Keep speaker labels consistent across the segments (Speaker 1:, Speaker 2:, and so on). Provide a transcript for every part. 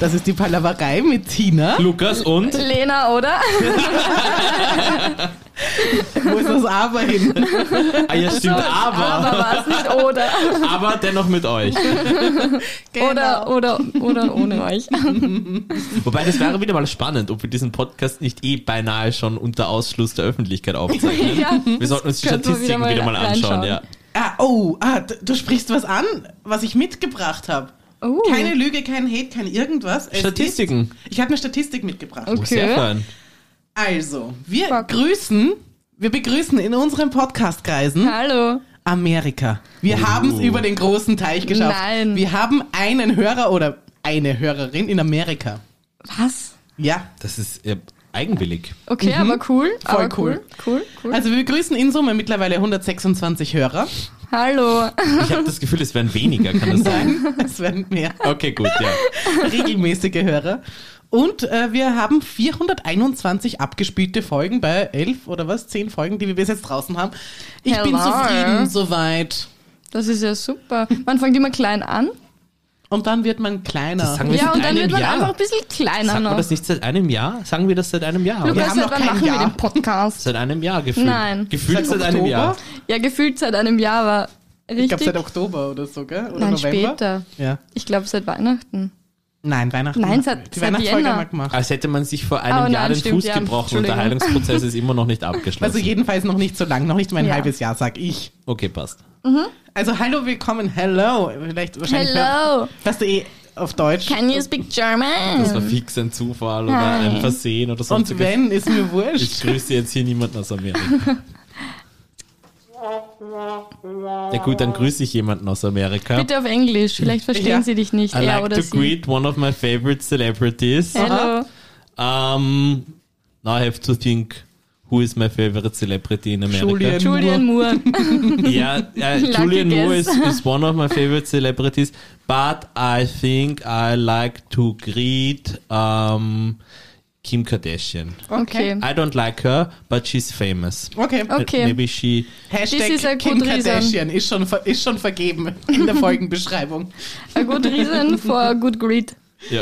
Speaker 1: Das ist die Palaverei mit Tina.
Speaker 2: Lukas und?
Speaker 3: Lena, oder?
Speaker 1: Wo ist das Aber hin?
Speaker 2: Ah ja, stimmt,
Speaker 3: So,
Speaker 2: aber.
Speaker 3: Aber war es nicht oder.
Speaker 2: Aber dennoch mit euch.
Speaker 1: Genau.
Speaker 3: Oder, oder, oder ohne euch.
Speaker 2: Wobei, das wäre wieder mal spannend, ob wir diesen Podcast nicht eh beinahe schon unter Ausschluss der Öffentlichkeit aufzeichnen.
Speaker 3: Ja,
Speaker 2: Wir sollten uns die
Speaker 3: das könnte man
Speaker 2: Statistiken wieder mal, anschauen,
Speaker 3: reinschauen.
Speaker 2: ja.
Speaker 1: Ah, oh, ah, d- du sprichst was an, was ich mitgebracht habe.
Speaker 3: Oh.
Speaker 1: Keine Lüge, kein Hate, kein irgendwas. Es
Speaker 2: Statistiken.
Speaker 1: Ist, ich habe eine Statistik mitgebracht.
Speaker 3: Okay.
Speaker 2: Muss Oh, sehr fein.
Speaker 1: Also, wir
Speaker 3: Fuck.
Speaker 1: grüßen, wir begrüßen in unseren Podcastkreisen
Speaker 3: Hallo.
Speaker 1: Amerika. Wir
Speaker 2: Oh.
Speaker 1: haben es über den großen Teich geschafft.
Speaker 3: Nein.
Speaker 1: Wir haben einen Hörer oder eine Hörerin in Amerika.
Speaker 3: Was?
Speaker 1: Ja.
Speaker 2: Das ist äh, eigenwillig.
Speaker 3: Okay, aber cool.
Speaker 1: Voll
Speaker 3: aber Cool, cool.
Speaker 1: Also wir begrüßen in Summe mittlerweile 126 Hörer.
Speaker 3: Hallo.
Speaker 2: Ich habe das Gefühl, es wären weniger, kann das sein?
Speaker 1: Nein, es werden mehr
Speaker 2: Okay, gut, ja.
Speaker 1: regelmäßige Hörer. Und äh, wir haben 421 abgespielte Folgen bei 11 oder was, 10 Folgen, die wir bis jetzt draußen haben. Ich bin
Speaker 3: Hello.
Speaker 1: zufrieden soweit.
Speaker 3: Das ist ja super. Man fängt immer klein an.
Speaker 1: Und dann wird man kleiner.
Speaker 2: Das sagen wir
Speaker 3: ja,
Speaker 2: seit
Speaker 3: und dann
Speaker 2: einem
Speaker 3: wird man
Speaker 2: Jahr.
Speaker 3: einfach ein bisschen kleiner
Speaker 2: Sagen wir
Speaker 3: noch.
Speaker 2: das nicht seit einem Jahr? Sagen wir das seit einem Jahr?
Speaker 1: Wir
Speaker 3: Lukas,
Speaker 1: haben
Speaker 3: seit
Speaker 1: noch
Speaker 3: wann
Speaker 1: kein
Speaker 3: machen wir
Speaker 1: Jahr.
Speaker 3: den Podcast?
Speaker 2: Seit einem Jahr gefühlt.
Speaker 3: Nein.
Speaker 2: Gefühlt seit,
Speaker 1: Seit
Speaker 2: einem
Speaker 1: Oktober?
Speaker 2: Jahr.
Speaker 3: Ja, gefühlt seit einem Jahr war richtig.
Speaker 1: ich glaube seit Oktober oder so, gell? Oder
Speaker 3: Nein,
Speaker 1: November?
Speaker 3: später.
Speaker 1: Ja.
Speaker 3: Ich glaube seit Weihnachten.
Speaker 1: Nein, Weihnachten.
Speaker 3: Nein, seit-
Speaker 1: die
Speaker 3: seit
Speaker 1: Weihnachtsfolge
Speaker 3: Jänner.
Speaker 1: haben wir gemacht.
Speaker 2: Als hätte man sich vor
Speaker 3: Oh
Speaker 2: einem
Speaker 3: nein,
Speaker 2: Jahr den
Speaker 3: stimmt,
Speaker 2: Fuß
Speaker 3: ja,
Speaker 2: gebrochen und der
Speaker 3: Entschuldigung.
Speaker 2: Heilungsprozess ist immer noch nicht abgeschlossen.
Speaker 1: Also jedenfalls noch nicht so lang, noch nicht mal ein
Speaker 3: Ja.
Speaker 1: halbes Jahr, sag ich.
Speaker 2: okay, passt.
Speaker 1: Also hallo, willkommen, hello. Vielleicht wahrscheinlich
Speaker 3: Hello.
Speaker 1: Weißt du eh auf Deutsch.
Speaker 3: Can you speak
Speaker 2: Das war
Speaker 3: German?
Speaker 2: fix ein Zufall oder
Speaker 3: Ähm. Nein.
Speaker 2: ein Versehen oder sonst
Speaker 1: Und wenn, ist mir
Speaker 2: Ich
Speaker 1: wurscht.
Speaker 2: grüße jetzt hier niemanden aus Amerika. Ja gut, dann grüße ich jemanden aus Amerika.
Speaker 3: Bitte auf Englisch, vielleicht verstehen
Speaker 1: Ja.
Speaker 3: sie dich nicht.
Speaker 2: I
Speaker 3: er
Speaker 2: like
Speaker 3: oder
Speaker 2: to
Speaker 3: sie.
Speaker 2: greet one of my favorite celebrities.
Speaker 3: Hello.
Speaker 2: Um, now I have to think, who is my favorite celebrity in America?
Speaker 1: Julian.
Speaker 3: Julian Moore.
Speaker 2: Yeah, uh, Julian
Speaker 3: guess.
Speaker 2: Moore is, is one of my favorite celebrities, but I think I like to greet um, Kim Kardashian.
Speaker 3: Okay.
Speaker 2: I don't like her, but she's famous.
Speaker 1: Okay.
Speaker 3: Okay.
Speaker 2: Maybe she
Speaker 3: This is a
Speaker 1: Hashtag Kim
Speaker 3: good reason.
Speaker 1: Kardashian ist schon, ver- ist schon vergeben in der Folgenbeschreibung.
Speaker 3: A good reason for a good greet.
Speaker 2: Ja.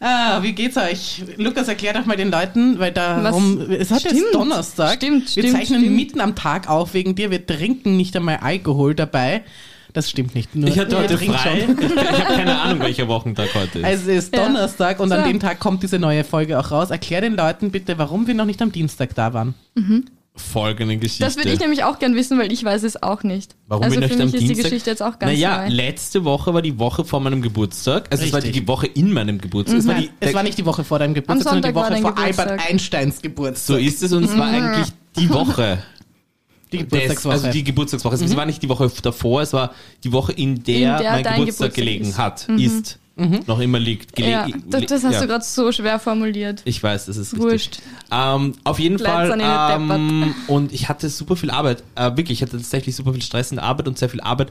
Speaker 1: Ah, wie geht's euch? Lukas, erklär doch mal den Leuten, weil darum,
Speaker 3: Was?
Speaker 1: es hat jetzt
Speaker 3: Stimmt.
Speaker 1: Donnerstag.
Speaker 3: Stimmt,
Speaker 1: wir
Speaker 3: stimmt,
Speaker 1: zeichnen
Speaker 3: stimmt.
Speaker 1: mitten am Tag auf wegen dir. Wir trinken nicht einmal Alkohol dabei. Das stimmt nicht. Nur
Speaker 2: Ich hatte
Speaker 1: wir
Speaker 2: heute
Speaker 1: trinken
Speaker 2: frei.
Speaker 1: schon.
Speaker 2: Ich, ich habe keine Ahnung, welcher Wochentag heute ist.
Speaker 1: Also es ist
Speaker 3: Ja.
Speaker 1: Donnerstag und an
Speaker 3: So.
Speaker 1: dem Tag kommt diese neue Folge auch raus. Erklär den Leuten bitte, warum wir noch nicht am Dienstag da waren.
Speaker 2: Folgende Geschichte.
Speaker 3: Das würde ich nämlich auch gern wissen, weil ich weiß es auch nicht.
Speaker 2: Warum
Speaker 3: also
Speaker 2: bin ich
Speaker 3: für
Speaker 2: am
Speaker 3: mich ist
Speaker 2: Dienstag?
Speaker 3: die Geschichte jetzt auch ganz
Speaker 2: Naja,
Speaker 3: neu.
Speaker 2: letzte Woche war die Woche vor meinem Geburtstag. Also es war
Speaker 1: Richtig.
Speaker 2: die Woche in meinem Geburtstag.
Speaker 3: Mhm.
Speaker 2: Es war
Speaker 1: Nein,
Speaker 2: die,
Speaker 1: es
Speaker 2: der-
Speaker 1: war nicht die Woche vor deinem Geburtstag, sondern die
Speaker 3: Sonntag war
Speaker 1: Woche
Speaker 3: dein
Speaker 1: vor
Speaker 3: Geburtstag.
Speaker 1: Albert Einsteins Geburtstag.
Speaker 2: so ist es und es war
Speaker 3: Mhm.
Speaker 2: eigentlich die Woche.
Speaker 1: die
Speaker 2: Des,
Speaker 1: Geburtstagswoche.
Speaker 2: also die Geburtstagswoche. Es war nicht die Woche davor, es war die Woche, in der,
Speaker 3: Mhm. In der
Speaker 2: mein
Speaker 3: dein
Speaker 2: Geburtstag,
Speaker 3: Geburtstag
Speaker 2: gelegen
Speaker 3: ist. Mhm.
Speaker 2: hat, ist, noch immer liegt. gele-
Speaker 3: ja, das, das hast
Speaker 2: ja.
Speaker 3: du gerade so schwer formuliert.
Speaker 2: Ich weiß, das ist richtig.
Speaker 3: Wurscht.
Speaker 2: Ähm, auf jeden
Speaker 3: Bleib's
Speaker 2: Fall.
Speaker 3: an ihnen
Speaker 2: Ähm, und ich hatte super viel Arbeit. Äh, wirklich, ich hatte tatsächlich super viel Stress in der Arbeit und sehr viel Arbeit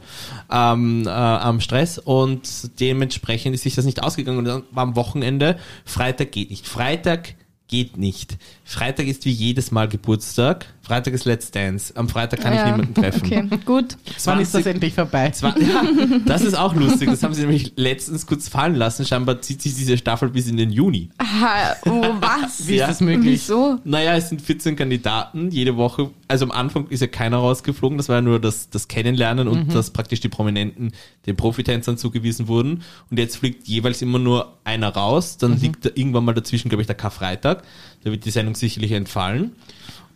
Speaker 2: ähm, äh, am Stress. Und dementsprechend ist sich das nicht ausgegangen. Und dann war am Wochenende, Freitag geht nicht. Freitag geht nicht. Freitag ist wie jedes Mal Geburtstag. Freitag ist Let's Dance. Am Freitag kann
Speaker 3: ja.
Speaker 2: ich niemanden treffen.
Speaker 3: Okay, gut.
Speaker 1: Wann ist das
Speaker 2: 20
Speaker 1: endlich vorbei?
Speaker 2: Zwa- ja, das ist auch lustig. Das haben sie nämlich letztens kurz fallen lassen. Scheinbar zieht sich diese Staffel bis in den Juni.
Speaker 3: Ha, oh, was?
Speaker 1: Wie
Speaker 2: Ja.
Speaker 1: ist das möglich?
Speaker 3: Wieso?
Speaker 2: Naja, es sind 14 Kandidaten, jede Woche. Also am Anfang ist ja keiner rausgeflogen, das war ja nur das, das Kennenlernen und dass praktisch die Prominenten den Profitänzern zugewiesen wurden. Und jetzt fliegt jeweils immer nur einer raus. Dann liegt da irgendwann mal dazwischen, glaube ich, der Karfreitag. Da wird die Sendung sicherlich entfallen.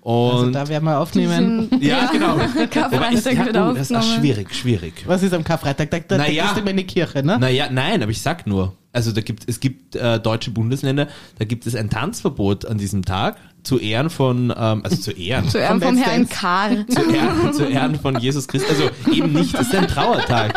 Speaker 2: Und
Speaker 1: Also da werden wir aufnehmen.
Speaker 3: Diesen-
Speaker 2: ja, genau. Wobei, ist,
Speaker 3: Karfreitag
Speaker 2: ja,
Speaker 3: wird
Speaker 2: oh, das ist auch
Speaker 3: aufgenommen.
Speaker 2: schwierig, schwierig.
Speaker 1: Was ist am Karfreitag? Da, da,
Speaker 2: Naja.
Speaker 1: da gehst du immer in die Kirche, ne?
Speaker 2: Naja, nein, aber ich sag nur. Also da gibt es gibt äh, deutsche Bundesländer, da gibt es ein Tanzverbot an diesem Tag zu Ehren von, ähm, also zu Ehren.
Speaker 3: Zu Ehren
Speaker 1: Vom
Speaker 3: vom
Speaker 1: Let's
Speaker 3: Herrn
Speaker 1: Dance.
Speaker 3: Karl.
Speaker 2: zu Ehren, zu Ehren von Jesus Christus. Also eben nicht, es ist ein Trauertag.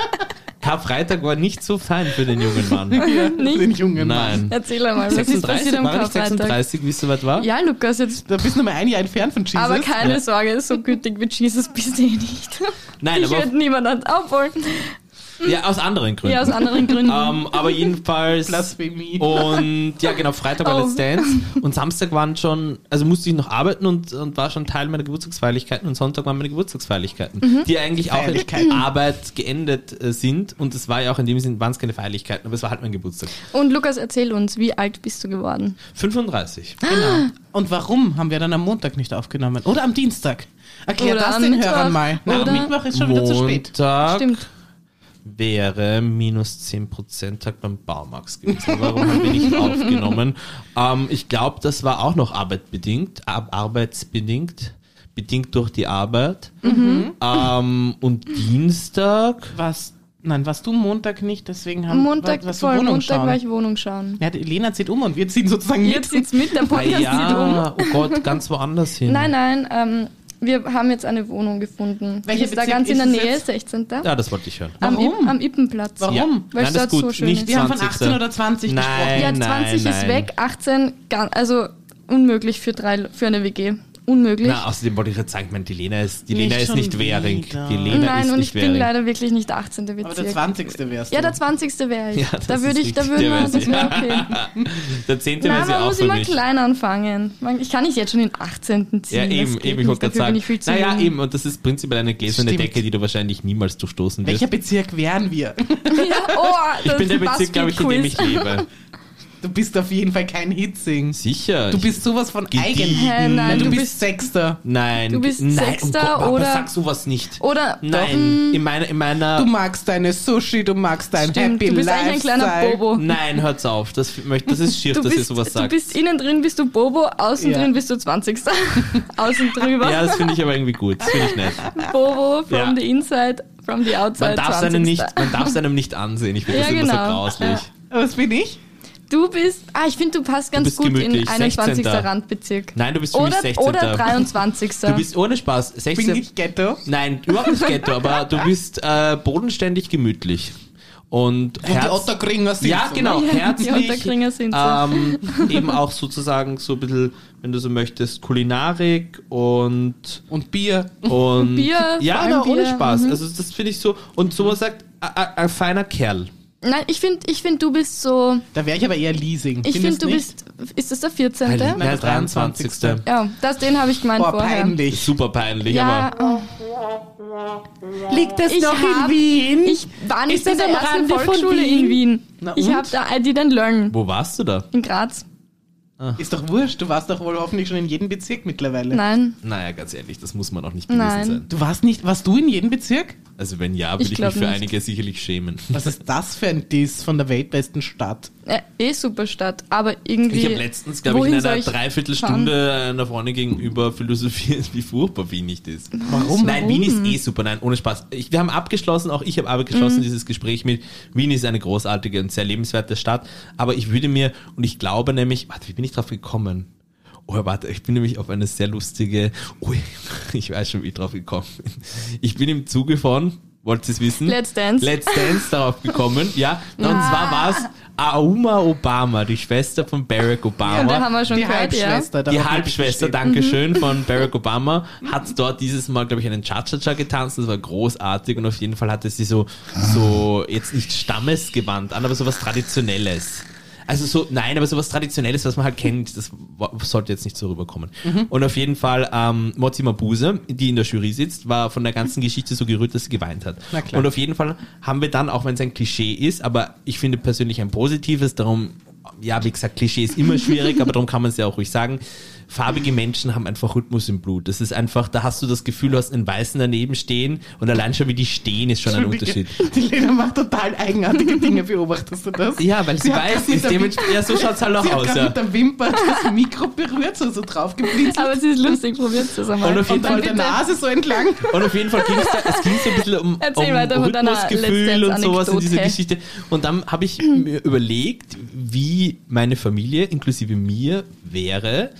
Speaker 2: Karfreitag war nicht so fein für den jungen Mann.
Speaker 1: Ja,
Speaker 3: Nicht?
Speaker 1: Den jungen Mann.
Speaker 2: Nein.
Speaker 3: Erzähl einmal, was ist
Speaker 2: 36,
Speaker 3: passiert am
Speaker 2: war ich
Speaker 3: Karfreitag?
Speaker 2: 36, wie es soweit war?
Speaker 3: Ja, Lukas, jetzt.
Speaker 1: Da bist du nur mal ein Jahr entfernt von Jesus.
Speaker 3: Aber keine
Speaker 2: Ja.
Speaker 3: Sorge, so gütig wie Jesus bist du eh nicht.
Speaker 2: Nein,
Speaker 3: ich
Speaker 2: aber
Speaker 3: werde niemanden aufholen.
Speaker 2: Ja, aus anderen Gründen.
Speaker 3: Ja, aus anderen Gründen.
Speaker 2: Ähm, aber jedenfalls.
Speaker 1: Blasphemie.
Speaker 2: Oh. Und ja, genau, Freitag war
Speaker 3: Oh.
Speaker 2: Let's Dance und Samstag waren schon, also musste ich noch arbeiten und, und war schon Teil meiner Geburtstagsfeierlichkeiten und Sonntag waren meine Geburtstagsfeierlichkeiten,
Speaker 3: Mhm.
Speaker 2: die eigentlich auch in
Speaker 1: Feierlichkeiten.
Speaker 2: Arbeit geendet äh, sind und es war ja auch in dem Sinn, waren es keine Feierlichkeiten, aber es war halt mein Geburtstag.
Speaker 3: Und Lukas, erzähl uns, wie alt bist du geworden?
Speaker 2: 35.
Speaker 1: Und warum haben wir dann am Montag nicht aufgenommen? Oder am Dienstag? Erklär
Speaker 3: Oder
Speaker 1: das
Speaker 3: am
Speaker 1: den
Speaker 3: Mittwoch.
Speaker 1: Hörern mal. Na,
Speaker 3: Oder-
Speaker 1: am Mittwoch ist schon wieder zu spät.
Speaker 2: Montag
Speaker 3: Stimmt.
Speaker 2: wäre minus 10% Tag beim Baumax gewesen. Warum haben wir nicht aufgenommen? Ähm, ich glaube, das war auch noch arbeitbedingt, ar- arbeitsbedingt, bedingt durch die Arbeit.
Speaker 3: Mhm.
Speaker 2: Ähm, und Dienstag,
Speaker 1: Was? Nein, warst du Montag nicht, deswegen haben
Speaker 3: Montag,
Speaker 1: was, was
Speaker 3: voll
Speaker 1: Wohnung
Speaker 3: Montag
Speaker 1: schauen.
Speaker 3: war ich Wohnung schauen.
Speaker 1: ja, die Lena zieht um und wir ziehen sozusagen
Speaker 3: Ihr
Speaker 1: mit.
Speaker 3: zieht's mit, der
Speaker 2: ah,
Speaker 3: Podcast zieht um.
Speaker 2: ja, oh Gott, ganz woanders hin.
Speaker 3: Nein, nein, ähm, wir haben jetzt eine Wohnung gefunden.
Speaker 1: Welcher
Speaker 3: die ist da
Speaker 1: Bezirk
Speaker 3: ganz in
Speaker 1: ist
Speaker 3: der
Speaker 1: es
Speaker 3: Nähe,
Speaker 1: jetzt?
Speaker 3: 16.
Speaker 2: Ja, das wollte ich hören.
Speaker 3: Am,
Speaker 1: Warum?
Speaker 3: Ip- am Ippenplatz.
Speaker 1: Warum?
Speaker 2: Ja.
Speaker 3: Weil
Speaker 2: Nein, das
Speaker 3: es dort
Speaker 2: ist gut.
Speaker 3: so schön
Speaker 2: nicht
Speaker 3: ist.
Speaker 1: Wir haben von
Speaker 2: 20.
Speaker 1: 18 oder 20
Speaker 2: Nein,
Speaker 1: gesprochen.
Speaker 3: Ja,
Speaker 2: nein,
Speaker 3: 20 ist
Speaker 2: nein.
Speaker 3: weg, 18, gar- also unmöglich für, drei, für eine WG. Unmöglich.
Speaker 2: Na, außerdem wollte ich jetzt sagen, ich meine, die Lena ist, die
Speaker 1: Nicht
Speaker 2: Lena ist
Speaker 1: schon
Speaker 2: nicht Währing.
Speaker 1: wieder.
Speaker 2: Die Lena
Speaker 3: Nein,
Speaker 2: ist
Speaker 3: und
Speaker 2: nicht
Speaker 3: ich bin
Speaker 2: Währing.
Speaker 3: leider wirklich nicht der 18. Bezirk.
Speaker 1: Aber der 20. wärst du.
Speaker 3: ja, der 20. wäre ich.
Speaker 2: Ja, das
Speaker 3: da
Speaker 2: ist
Speaker 3: würde ich, da
Speaker 2: richtig,
Speaker 3: würde
Speaker 2: der wär's,
Speaker 3: man, das wäre okay.
Speaker 2: Der zehnte wäre
Speaker 3: Nein,
Speaker 2: sie
Speaker 3: man
Speaker 2: auch
Speaker 3: muss
Speaker 2: für
Speaker 3: immer
Speaker 2: mich.
Speaker 3: klein anfangen. Man, ich kann nicht jetzt schon den 18. ziehen.
Speaker 2: Ja,
Speaker 3: das
Speaker 2: eben,
Speaker 3: geht
Speaker 2: eben, ich
Speaker 3: nicht,
Speaker 2: wollte gerade
Speaker 3: dafür bin
Speaker 2: sagen.
Speaker 3: ich viel zu
Speaker 2: Naja,
Speaker 3: jung.
Speaker 2: eben, und das ist prinzipiell eine gläserne
Speaker 1: Stimmt.
Speaker 2: Decke, die du wahrscheinlich niemals durchstoßen wirst.
Speaker 1: Welcher Bezirk wären wir?
Speaker 3: Ja, oh,
Speaker 2: ich
Speaker 3: das
Speaker 2: bin der
Speaker 3: ist ein
Speaker 2: Bezirk, glaube ich, in dem ich
Speaker 3: BuzzFeed-Quiz.
Speaker 2: lebe.
Speaker 1: Du bist auf jeden Fall kein Hitzing.
Speaker 2: Sicher.
Speaker 1: Du bist sowas von
Speaker 2: Gediegen.
Speaker 1: eigen.
Speaker 3: Hä, nein,
Speaker 1: Du,
Speaker 3: du
Speaker 1: bist Sechster.
Speaker 2: Nein.
Speaker 3: du bist
Speaker 2: nein,
Speaker 3: Sechster
Speaker 2: um Gott,
Speaker 3: oder- Oh, Hm.
Speaker 2: Papa, sag sowas nicht.
Speaker 3: Oder
Speaker 2: Nein, in meiner, in meiner,
Speaker 1: Du magst deine Sushi, du magst dein
Speaker 3: doch, stimmt,
Speaker 1: Happy
Speaker 3: du bist
Speaker 1: Lifestyle.
Speaker 3: eigentlich ein kleiner Bobo.
Speaker 2: nein, hört's auf. Das, möchte- das ist schief,
Speaker 3: Du
Speaker 2: dass ihr
Speaker 3: bist,
Speaker 2: sowas
Speaker 3: du
Speaker 2: sagt.
Speaker 3: bist innen drin bist du Bobo, außen
Speaker 1: Ja.
Speaker 3: drin bist du 20. außen drüber.
Speaker 2: Ja, das finde ich aber irgendwie gut. Das finde ich nett.
Speaker 3: Bobo from
Speaker 2: Ja.
Speaker 3: the inside, from the outside.
Speaker 2: Man darf es
Speaker 3: 20.
Speaker 2: einem nicht, man darf seinem nicht ansehen. Ich finde
Speaker 3: Ja,
Speaker 2: das immer
Speaker 3: genau.
Speaker 2: so grauslich.
Speaker 1: Was bin ich?
Speaker 3: Du bist, ah, ich finde, du passt ganz
Speaker 2: bist
Speaker 3: gut in
Speaker 2: gemütlich,
Speaker 3: 21.
Speaker 2: 16..
Speaker 3: Randbezirk.
Speaker 2: Nein, du bist für mich
Speaker 3: Oder,
Speaker 2: 16.
Speaker 3: oder 23.
Speaker 2: Du bist ohne Spaß. 16.
Speaker 1: Bin ich Ghetto?
Speaker 2: Nein, überhaupt nicht Ghetto, aber du bist äh, bodenständig gemütlich. Und,
Speaker 1: Und die
Speaker 2: Herz,
Speaker 1: Otterkringer sind
Speaker 2: ja,
Speaker 1: so.
Speaker 2: genau,
Speaker 3: Ja, ne? die
Speaker 2: herzlich.
Speaker 3: Otterkringer sind so.
Speaker 2: ähm, eben auch sozusagen so ein bisschen, wenn du so möchtest, Kulinarik und
Speaker 1: Und Bier.
Speaker 2: und
Speaker 3: Bier, vor
Speaker 2: ja,
Speaker 3: allem
Speaker 2: na, ohne
Speaker 3: Bier, mhm.
Speaker 2: Spaß. Also das finde ich so und so was sagt a- a- ein feiner Kerl.
Speaker 3: Nein, ich finde, ich find, du bist so.
Speaker 1: Da wäre ich aber eher Leasing.
Speaker 3: Ich finde,
Speaker 1: Findest
Speaker 3: du
Speaker 1: nicht?
Speaker 3: bist. Ist das der 14.?
Speaker 2: Nein,
Speaker 1: der
Speaker 2: 23.
Speaker 1: 23..
Speaker 3: Ja, das, den habe ich gemeint
Speaker 1: Boah,
Speaker 3: vorher.
Speaker 1: peinlich.
Speaker 2: Super peinlich,
Speaker 3: Ja,
Speaker 2: aber
Speaker 3: oh,
Speaker 1: Liegt das
Speaker 3: ich hab, Ich war nicht
Speaker 1: Ist
Speaker 3: in
Speaker 1: das
Speaker 3: der
Speaker 1: am
Speaker 3: ersten
Speaker 1: Rande von
Speaker 3: Volksschule
Speaker 1: Wien?
Speaker 3: in Wien.
Speaker 1: Na
Speaker 3: ich
Speaker 1: und?
Speaker 3: habe da die dann lernen.
Speaker 2: wo warst du da?
Speaker 3: In Graz.
Speaker 1: Ist doch wurscht, du warst doch wohl hoffentlich schon in jedem Bezirk mittlerweile.
Speaker 3: Nein.
Speaker 2: Naja, ganz ehrlich, das muss man auch nicht gewesen
Speaker 3: Nein.
Speaker 2: sein.
Speaker 1: Du warst nicht, warst du in jedem Bezirk?
Speaker 2: Also wenn ja, würde
Speaker 3: Ich
Speaker 2: ich,
Speaker 3: glaub
Speaker 2: mich für
Speaker 3: nicht.
Speaker 2: einige sicherlich schämen.
Speaker 1: Was ist das für ein Diss von der weltbesten Stadt?
Speaker 3: Ja, eh super Stadt, aber irgendwie.
Speaker 2: Ich habe letztens, glaube ich,
Speaker 3: wohin
Speaker 2: in
Speaker 3: soll
Speaker 2: einer Dreiviertelstunde einer Freundin gegenüber philosophiert, wie furchtbar Wien nicht ist.
Speaker 1: Warum?
Speaker 2: Nein,
Speaker 3: Warum? Mhm.
Speaker 2: Wien ist eh super. Nein, ohne Spaß. Ich, wir haben abgeschlossen, auch ich habe abgeschlossen dieses Gespräch mit Wien ist eine großartige und sehr lebenswerte Stadt. Aber ich würde mir, und ich glaube nämlich, warte, wie bin ich drauf gekommen? Oh, warte, ich bin nämlich auf eine sehr lustige, oh, ich weiß schon, wie ich drauf gekommen bin. Ich bin im Zuge von, wollt ihr es wissen?
Speaker 3: Let's Dance.
Speaker 2: Let's Dance darauf gekommen, ja. Und zwar war es Auma Obama, die Schwester von Barack Obama.
Speaker 3: Ja, da haben wir schon
Speaker 1: die
Speaker 3: gehört, ja.
Speaker 1: Halbschwester.
Speaker 2: Die
Speaker 1: darauf hab ich
Speaker 2: Halbschwester,
Speaker 1: bestehen.
Speaker 2: Dankeschön, von Barack Obama, hat dort dieses Mal, glaube ich, einen Cha-Cha-Cha getanzt. Das war großartig und auf jeden Fall hatte sie so, so jetzt nicht Stammesgewand an, aber sowas Traditionelles. Also so, nein, aber sowas Traditionelles, was man halt kennt, das wa- sollte jetzt nicht so rüberkommen. Und auf jeden Fall, ähm, Mozi Mabuse, die in der Jury sitzt, war von der ganzen Geschichte so gerührt, dass sie geweint hat.
Speaker 1: Na klar.
Speaker 2: Und auf jeden Fall haben wir dann, auch wenn es ein Klischee ist, aber ich finde persönlich ein positives, darum, ja, wie gesagt, Klischee ist immer schwierig, aber darum kann man es ja auch ruhig sagen. Farbige Menschen haben einfach Rhythmus im Blut. Das ist einfach, da hast du das Gefühl, du hast einen Weißen daneben stehen und allein schon wie die stehen, ist schon ein
Speaker 1: Entschuldige,
Speaker 2: Unterschied.
Speaker 1: Die Lena macht total eigenartige Dinge, beobachtest du das?
Speaker 2: Ja, weil sie
Speaker 1: Sie hat grad
Speaker 2: weiß,
Speaker 1: mit
Speaker 2: ist
Speaker 1: der
Speaker 2: dementsprechend, ja, so schaut's halt auch
Speaker 1: Sie hat
Speaker 2: aus,
Speaker 1: gerade
Speaker 2: ja.
Speaker 1: mit der Wimper das Mikro berührt, so, so draufgeblitzelt
Speaker 3: Aber es ist lustig, probiert es einmal.
Speaker 2: Und auf jeden
Speaker 1: und
Speaker 2: Fall
Speaker 1: an der Nase so entlang.
Speaker 2: Und auf jeden Fall ging es da, es ging so ein bisschen um,
Speaker 3: Erzähl
Speaker 2: um
Speaker 3: weiter von deiner Let's
Speaker 2: Rhythmusgefühl
Speaker 3: Dance
Speaker 2: und sowas in dieser
Speaker 3: Anekdote.
Speaker 2: Geschichte. Und dann habe ich mir überlegt, wie meine Familie, inklusive mir, wäre,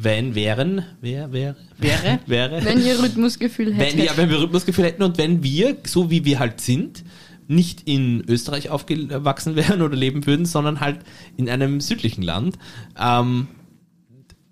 Speaker 2: wenn, wären, wer, wäre,
Speaker 1: Wäre?
Speaker 2: wäre,
Speaker 3: Wenn ihr Rhythmusgefühl hättet.
Speaker 2: wenn, wir, wenn wir Rhythmusgefühl hätten und wenn wir, so wie wir halt sind, nicht in Österreich aufgewachsen wären oder leben würden, sondern halt in einem südlichen Land, ähm,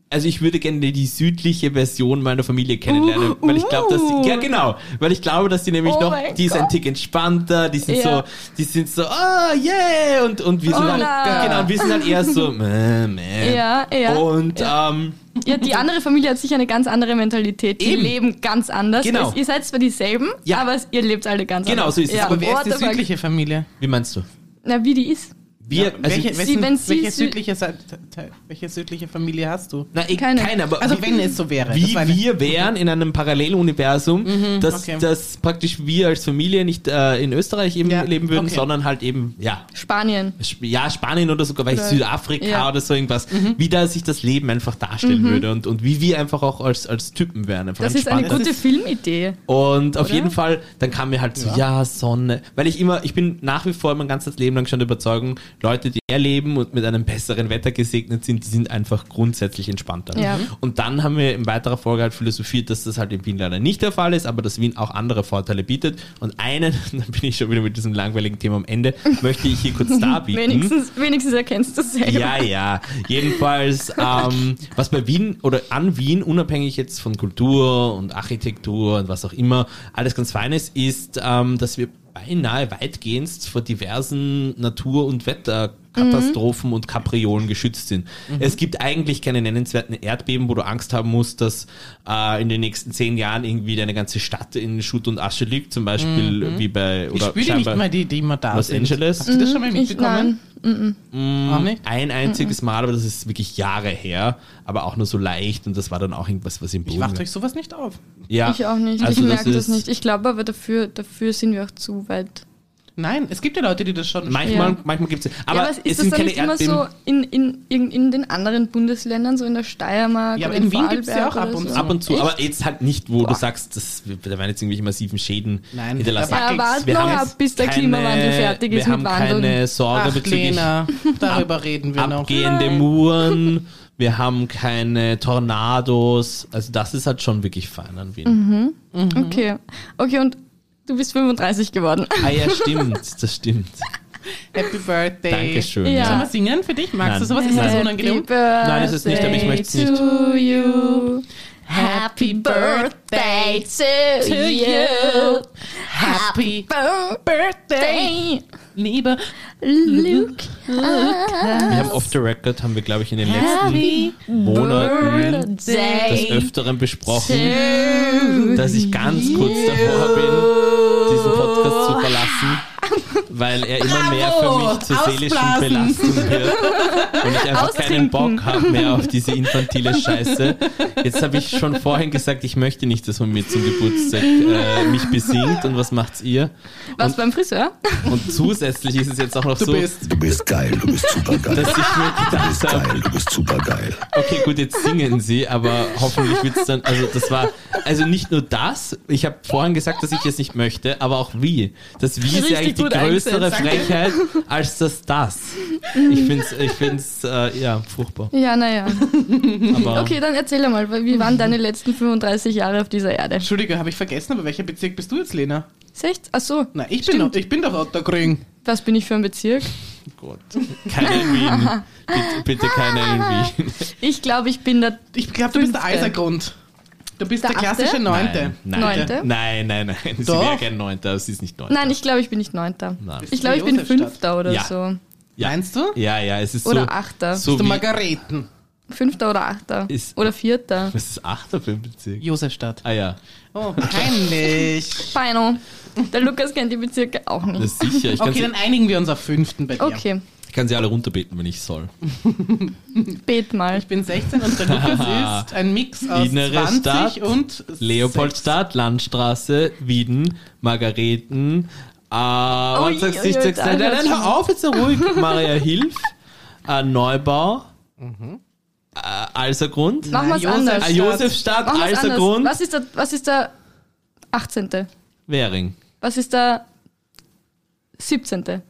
Speaker 2: also ich würde gerne die südliche Version meiner Familie kennenlernen,
Speaker 3: Uh,
Speaker 2: weil ich glaube, dass
Speaker 3: uh.
Speaker 2: die, ja genau, weil ich glaube, dass die nämlich
Speaker 3: Oh
Speaker 2: noch,
Speaker 3: mein
Speaker 2: die ist ein
Speaker 3: Gott.
Speaker 2: Tick entspannter, die sind
Speaker 3: Ja.
Speaker 2: so, die sind so, ah, yeah, und, und wir sind,
Speaker 3: Oh
Speaker 2: halt,
Speaker 3: na.
Speaker 2: genau, wir sind halt eher so, meh, meh.
Speaker 3: Ja, ja.
Speaker 2: Und, ähm,
Speaker 3: Ja, die andere Familie hat sicher eine ganz andere Mentalität. Die
Speaker 2: Eben.
Speaker 3: leben ganz anders.
Speaker 2: Genau.
Speaker 3: Es, ihr seid zwar dieselben,
Speaker 2: Ja.
Speaker 3: aber es, ihr lebt alle ganz
Speaker 2: Genau,
Speaker 3: anders.
Speaker 2: so ist es.
Speaker 3: Ja.
Speaker 1: Aber wer ist die
Speaker 3: What the fuck?
Speaker 1: südliche Familie?
Speaker 2: wie meinst du?
Speaker 3: Na, wie die ist.
Speaker 2: Wir, also,
Speaker 1: welche,
Speaker 2: ich-
Speaker 1: wessen,
Speaker 3: Sie- wenn sie
Speaker 1: welche,
Speaker 3: sü-
Speaker 1: südliche, Seite- Teil- welche südliche Familie hast du?
Speaker 2: na, ich, keine.
Speaker 3: keine.
Speaker 2: aber
Speaker 1: Also
Speaker 2: wie-
Speaker 1: wenn es so wäre. das
Speaker 2: wie
Speaker 1: war eine-
Speaker 2: wir wären in einem Paralleluniversum, dass,
Speaker 1: okay.
Speaker 2: dass praktisch wir als Familie nicht äh, in Österreich eben
Speaker 1: Ja,
Speaker 2: leben würden,
Speaker 1: okay.
Speaker 2: sondern halt eben, ja,
Speaker 3: Spanien.
Speaker 2: Sp- ja, Spanien oder sogar vielleicht
Speaker 3: Oder-
Speaker 2: Südafrika
Speaker 3: ja.
Speaker 2: oder so irgendwas, wie da sich das Leben einfach darstellen würde und, und wie wir einfach auch als, als Typen wären. Einfach
Speaker 3: Das ist eine
Speaker 2: entspannt.
Speaker 1: Das
Speaker 3: gute
Speaker 1: ist-
Speaker 3: Filmidee.
Speaker 2: Und auf
Speaker 3: Oder?
Speaker 2: jeden Fall, dann kam mir halt so, ja. Sonne. Weil ich immer, ich bin nach wie vor mein ganzes Leben lang schon der Überzeugung, Leute, die mehr leben und mit einem besseren Wetter gesegnet sind, die sind einfach grundsätzlich entspannter. Mhm.
Speaker 3: Ja.
Speaker 2: Und dann haben wir in weiterer Folge halt philosophiert, dass das halt in Wien leider nicht der Fall ist, aber dass Wien auch andere Vorteile bietet. Und einen, dann bin ich schon wieder mit diesem langweiligen Thema am Ende, möchte ich hier kurz darbieten.
Speaker 3: Wenigstens, wenigstens erkennst du es selber.
Speaker 2: Ja, ja.
Speaker 1: Oh
Speaker 2: Jedenfalls, ähm, was bei Wien oder an Wien, unabhängig jetzt von Kultur und Architektur und was auch immer, alles ganz fein ist, ist, ähm, dass wir beinahe weitgehend vor diversen Natur- und
Speaker 1: Mhm.
Speaker 2: Wetterkatastrophen und Kapriolen geschützt sind. Es gibt eigentlich keine nennenswerten Erdbeben, wo du Angst haben musst, dass äh, in den nächsten zehn Jahren irgendwie deine ganze Stadt in Schutt und Asche liegt, zum Beispiel wie bei
Speaker 1: Mhm. Ich
Speaker 2: oder
Speaker 1: spüre die nicht
Speaker 2: scheinbar-
Speaker 1: mal, Mhm. die, die immer da
Speaker 2: Los
Speaker 1: sind.
Speaker 2: Angeles? Mm.
Speaker 1: Hast du das schon mal
Speaker 3: Mm, Ich, nein. mm,
Speaker 1: mitbekommen? Auch nicht?
Speaker 2: Ein einziges Mal, aber das ist wirklich Jahre her, aber auch nur so leicht und das war dann auch irgendwas, was im Boden
Speaker 1: Ich wacht euch sowas nicht auf.
Speaker 2: ja.
Speaker 3: Ich auch nicht.
Speaker 2: Also
Speaker 3: ich merke
Speaker 2: ist-
Speaker 3: das nicht. Ich glaube aber, dafür, dafür sind wir auch zu weit.
Speaker 1: Nein, es gibt ja Leute, die das schon.
Speaker 2: Manchmal,
Speaker 3: Ja.
Speaker 2: manchmal gibt es. Aber,
Speaker 3: ja, aber
Speaker 2: es
Speaker 3: ist das
Speaker 2: sind
Speaker 3: dann
Speaker 2: keine
Speaker 3: nicht immer
Speaker 2: Erdbeben.
Speaker 3: so in, in, in, in den anderen Bundesländern, so in der Steiermark?
Speaker 1: Ja, aber
Speaker 3: oder
Speaker 1: in Wien gibt's ja
Speaker 3: Vorarlberg
Speaker 1: auch ab
Speaker 3: oder
Speaker 1: und
Speaker 3: so?
Speaker 1: zu.
Speaker 2: Ab und zu,
Speaker 3: Echt?
Speaker 2: aber jetzt halt nicht, wo du sagst, das, da werden jetzt irgendwelche massiven Schäden
Speaker 1: Nein.
Speaker 2: hinterlassen.
Speaker 1: Ja,
Speaker 3: Ja,
Speaker 1: Buckels.
Speaker 3: wart
Speaker 2: Wir
Speaker 3: noch
Speaker 2: haben
Speaker 3: ab,
Speaker 2: jetzt
Speaker 3: bis der
Speaker 2: keine-
Speaker 3: Klimawandel fertig ist
Speaker 2: wir
Speaker 3: mit
Speaker 2: haben
Speaker 3: Wandeln.
Speaker 2: keine Sorge
Speaker 1: Ach,
Speaker 2: bezüglich
Speaker 1: Lena, darüber reden wir noch.
Speaker 2: abgehende Muren. Wir haben keine Tornados. Also das ist halt schon wirklich fein an Wien.
Speaker 3: Mhm. Okay. Okay, und du bist 35 geworden.
Speaker 2: Ah ja, stimmt, das stimmt.
Speaker 1: Happy Birthday.
Speaker 2: Dankeschön.
Speaker 3: Ja.
Speaker 1: Sollen wir singen für dich? Magst
Speaker 2: Nein.
Speaker 1: du sowas? Ist das
Speaker 3: Happy
Speaker 1: unangenehm?
Speaker 2: Nein, das ist nicht, aber ich
Speaker 3: birthday
Speaker 2: möchte es nicht.
Speaker 3: To you.
Speaker 1: Happy Birthday
Speaker 3: to you.
Speaker 1: Happy Birthday,
Speaker 3: Birthday,
Speaker 1: liebe
Speaker 3: Luke.
Speaker 2: Wir haben off the record, haben wir glaube ich in den letzten
Speaker 1: Äh, Happy
Speaker 2: Monaten des
Speaker 3: Birthday
Speaker 2: Öfteren besprochen,
Speaker 3: to
Speaker 2: dass ich ganz kurz davor bin, diesen Podcast zu verlassen, weil er immer mehr für mich zur seelischen
Speaker 1: Ausblasen.
Speaker 2: Belastung wird und ich einfach keinen
Speaker 3: Austrinken.
Speaker 2: Bock habe mehr auf diese infantile Scheiße. Jetzt habe ich schon vorhin gesagt, ich möchte nicht, dass man mir zum Geburtstag äh, mich besingt und was macht's ihr?
Speaker 3: Was beim Friseur?
Speaker 2: Und zusätzlich ist es jetzt auch noch
Speaker 1: Du
Speaker 2: so,
Speaker 1: bist.
Speaker 4: Du bist geil, du bist super geil.
Speaker 2: dass ich mir gedacht habe,
Speaker 4: geil, du bist super geil.
Speaker 2: Okay, gut, jetzt singen sie, aber hoffentlich wird's dann, also das war, also nicht nur das, ich habe vorhin gesagt, dass ich es nicht möchte, aber auch wie. Das Wie ist
Speaker 3: Richtig
Speaker 2: ja eigentlich die
Speaker 3: gut
Speaker 2: größere
Speaker 3: eingesetzt, danke.
Speaker 2: Frechheit als das Das. Ich find's, ich find's äh, ja, furchtbar.
Speaker 3: Ja, naja.
Speaker 2: Aber
Speaker 3: Okay, dann erzähl mal, weil wie waren deine letzten 35 Jahre auf dieser Erde?
Speaker 1: Entschuldige, habe ich vergessen, aber welcher Bezirk bist du jetzt, Lena?
Speaker 3: 16? Achso,
Speaker 1: Nein, ich bin,
Speaker 3: Stimmt.
Speaker 1: doch- ich bin doch Ottergring.
Speaker 3: was bin ich für ein Bezirk?
Speaker 2: Gott, keine Wien. Bitte, bitte keine Wien.
Speaker 3: Ich glaube, ich bin der
Speaker 1: Ich glaube, du bist der
Speaker 3: Fünfte.
Speaker 1: Eisergrund. Du bist
Speaker 3: Der
Speaker 1: der, klassische
Speaker 3: Achte?
Speaker 1: Neunte.
Speaker 2: Nein,
Speaker 3: Neunte?
Speaker 2: nein, nein, nein, nein. Sie
Speaker 1: Doch.
Speaker 2: wäre gern Neunter, aber sie ist nicht Neunter.
Speaker 3: Nein, ich glaube, ich bin nicht Neunter.
Speaker 2: Nein.
Speaker 3: Ich glaube, ich bin
Speaker 1: Josefstadt.
Speaker 3: Fünfter oder
Speaker 2: Ja.
Speaker 3: so.
Speaker 2: Ja.
Speaker 1: Meinst du?
Speaker 2: Ja, ja, es ist
Speaker 3: Oder
Speaker 2: so.
Speaker 3: Achter.
Speaker 2: So
Speaker 1: Bist du
Speaker 2: wie,
Speaker 1: Margareten?
Speaker 3: Fünfter oder Achter.
Speaker 2: Ist-
Speaker 3: oder Vierter.
Speaker 2: was ist Achter für ein Bezirk?
Speaker 1: Josefstadt.
Speaker 2: Ah ja,
Speaker 1: Oh, peinlich.
Speaker 3: Final. Der Lukas kennt die Bezirke auch
Speaker 2: das
Speaker 3: nicht.
Speaker 2: ist sicher. Ich kann
Speaker 1: Okay,
Speaker 2: sie-
Speaker 1: dann einigen wir uns auf Fünften bei dir.
Speaker 3: Okay,
Speaker 2: ich kann sie alle runterbeten, wenn ich soll.
Speaker 3: bet mal.
Speaker 1: Ich bin 16 und der Lukas ist ein Mix aus
Speaker 2: Innere
Speaker 1: 20
Speaker 2: Stadt,
Speaker 1: und
Speaker 2: Leopoldstadt, Landstraße, Wieden, Margareten. Äh, und sagst
Speaker 3: ui,
Speaker 2: ich,
Speaker 3: ui,
Speaker 2: sagst,
Speaker 3: da
Speaker 2: nein, nein, nein,
Speaker 3: hört's
Speaker 2: hör auf, jetzt sei ruhig. Maria Hilf, äh, Neubau, äh, Alsergrund,
Speaker 3: Machen wir es
Speaker 1: Josef-
Speaker 3: anders.
Speaker 2: äh, Josefstadt,
Speaker 3: Machen wir's anders.
Speaker 2: Alsergrund,
Speaker 3: Was ist, der, was ist der 18.?
Speaker 2: Währing.
Speaker 3: Was ist der 17.?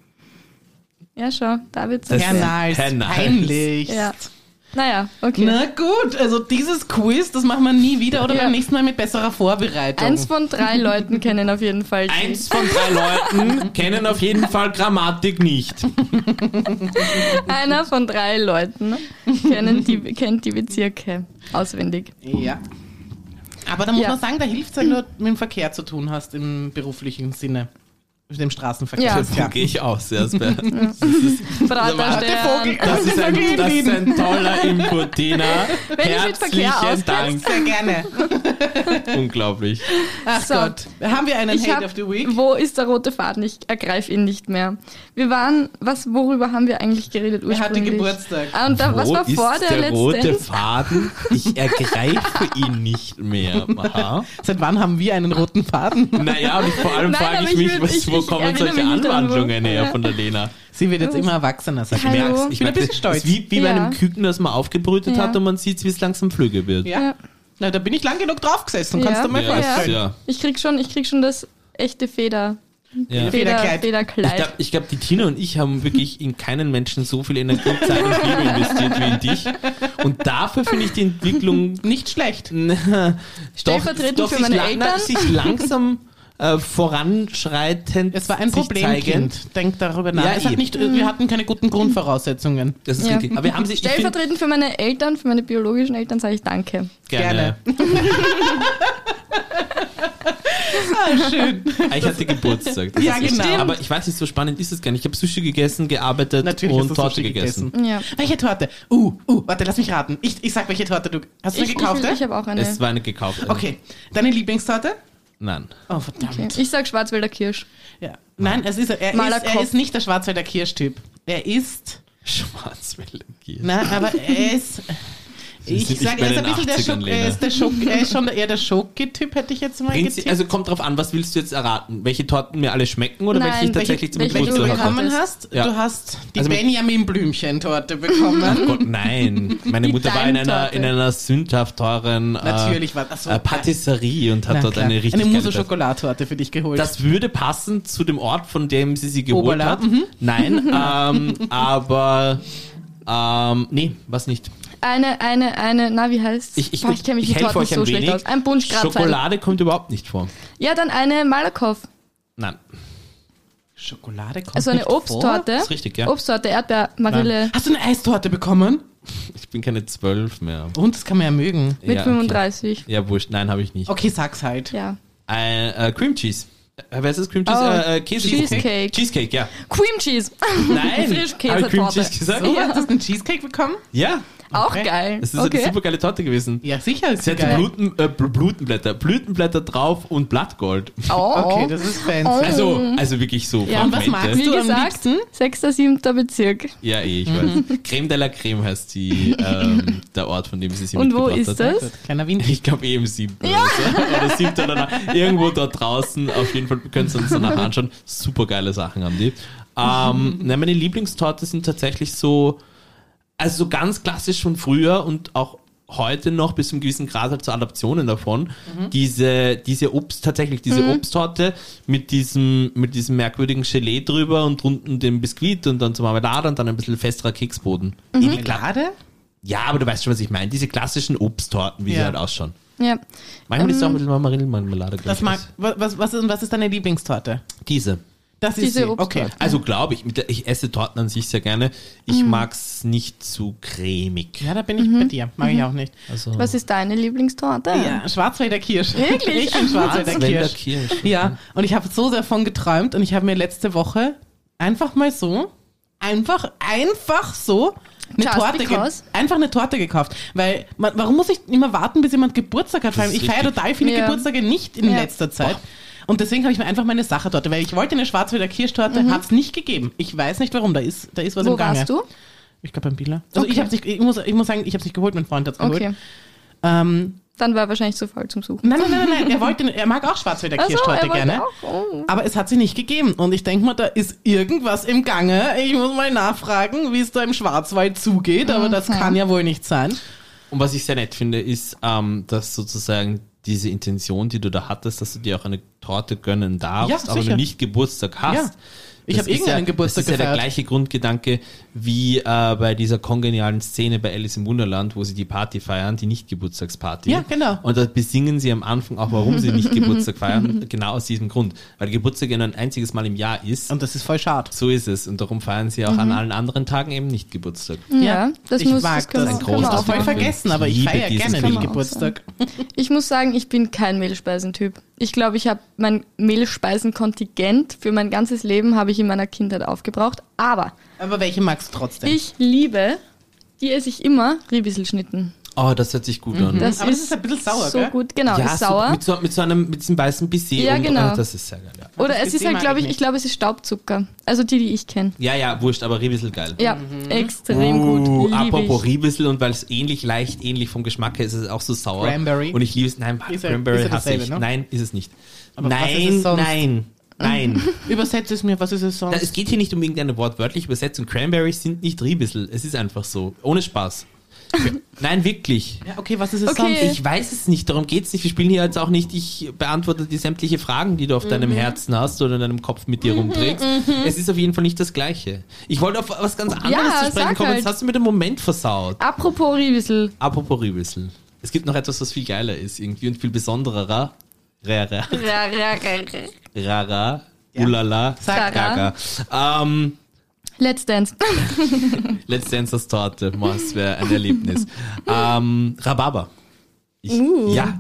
Speaker 3: Ja, schau, da wird's.
Speaker 2: Das-
Speaker 1: Herr Nals,
Speaker 2: Herr Nals.
Speaker 1: peinlich.
Speaker 3: Ja. Naja, okay.
Speaker 1: Na gut, also dieses Quiz, das machen wir nie wieder oder
Speaker 3: Ja.
Speaker 1: beim nächsten Mal mit besserer Vorbereitung.
Speaker 3: Eins von drei Leuten kennen auf jeden Fall. die.
Speaker 2: Eins von drei Leuten kennen auf jeden Fall Grammatik nicht.
Speaker 3: Einer von drei Leuten kennen die, kennt die Bezirke auswendig.
Speaker 1: ja. Aber da muss
Speaker 3: Ja.
Speaker 1: man sagen, da hilft es, wenn du mit dem Verkehr zu tun hast im beruflichen Sinne. Mit dem Straßenverkehr.
Speaker 3: Ja.
Speaker 2: Davon gehe ich aus, Jasper. Das ist,
Speaker 3: Frau der
Speaker 2: Hat
Speaker 1: der Vogel-
Speaker 3: Stern.
Speaker 2: das ist, ein, das ist ein toller Input, Dina.
Speaker 3: Wenn du mit Verkehr
Speaker 2: Herzlichen Dank.
Speaker 1: Sehr gerne.
Speaker 2: Unglaublich.
Speaker 1: Ach
Speaker 3: So.
Speaker 1: Gott. Haben wir einen
Speaker 3: Ich
Speaker 1: Hate
Speaker 3: hab-
Speaker 1: of the Week?
Speaker 3: Wo ist der rote Faden? Ich ergreife ihn nicht mehr. Wir waren, was, worüber haben wir eigentlich geredet
Speaker 1: Wer hatte
Speaker 3: ursprünglich?
Speaker 1: Geburtstag?
Speaker 3: Ah, und da, was
Speaker 2: Wo
Speaker 3: war vor
Speaker 2: ist
Speaker 3: der,
Speaker 2: der rote
Speaker 3: letzten?
Speaker 2: Faden? Ich ergreife ihn nicht mehr. Aha.
Speaker 1: Seit wann haben wir einen roten Faden?
Speaker 2: Naja, und ich, vor allem
Speaker 3: Nein,
Speaker 2: frage
Speaker 3: aber
Speaker 2: ich
Speaker 3: ich
Speaker 2: mich,
Speaker 3: würd-
Speaker 2: was,
Speaker 3: ich-
Speaker 2: wo
Speaker 3: ich
Speaker 2: kommen
Speaker 3: erinnere
Speaker 2: solche
Speaker 3: mich nicht an wo.
Speaker 2: Anwandlungen her
Speaker 3: Ja.
Speaker 2: von der Lena?
Speaker 1: Sie wird jetzt immer erwachsener, sag ich.
Speaker 3: Hallo.
Speaker 2: merk's,
Speaker 1: Ich bin ein
Speaker 2: merk's.
Speaker 1: bisschen stolz.
Speaker 2: Es Ist wie, wie bei
Speaker 3: Ja.
Speaker 2: einem Küken, das man aufgebrütet
Speaker 3: Ja.
Speaker 2: hat und man sieht, wie es langsam flügge wird.
Speaker 1: Ja. Na, da bin ich lang genug drauf gesessen. Kannst
Speaker 3: Ja.
Speaker 1: du mal
Speaker 2: Ja,
Speaker 1: vorstellen.
Speaker 2: ja.
Speaker 3: Ich krieg schon, ich krieg schon das echte Feder.
Speaker 2: Ja.
Speaker 3: Feder
Speaker 1: Federkleid.
Speaker 2: Ich
Speaker 3: Federkleid.
Speaker 2: glaube, ich glaub, die Tina und ich haben wirklich in keinen Menschen so viel Energie, Zeit und Liebe investiert wie in dich. Und dafür finde ich die Entwicklung
Speaker 1: Nicht schlecht.
Speaker 2: Na,
Speaker 3: Stellvertretend für meine
Speaker 2: sich lang-
Speaker 3: Eltern?
Speaker 2: sich langsam äh, voranschreitend
Speaker 1: Es war ein
Speaker 2: sich zeigend.
Speaker 1: Problemkind. Denk darüber nach.
Speaker 2: Ja,
Speaker 1: es hat
Speaker 2: eben.
Speaker 1: nicht, wir hatten keine guten Grundvoraussetzungen.
Speaker 2: Das ist
Speaker 3: Ja.
Speaker 2: richtig. Aber wir haben sie ich find,
Speaker 3: Stellvertretend für meine Eltern, für meine biologischen Eltern sage ich Danke.
Speaker 2: gerne.
Speaker 1: Ah, Schön.
Speaker 2: Ah, Ich hatte Geburtstag. Das
Speaker 1: Ja,
Speaker 2: ist
Speaker 1: genau.
Speaker 2: Echt, aber ich weiß nicht, so spannend ist es gar nicht. Ich habe Sushi gegessen, gearbeitet
Speaker 1: Natürlich hast
Speaker 2: und
Speaker 1: du
Speaker 2: Torte
Speaker 1: Sushi
Speaker 2: gegessen.
Speaker 3: Ja.
Speaker 1: Welche Torte? Uh, uh, warte, lass mich raten. Ich, ich sag, welche Torte du. Hast du
Speaker 3: ich
Speaker 1: eine gekaufte?
Speaker 3: ich, ich habe auch eine.
Speaker 2: Es war eine gekaufte.
Speaker 1: okay. Deine Lieblingstorte?
Speaker 2: Nein.
Speaker 1: Oh, verdammt.
Speaker 3: Okay. Ich sag Schwarzwälder Kirsch.
Speaker 1: Ja. Nein, es ist, er, ist,
Speaker 3: Malerkopf.
Speaker 1: er ist nicht der Schwarzwälder Kirschtyp. Er ist.
Speaker 2: Schwarzwellengier.
Speaker 1: Nein, aber er ist. Ich
Speaker 2: sind
Speaker 1: sage,
Speaker 2: nicht
Speaker 1: er
Speaker 2: bei
Speaker 1: ist ein
Speaker 2: den
Speaker 1: bisschen der Schok,
Speaker 2: 80ern,
Speaker 1: er
Speaker 2: Lena.
Speaker 1: ist der Schok, er ist schon eher der Schoki-Typ, hätte ich jetzt mal
Speaker 2: Prinzip,
Speaker 1: getippt.
Speaker 2: also kommt drauf an, was willst du jetzt erraten? Welche Torten mir alle schmecken oder
Speaker 3: Nein,
Speaker 2: welche ich
Speaker 3: welche-
Speaker 2: tatsächlich zum
Speaker 3: welche
Speaker 1: Wenn du
Speaker 2: Geburtstag hatte?
Speaker 1: bekommen
Speaker 3: Torte.
Speaker 1: hast,
Speaker 2: Ja.
Speaker 1: du hast die
Speaker 2: Also mit-
Speaker 1: Benjamin-Blümchen-Torte bekommen.
Speaker 2: Gott, nein. Meine
Speaker 3: Die
Speaker 2: Mutter war in einer,
Speaker 3: Daimtorte.
Speaker 2: in einer sündhaft teuren äh,
Speaker 1: Natürlich war das so.
Speaker 2: äh, Patisserie und hat
Speaker 1: Na
Speaker 2: dort
Speaker 1: klar.
Speaker 2: eine richtig
Speaker 1: eine
Speaker 2: geile
Speaker 1: Mousse
Speaker 2: Torte.
Speaker 1: Schokolatorte für dich geholt.
Speaker 2: Das würde passen zu dem Ort, von dem sie sie geholt
Speaker 1: Oberla,
Speaker 2: hat. Nein, ähm, aber ähm, nee, was nicht.
Speaker 3: Eine, eine, eine, na, wie heißt
Speaker 2: Ich, ich,
Speaker 3: Boah, ich kenne mich
Speaker 2: ich
Speaker 3: mit
Speaker 2: helfe
Speaker 3: Torten
Speaker 2: euch
Speaker 3: so
Speaker 2: ein
Speaker 3: schlecht
Speaker 2: wenig.
Speaker 3: aus. Ein Bunsch Schokolade.
Speaker 2: Schokolade kommt überhaupt nicht vor.
Speaker 3: Ja, dann eine Malakoff.
Speaker 2: Nein,
Speaker 1: Schokolade kommt
Speaker 3: Also eine
Speaker 1: nicht vor?
Speaker 3: Obsttorte.
Speaker 2: ist richtig, ja.
Speaker 3: Obsttorte, Erdbeer, Marille
Speaker 1: Hast du eine Eistorte bekommen?
Speaker 2: Ich bin keine zwölf mehr.
Speaker 1: Und das kann man ja mögen.
Speaker 3: mit
Speaker 2: Ja, okay.
Speaker 3: 35.
Speaker 2: Ja, wurscht. Nein, habe ich nicht.
Speaker 1: Okay, sag's halt.
Speaker 3: Ja.
Speaker 2: Ein, äh, Cream Cheese. Äh, wer ist das? Cream Cheese?
Speaker 3: Oh,
Speaker 2: Äh, äh, Käse
Speaker 3: Cheesecake.
Speaker 2: Cheesecake, ja.
Speaker 3: Cream Cheese.
Speaker 2: Nein.
Speaker 3: Frischkäse,
Speaker 2: Habe ich Cream
Speaker 3: Torte.
Speaker 2: Cheese gesagt?
Speaker 1: So, hast du einen Cheesecake bekommen?
Speaker 2: Ja.
Speaker 3: Auch
Speaker 1: Okay.
Speaker 3: geil.
Speaker 2: Es ist
Speaker 3: okay.
Speaker 2: eine super geile Torte gewesen.
Speaker 1: Ja, sicher. Ist
Speaker 2: Sie
Speaker 1: ja
Speaker 2: hatte
Speaker 1: geil.
Speaker 2: Blüten, äh, Bl- Blütenblätter, Blütenblätter drauf und Blattgold.
Speaker 3: Oh.
Speaker 1: Okay, das ist fancy.
Speaker 3: Oh.
Speaker 2: Also, also wirklich so.
Speaker 3: Ja. Und
Speaker 1: was
Speaker 2: Fragmente.
Speaker 1: magst
Speaker 3: Wie
Speaker 1: du am
Speaker 3: gesagt,
Speaker 1: liebsten?
Speaker 3: 6. 7. Bezirk.
Speaker 2: Ja, eh, ich
Speaker 3: Mhm.
Speaker 2: weiß. Creme de la Creme heißt die, ähm, der Ort, von dem sie sie
Speaker 3: Und wo
Speaker 2: mitgebracht
Speaker 3: ist
Speaker 2: hat.
Speaker 3: das?
Speaker 1: Kleiner Wien.
Speaker 2: Ich glaube eh im siebten oder, so. oder siebten oder nach, irgendwo dort draußen. Auf jeden Fall könnt ihr uns danach anschauen. Super geile Sachen haben die. Ähm, nein, meine Lieblingstorte sind tatsächlich so, also so ganz klassisch von früher und auch heute noch bis zu einem gewissen Grad halt so Adaptionen davon. Diese, diese Obst, tatsächlich diese Obsttorte mit diesem, mit diesem merkwürdigen Gelee drüber und unten dem Biskuit und dann zur Marmelade und dann ein bisschen festerer Keksboden.
Speaker 1: Mhm.
Speaker 2: Ewig lang.
Speaker 1: Schokolade?
Speaker 2: Ja, aber du weißt schon, was ich meine. Diese klassischen Obsttorten, wie sie
Speaker 1: Ja.
Speaker 2: halt ausschauen.
Speaker 3: Ja.
Speaker 2: Manchmal ist es auch mit Marillenmarmelade glaub
Speaker 1: Das
Speaker 2: ich,
Speaker 1: mag, was, was, was ist deine Lieblingstorte?
Speaker 2: Diese.
Speaker 1: Das ist
Speaker 3: Diese
Speaker 1: sie.
Speaker 3: Obsttorte.
Speaker 1: Okay.
Speaker 2: Also glaube ich, mit der, ich esse Torten an sich sehr gerne. Ich
Speaker 3: Mhm.
Speaker 2: mag's nicht zu cremig.
Speaker 1: Ja, da bin ich bei dir. Mag
Speaker 3: Mhm.
Speaker 1: ich auch nicht.
Speaker 2: Also
Speaker 3: Was ist deine Lieblingstorte?
Speaker 1: Ja, Schwarzwälder Kirsch.
Speaker 3: Wirklich?
Speaker 1: Ich bin Schwarzwälder
Speaker 2: Schwarzwälder
Speaker 1: Kirsch.
Speaker 2: Kirsch.
Speaker 1: Ja, und ich habe so davon geträumt und ich habe mir letzte Woche einfach mal so, einfach, einfach so eine
Speaker 3: Just
Speaker 1: Torte ge-
Speaker 3: because?
Speaker 1: einfach eine Torte gekauft. Weil, man, warum muss ich immer warten, bis jemand Geburtstag hat? Vor
Speaker 2: Das
Speaker 1: allem,
Speaker 2: ist
Speaker 1: ich feiere
Speaker 2: richtig.
Speaker 1: total viele
Speaker 3: Ja.
Speaker 1: Geburtstage nicht in
Speaker 3: Ja.
Speaker 1: letzter Zeit. Und deswegen habe ich mir einfach meine Sache Torte, weil ich wollte eine Schwarzwälder Kirschtorte, hab's nicht gegeben. Ich weiß nicht warum, da ist, da ist was im
Speaker 3: Mhm. Wo
Speaker 1: Gange.
Speaker 3: warst du?
Speaker 1: Ich glaube beim Bieler. Also ich
Speaker 3: Okay.
Speaker 1: hab's nicht, ich muss, ich muss sagen, ich habe es nicht geholt, mein Freund hat's geholt.
Speaker 3: Okay.
Speaker 1: Ähm,
Speaker 3: Dann war er wahrscheinlich zu faul zum Suchen.
Speaker 1: Nein, nein, nein, nein, nein. Er, wollte, er mag auch Schwarzwälder
Speaker 3: Ach so,
Speaker 1: Kirschtorte
Speaker 3: er wollte
Speaker 1: gerne.
Speaker 3: auch. Oh.
Speaker 1: Aber es hat sich nicht gegeben. Und ich denke mal, da ist irgendwas im Gange. Ich muss mal nachfragen, wie es da im Schwarzwald zugeht. Aber
Speaker 3: Mhm.
Speaker 1: das kann ja wohl nicht sein.
Speaker 2: Und was ich sehr nett finde, ist, ähm, dass sozusagen diese Intention, die du da hattest, dass du dir auch eine Torte gönnen darfst,
Speaker 1: Ja,
Speaker 2: aber
Speaker 1: sicher.
Speaker 2: du nicht Geburtstag hast,
Speaker 1: Ja. Ich
Speaker 2: Das
Speaker 1: habe
Speaker 2: ist
Speaker 1: irgendeinen
Speaker 2: ja,
Speaker 1: Geburtstag
Speaker 2: Das ist ja der
Speaker 1: gefeiert.
Speaker 2: gleiche Grundgedanke wie äh, bei dieser kongenialen Szene bei Alice im Wunderland, wo sie die Party feiern, die Nicht-Geburtstagsparty.
Speaker 1: Ja, genau.
Speaker 2: Und da besingen sie am Anfang auch, warum sie nicht Geburtstag feiern, genau aus diesem Grund. Weil Geburtstag ja nur ein einziges Mal im Jahr ist.
Speaker 1: Und das ist voll schade.
Speaker 2: so ist es. Und darum feiern sie auch an allen anderen Tagen eben nicht Geburtstag.
Speaker 3: Ja, das
Speaker 1: ich
Speaker 3: muss
Speaker 1: mag
Speaker 3: das können,
Speaker 1: das.
Speaker 3: das
Speaker 2: ein
Speaker 3: können wir
Speaker 1: Das
Speaker 2: großes
Speaker 3: auch
Speaker 1: voll
Speaker 2: Problem.
Speaker 3: machen.
Speaker 1: vergessen, aber ich
Speaker 2: Liebe
Speaker 1: feiere
Speaker 2: dieses
Speaker 1: gerne
Speaker 3: Kann
Speaker 1: den
Speaker 3: man auch
Speaker 1: Geburtstag.
Speaker 3: Ich muss sagen, ich bin kein Mehlspeisentyp. Ich glaube, ich habe mein Mehlspeisenkontingent für mein ganzes Leben habe ich in meiner Kindheit aufgebraucht. Aber
Speaker 1: Aber welche magst du trotzdem?
Speaker 3: ich liebe, die esse ich immer, Ribisselschnitten.
Speaker 2: Oh, das hört sich gut an.
Speaker 3: Das
Speaker 1: Aber
Speaker 3: ist
Speaker 1: das ist ein bisschen sauer,
Speaker 3: so
Speaker 1: gell?
Speaker 3: gut, genau,
Speaker 2: ja,
Speaker 3: ist
Speaker 2: so-
Speaker 3: sauer.
Speaker 2: Mit, so, mit so einem mit diesem weißen Baiser.
Speaker 3: Ja,
Speaker 2: und,
Speaker 3: genau.
Speaker 2: Oh, das ist sehr geil, ja.
Speaker 3: Oder
Speaker 1: das
Speaker 3: es ist
Speaker 1: Gesehen
Speaker 3: halt,
Speaker 1: mag
Speaker 3: glaube
Speaker 1: ich
Speaker 3: ich, ich
Speaker 1: nicht.
Speaker 3: glaube, es ist Staubzucker. Also die, die ich kenne.
Speaker 2: Ja, ja, wurscht, aber Riebissel geil.
Speaker 3: Ja, extrem
Speaker 2: Uh,
Speaker 3: gut. Liebe
Speaker 2: apropos
Speaker 3: ich.
Speaker 2: Riebissel und weil es ähnlich leicht, ähnlich vom Geschmack her ist, ist es auch so sauer.
Speaker 1: Cranberry.
Speaker 2: Und ich liebe es. Nein,
Speaker 1: Ist er-
Speaker 2: Cranberry
Speaker 1: ist er
Speaker 2: hasse
Speaker 1: dasselbe,
Speaker 2: ich.
Speaker 1: ne?
Speaker 2: Nein, ist es nicht.
Speaker 1: Aber was
Speaker 2: nein,
Speaker 1: ist es sonst? Ah.
Speaker 2: nein, nein.
Speaker 1: Übersetze es mir, was ist es
Speaker 2: Na,
Speaker 1: sonst?
Speaker 2: es geht hier nicht um irgendeine wortwörtliche Übersetzung. Cranberries sind nicht Riebissel. Es ist einfach so. Ohne Spaß. nein, wirklich.
Speaker 1: ja, okay, was ist es
Speaker 3: Okay.
Speaker 1: sonst?
Speaker 2: Ich weiß es nicht, darum geht's nicht. Wir spielen hier jetzt auch nicht, ich beantworte die sämtliche Fragen, die du auf deinem
Speaker 1: Mhm.
Speaker 2: Herzen hast oder in deinem Kopf mit dir rumträgst. Es ist auf jeden Fall nicht das Gleiche. Ich wollte auf was ganz anderes
Speaker 3: Ja,
Speaker 2: zu sprechen
Speaker 3: sag
Speaker 2: kommen,
Speaker 3: halt.
Speaker 2: jetzt hast du mir den Moment versaut.
Speaker 3: Apropos Ribissel.
Speaker 2: Apropos Rübissel. Es gibt noch etwas, was viel geiler ist irgendwie und viel besonderer. Rarer.
Speaker 3: Ra, ra, ra, ra.
Speaker 2: Rara.
Speaker 1: Ja.
Speaker 2: Ulala.
Speaker 1: Sag.
Speaker 2: Gaga. Ähm,
Speaker 3: Let's Dance.
Speaker 2: Let's Dance als Torte. Boah, Das wäre ein Erlebnis. ähm, Rhabarber. Ich, Ja.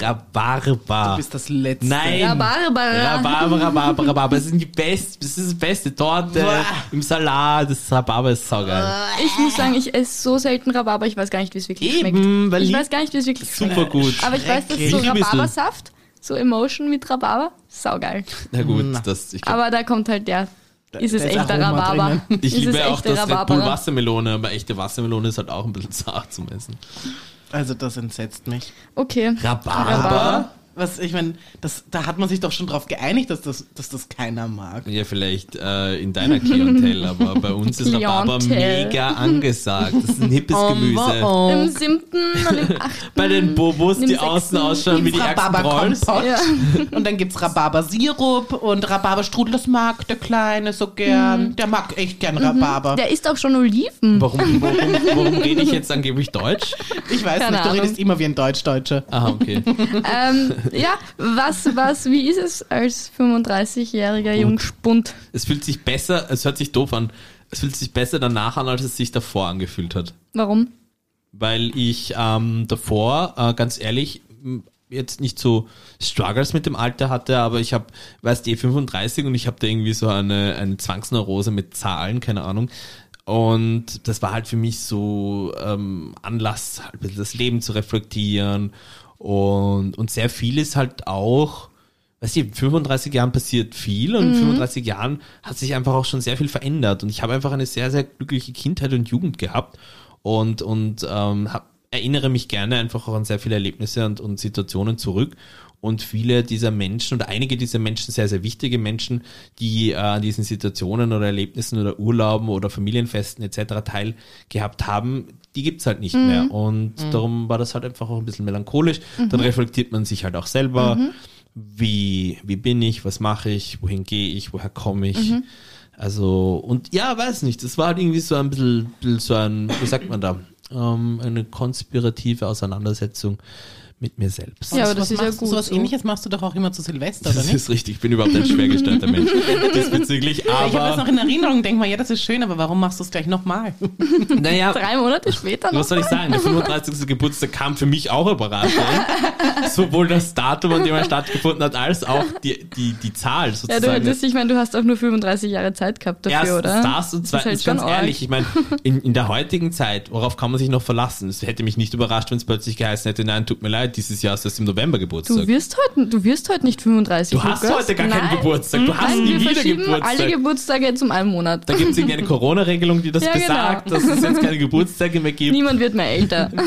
Speaker 2: Rhabarber.
Speaker 1: Du bist das Letzte.
Speaker 2: Nein.
Speaker 3: Rhabarber.
Speaker 2: Rhabarber, Rhabarber, Rhabarber. Das, sind die best, das ist die beste Torte
Speaker 1: Uah.
Speaker 2: im Salat. Das Rhabarber ist saugeil.
Speaker 3: Ich muss sagen, ich esse so selten Rhabarber, ich weiß gar nicht, wie es wirklich
Speaker 2: Eben,
Speaker 3: schmeckt.
Speaker 2: weil
Speaker 3: Ich
Speaker 2: ich-
Speaker 3: weiß gar nicht, wie es wirklich
Speaker 2: Super gut.
Speaker 3: schmeckt. Aber ich weiß, dass so
Speaker 2: Schrecklich. Ribissel.
Speaker 3: Rhabarbersaft, so Emotion mit Rhabarber, saugeil.
Speaker 2: Na gut, das, ich, glaub,
Speaker 3: Aber da kommt halt der, ist es
Speaker 1: da ist
Speaker 3: echter
Speaker 1: Aroma
Speaker 3: Rhabarber.
Speaker 2: ich
Speaker 3: ist es
Speaker 2: liebe auch
Speaker 3: echte
Speaker 2: das Red Bull
Speaker 3: Rhabarber.
Speaker 2: Wassermelone, aber echte Wassermelone ist halt auch ein bisschen zart zum Essen.
Speaker 1: Also das entsetzt mich.
Speaker 3: Okay.
Speaker 2: Rhabarber?
Speaker 1: Was, ich meine, das, da hat man sich doch schon drauf geeinigt, dass das, dass das keiner mag.
Speaker 2: Ja, vielleicht äh, in deiner Klientel, aber bei uns ist Rhabarber
Speaker 3: Klientel. Oh,
Speaker 2: mega angesagt. Das ist ein hippes Gemüse.
Speaker 3: Im siebten und im achten.
Speaker 2: Bei den Bobos,
Speaker 3: Nimm
Speaker 2: die
Speaker 3: sechsten,
Speaker 2: außen ausschauen wie die Axenbrollen.
Speaker 1: Rhabarber-Kompott
Speaker 3: Ja.
Speaker 1: und dann gibt's Rhabarbersirup und Rhabarberstrudel, das mag der Kleine so gern. Der mag echt gern Rhabarber.
Speaker 3: Mhm. Der isst auch schon Oliven.
Speaker 2: Warum, warum, warum rede ich jetzt angeblich Deutsch?
Speaker 1: Ich weiß
Speaker 3: Keine
Speaker 1: nicht, du
Speaker 3: Ahnung.
Speaker 1: redest immer wie ein Deutsch-Deutscher.
Speaker 2: Aha, okay.
Speaker 3: ähm, ja, was, was, wie ist es als 35-jähriger Jungspund?
Speaker 2: Es fühlt sich besser, es hört sich doof an, es fühlt sich besser danach an, als es sich davor angefühlt hat.
Speaker 3: Warum?
Speaker 2: Weil ich ähm, davor, äh, ganz ehrlich, m- jetzt nicht so Struggles mit dem Alter hatte, aber ich habe, weißt du, 35 und ich habe da irgendwie so eine, eine Zwangsneurose mit Zahlen, keine Ahnung. Und das war halt für mich so ähm, Anlass, halt ein bisschen das Leben zu reflektieren. Und, und sehr viel ist halt auch, weißt du, in 35 Jahren passiert viel und in 35 Jahren hat sich einfach auch schon sehr viel verändert. Und ich habe einfach eine sehr, sehr glückliche Kindheit und Jugend gehabt und, und ähm, hab, erinnere mich gerne einfach auch an sehr viele Erlebnisse und, und Situationen zurück. Und viele dieser Menschen oder einige dieser Menschen, sehr, sehr wichtige Menschen, die äh, an diesen Situationen oder Erlebnissen oder Urlauben oder Familienfesten etc. teil gehabt haben, die gibt's halt nicht mehr. Und darum war das halt einfach auch ein bisschen melancholisch. Dann reflektiert man sich halt auch selber wie, wie bin ich, was mache ich, wohin gehe ich, woher komme ich.
Speaker 1: Mhm.
Speaker 2: Also, und ja, weiß nicht, das war halt irgendwie so ein bisschen, bisschen so ein, wie sagt man da, ähm, eine konspirative Auseinandersetzung mit mir selbst.
Speaker 3: Ja, aber
Speaker 1: Was
Speaker 3: das ist ja
Speaker 1: machst du-
Speaker 3: gut
Speaker 1: Sowas
Speaker 3: so.
Speaker 1: ähnliches machst du doch auch immer zu Silvester, oder
Speaker 2: Das
Speaker 1: nicht?
Speaker 2: ist richtig, ich bin überhaupt ein schwergestellter Mensch diesbezüglich,
Speaker 1: ich habe das noch
Speaker 2: aber
Speaker 1: in Erinnerung, denk mal, ja, das ist schön, aber warum machst du es gleich nochmal?
Speaker 2: naja,
Speaker 3: Drei Monate später noch?
Speaker 2: Was soll ich halt sagen? Der 35. Geburtstag kam für mich auch überraschend. Sowohl das Datum, an dem er stattgefunden hat, als auch die, die, die Zahl
Speaker 3: Ja,
Speaker 2: sozusagen.
Speaker 3: du hättest, ich meine, du hast auch nur 35 Jahre Zeit gehabt dafür,
Speaker 2: Erstens
Speaker 3: oder?
Speaker 2: das und
Speaker 3: Das ist halt
Speaker 2: zweitens,
Speaker 3: schon
Speaker 2: ganz
Speaker 3: arg.
Speaker 2: ehrlich, ich meine, in, in der heutigen Zeit, worauf kann man sich noch verlassen? Es hätte mich nicht überrascht, wenn es plötzlich geheißen hätte, nein, tut mir leid, dieses Jahr ist erst im November
Speaker 3: Du
Speaker 2: Geburtstag. Du,
Speaker 3: wirst, heute, du wirst heute nicht 35.
Speaker 2: hast
Speaker 3: Lukas.
Speaker 2: heute gar
Speaker 3: Nein. Hm?
Speaker 2: keinen Geburtstag, du hast
Speaker 3: Nein,
Speaker 2: nie
Speaker 3: wir
Speaker 2: wieder
Speaker 3: verschieben alle
Speaker 2: Geburtstag.
Speaker 3: Geburtstage zum einen Monat.
Speaker 2: Da gibt es irgendeine Corona-Regelung, die das
Speaker 3: Ja, genau.
Speaker 2: besagt, dass es jetzt keine Geburtstage mehr gibt.
Speaker 3: Niemand wird mehr älter.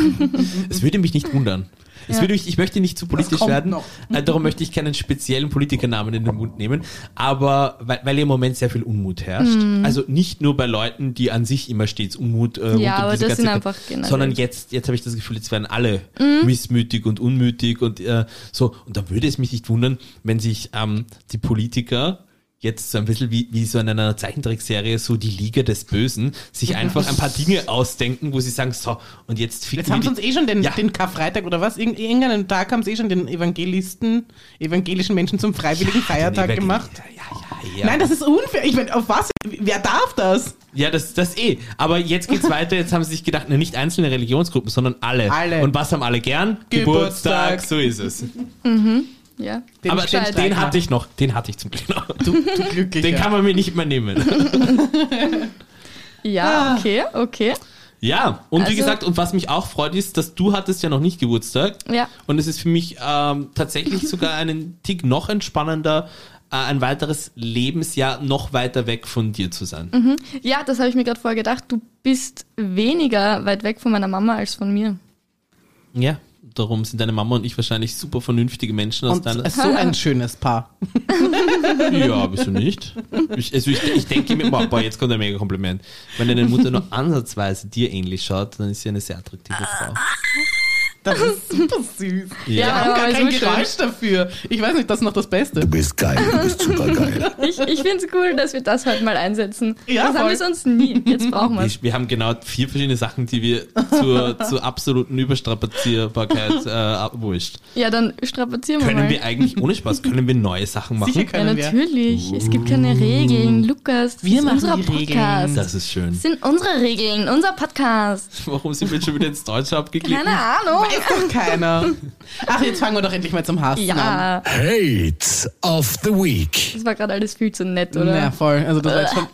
Speaker 2: Es würde mich nicht wundern. Es
Speaker 3: Ja.
Speaker 2: würde mich, ich möchte nicht zu politisch
Speaker 1: kommt
Speaker 2: werden,
Speaker 1: noch.
Speaker 2: äh, darum möchte ich keinen speziellen Politikernamen in den Mund nehmen, aber weil, weil im Moment sehr viel Unmut herrscht.
Speaker 3: Mhm.
Speaker 2: Also nicht nur bei Leuten, die an sich immer stets Unmut äh, rund
Speaker 3: Ja,
Speaker 2: um
Speaker 3: aber
Speaker 2: diese
Speaker 3: das
Speaker 2: ganze
Speaker 3: sind
Speaker 2: Kacke-
Speaker 3: einfach generell. Mhm.
Speaker 2: sondern jetzt, jetzt habe ich das Gefühl, jetzt werden alle missmütig und unmütig und äh, so. Und da würde es mich nicht wundern, wenn sich ähm, die Politiker jetzt so ein bisschen wie, wie so in einer Zeichentrickserie, so die Liga des Bösen, sich einfach ein paar Dinge ausdenken, wo sie sagen, so, und jetzt ficken
Speaker 1: Jetzt
Speaker 2: wir
Speaker 1: haben sie
Speaker 2: die-
Speaker 1: uns eh schon den,
Speaker 2: Ja.
Speaker 1: den Karfreitag oder was? Irg- Irgendeinen Tag haben sie eh schon den Evangelisten, evangelischen Menschen zum freiwilligen Feiertag
Speaker 2: Evangel-
Speaker 1: gemacht.
Speaker 2: Ja, ja, ja.
Speaker 1: Nein, das ist unfair. Ich meine, auf was? Wer darf das?
Speaker 2: Ja, das, das eh. Aber jetzt geht's weiter. Jetzt haben sie sich gedacht, ne, nicht einzelne Religionsgruppen, sondern alle.
Speaker 1: Alle.
Speaker 2: Und was haben alle gern?
Speaker 1: Geburtstag.
Speaker 2: So ist es.
Speaker 3: Ja.
Speaker 2: Aber
Speaker 1: den
Speaker 2: den, den
Speaker 1: Steiner.
Speaker 2: hatte ich noch. Den hatte ich zum Glück noch.
Speaker 1: Du Glücklicher.
Speaker 2: Den kann man mir nicht mehr nehmen.
Speaker 3: Ja, okay, okay.
Speaker 2: Ja, und wie
Speaker 3: Also-
Speaker 2: gesagt, und was mich auch freut, ist, dass du hattest ja noch nicht Geburtstag.
Speaker 3: Ja.
Speaker 2: Und es ist für mich ähm, tatsächlich sogar einen Tick noch entspannender, äh, ein weiteres Lebensjahr noch weiter weg von dir zu sein.
Speaker 3: Ja, das habe ich mir gerade vorher gedacht. Du bist weniger weit weg von meiner Mama als von mir. Mhm.
Speaker 2: Ja, darum sind deine Mama und ich wahrscheinlich super vernünftige Menschen aus
Speaker 1: Und
Speaker 2: deiner
Speaker 1: es ist so ein schönes Paar.
Speaker 2: Ja, wieso nicht? Ich, also ich, ich denke mir, boah, boah, jetzt kommt ein mega Kompliment. Wenn deine Mutter nur ansatzweise dir ähnlich schaut, dann ist sie eine sehr attraktive Frau.
Speaker 1: Das ist super süß.
Speaker 2: Ja,
Speaker 1: Wir haben
Speaker 3: aber
Speaker 1: gar
Speaker 3: so
Speaker 1: kein
Speaker 3: schön.
Speaker 1: Geräusch dafür. Ich weiß nicht, das ist noch das Beste.
Speaker 4: Du bist geil, du bist super geil.
Speaker 3: Ich, ich finde es cool, dass wir das heute mal einsetzen.
Speaker 1: Ja,
Speaker 3: das haben
Speaker 1: voll.
Speaker 3: wir sonst nie. Jetzt brauchen wir es.
Speaker 2: Wir, wir haben genau vier verschiedene Sachen, die wir zur, zur absoluten Überstrapazierbarkeit äh, abwurscht.
Speaker 3: Ja, dann strapazieren wir
Speaker 2: Können
Speaker 3: mal.
Speaker 2: wir eigentlich, ohne Spaß, können wir neue Sachen machen?
Speaker 1: Sicher
Speaker 3: ja,
Speaker 1: können wir.
Speaker 3: natürlich. Es gibt
Speaker 2: Uh.
Speaker 3: keine Regeln. Lukas, das
Speaker 1: Wir
Speaker 3: ist
Speaker 1: machen
Speaker 3: unser
Speaker 1: die Regeln.
Speaker 3: Podcast.
Speaker 2: Das ist schön.
Speaker 3: Das sind unsere Regeln, unser Podcast.
Speaker 2: Warum sind wir jetzt schon wieder ins Deutsche abgeglichen?
Speaker 3: Keine Ahnung.
Speaker 1: Weiß doch keiner. Ach, jetzt fangen wir doch endlich mal zum Hassen an.
Speaker 3: Ja,
Speaker 4: Hate of the Week.
Speaker 3: das war gerade alles viel zu nett, oder?
Speaker 1: Ja, voll. Also das war jetzt schon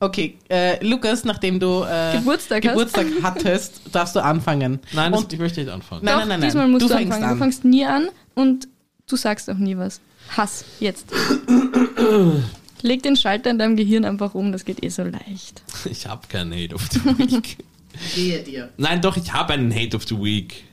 Speaker 1: okay, äh, Lukas, nachdem du äh,
Speaker 3: Geburtstag hast.
Speaker 1: Geburtstag hattest, darfst du anfangen.
Speaker 2: Nein, das,
Speaker 1: Und-
Speaker 2: ich möchte nicht anfangen.
Speaker 1: Nein,
Speaker 3: Doch,
Speaker 1: nein, nein, nein.
Speaker 3: diesmal musst
Speaker 1: Du
Speaker 3: du,
Speaker 1: fängst
Speaker 3: anfangen.
Speaker 1: an.
Speaker 3: Du fängst nie an und du sagst auch nie was. Hass, jetzt. Leg den Schalter in deinem Gehirn einfach um, das geht eh so leicht.
Speaker 2: Ich habe keinen Hate of the Week.
Speaker 1: Gehe dir.
Speaker 2: Nein, doch, ich habe einen Hate of the Week.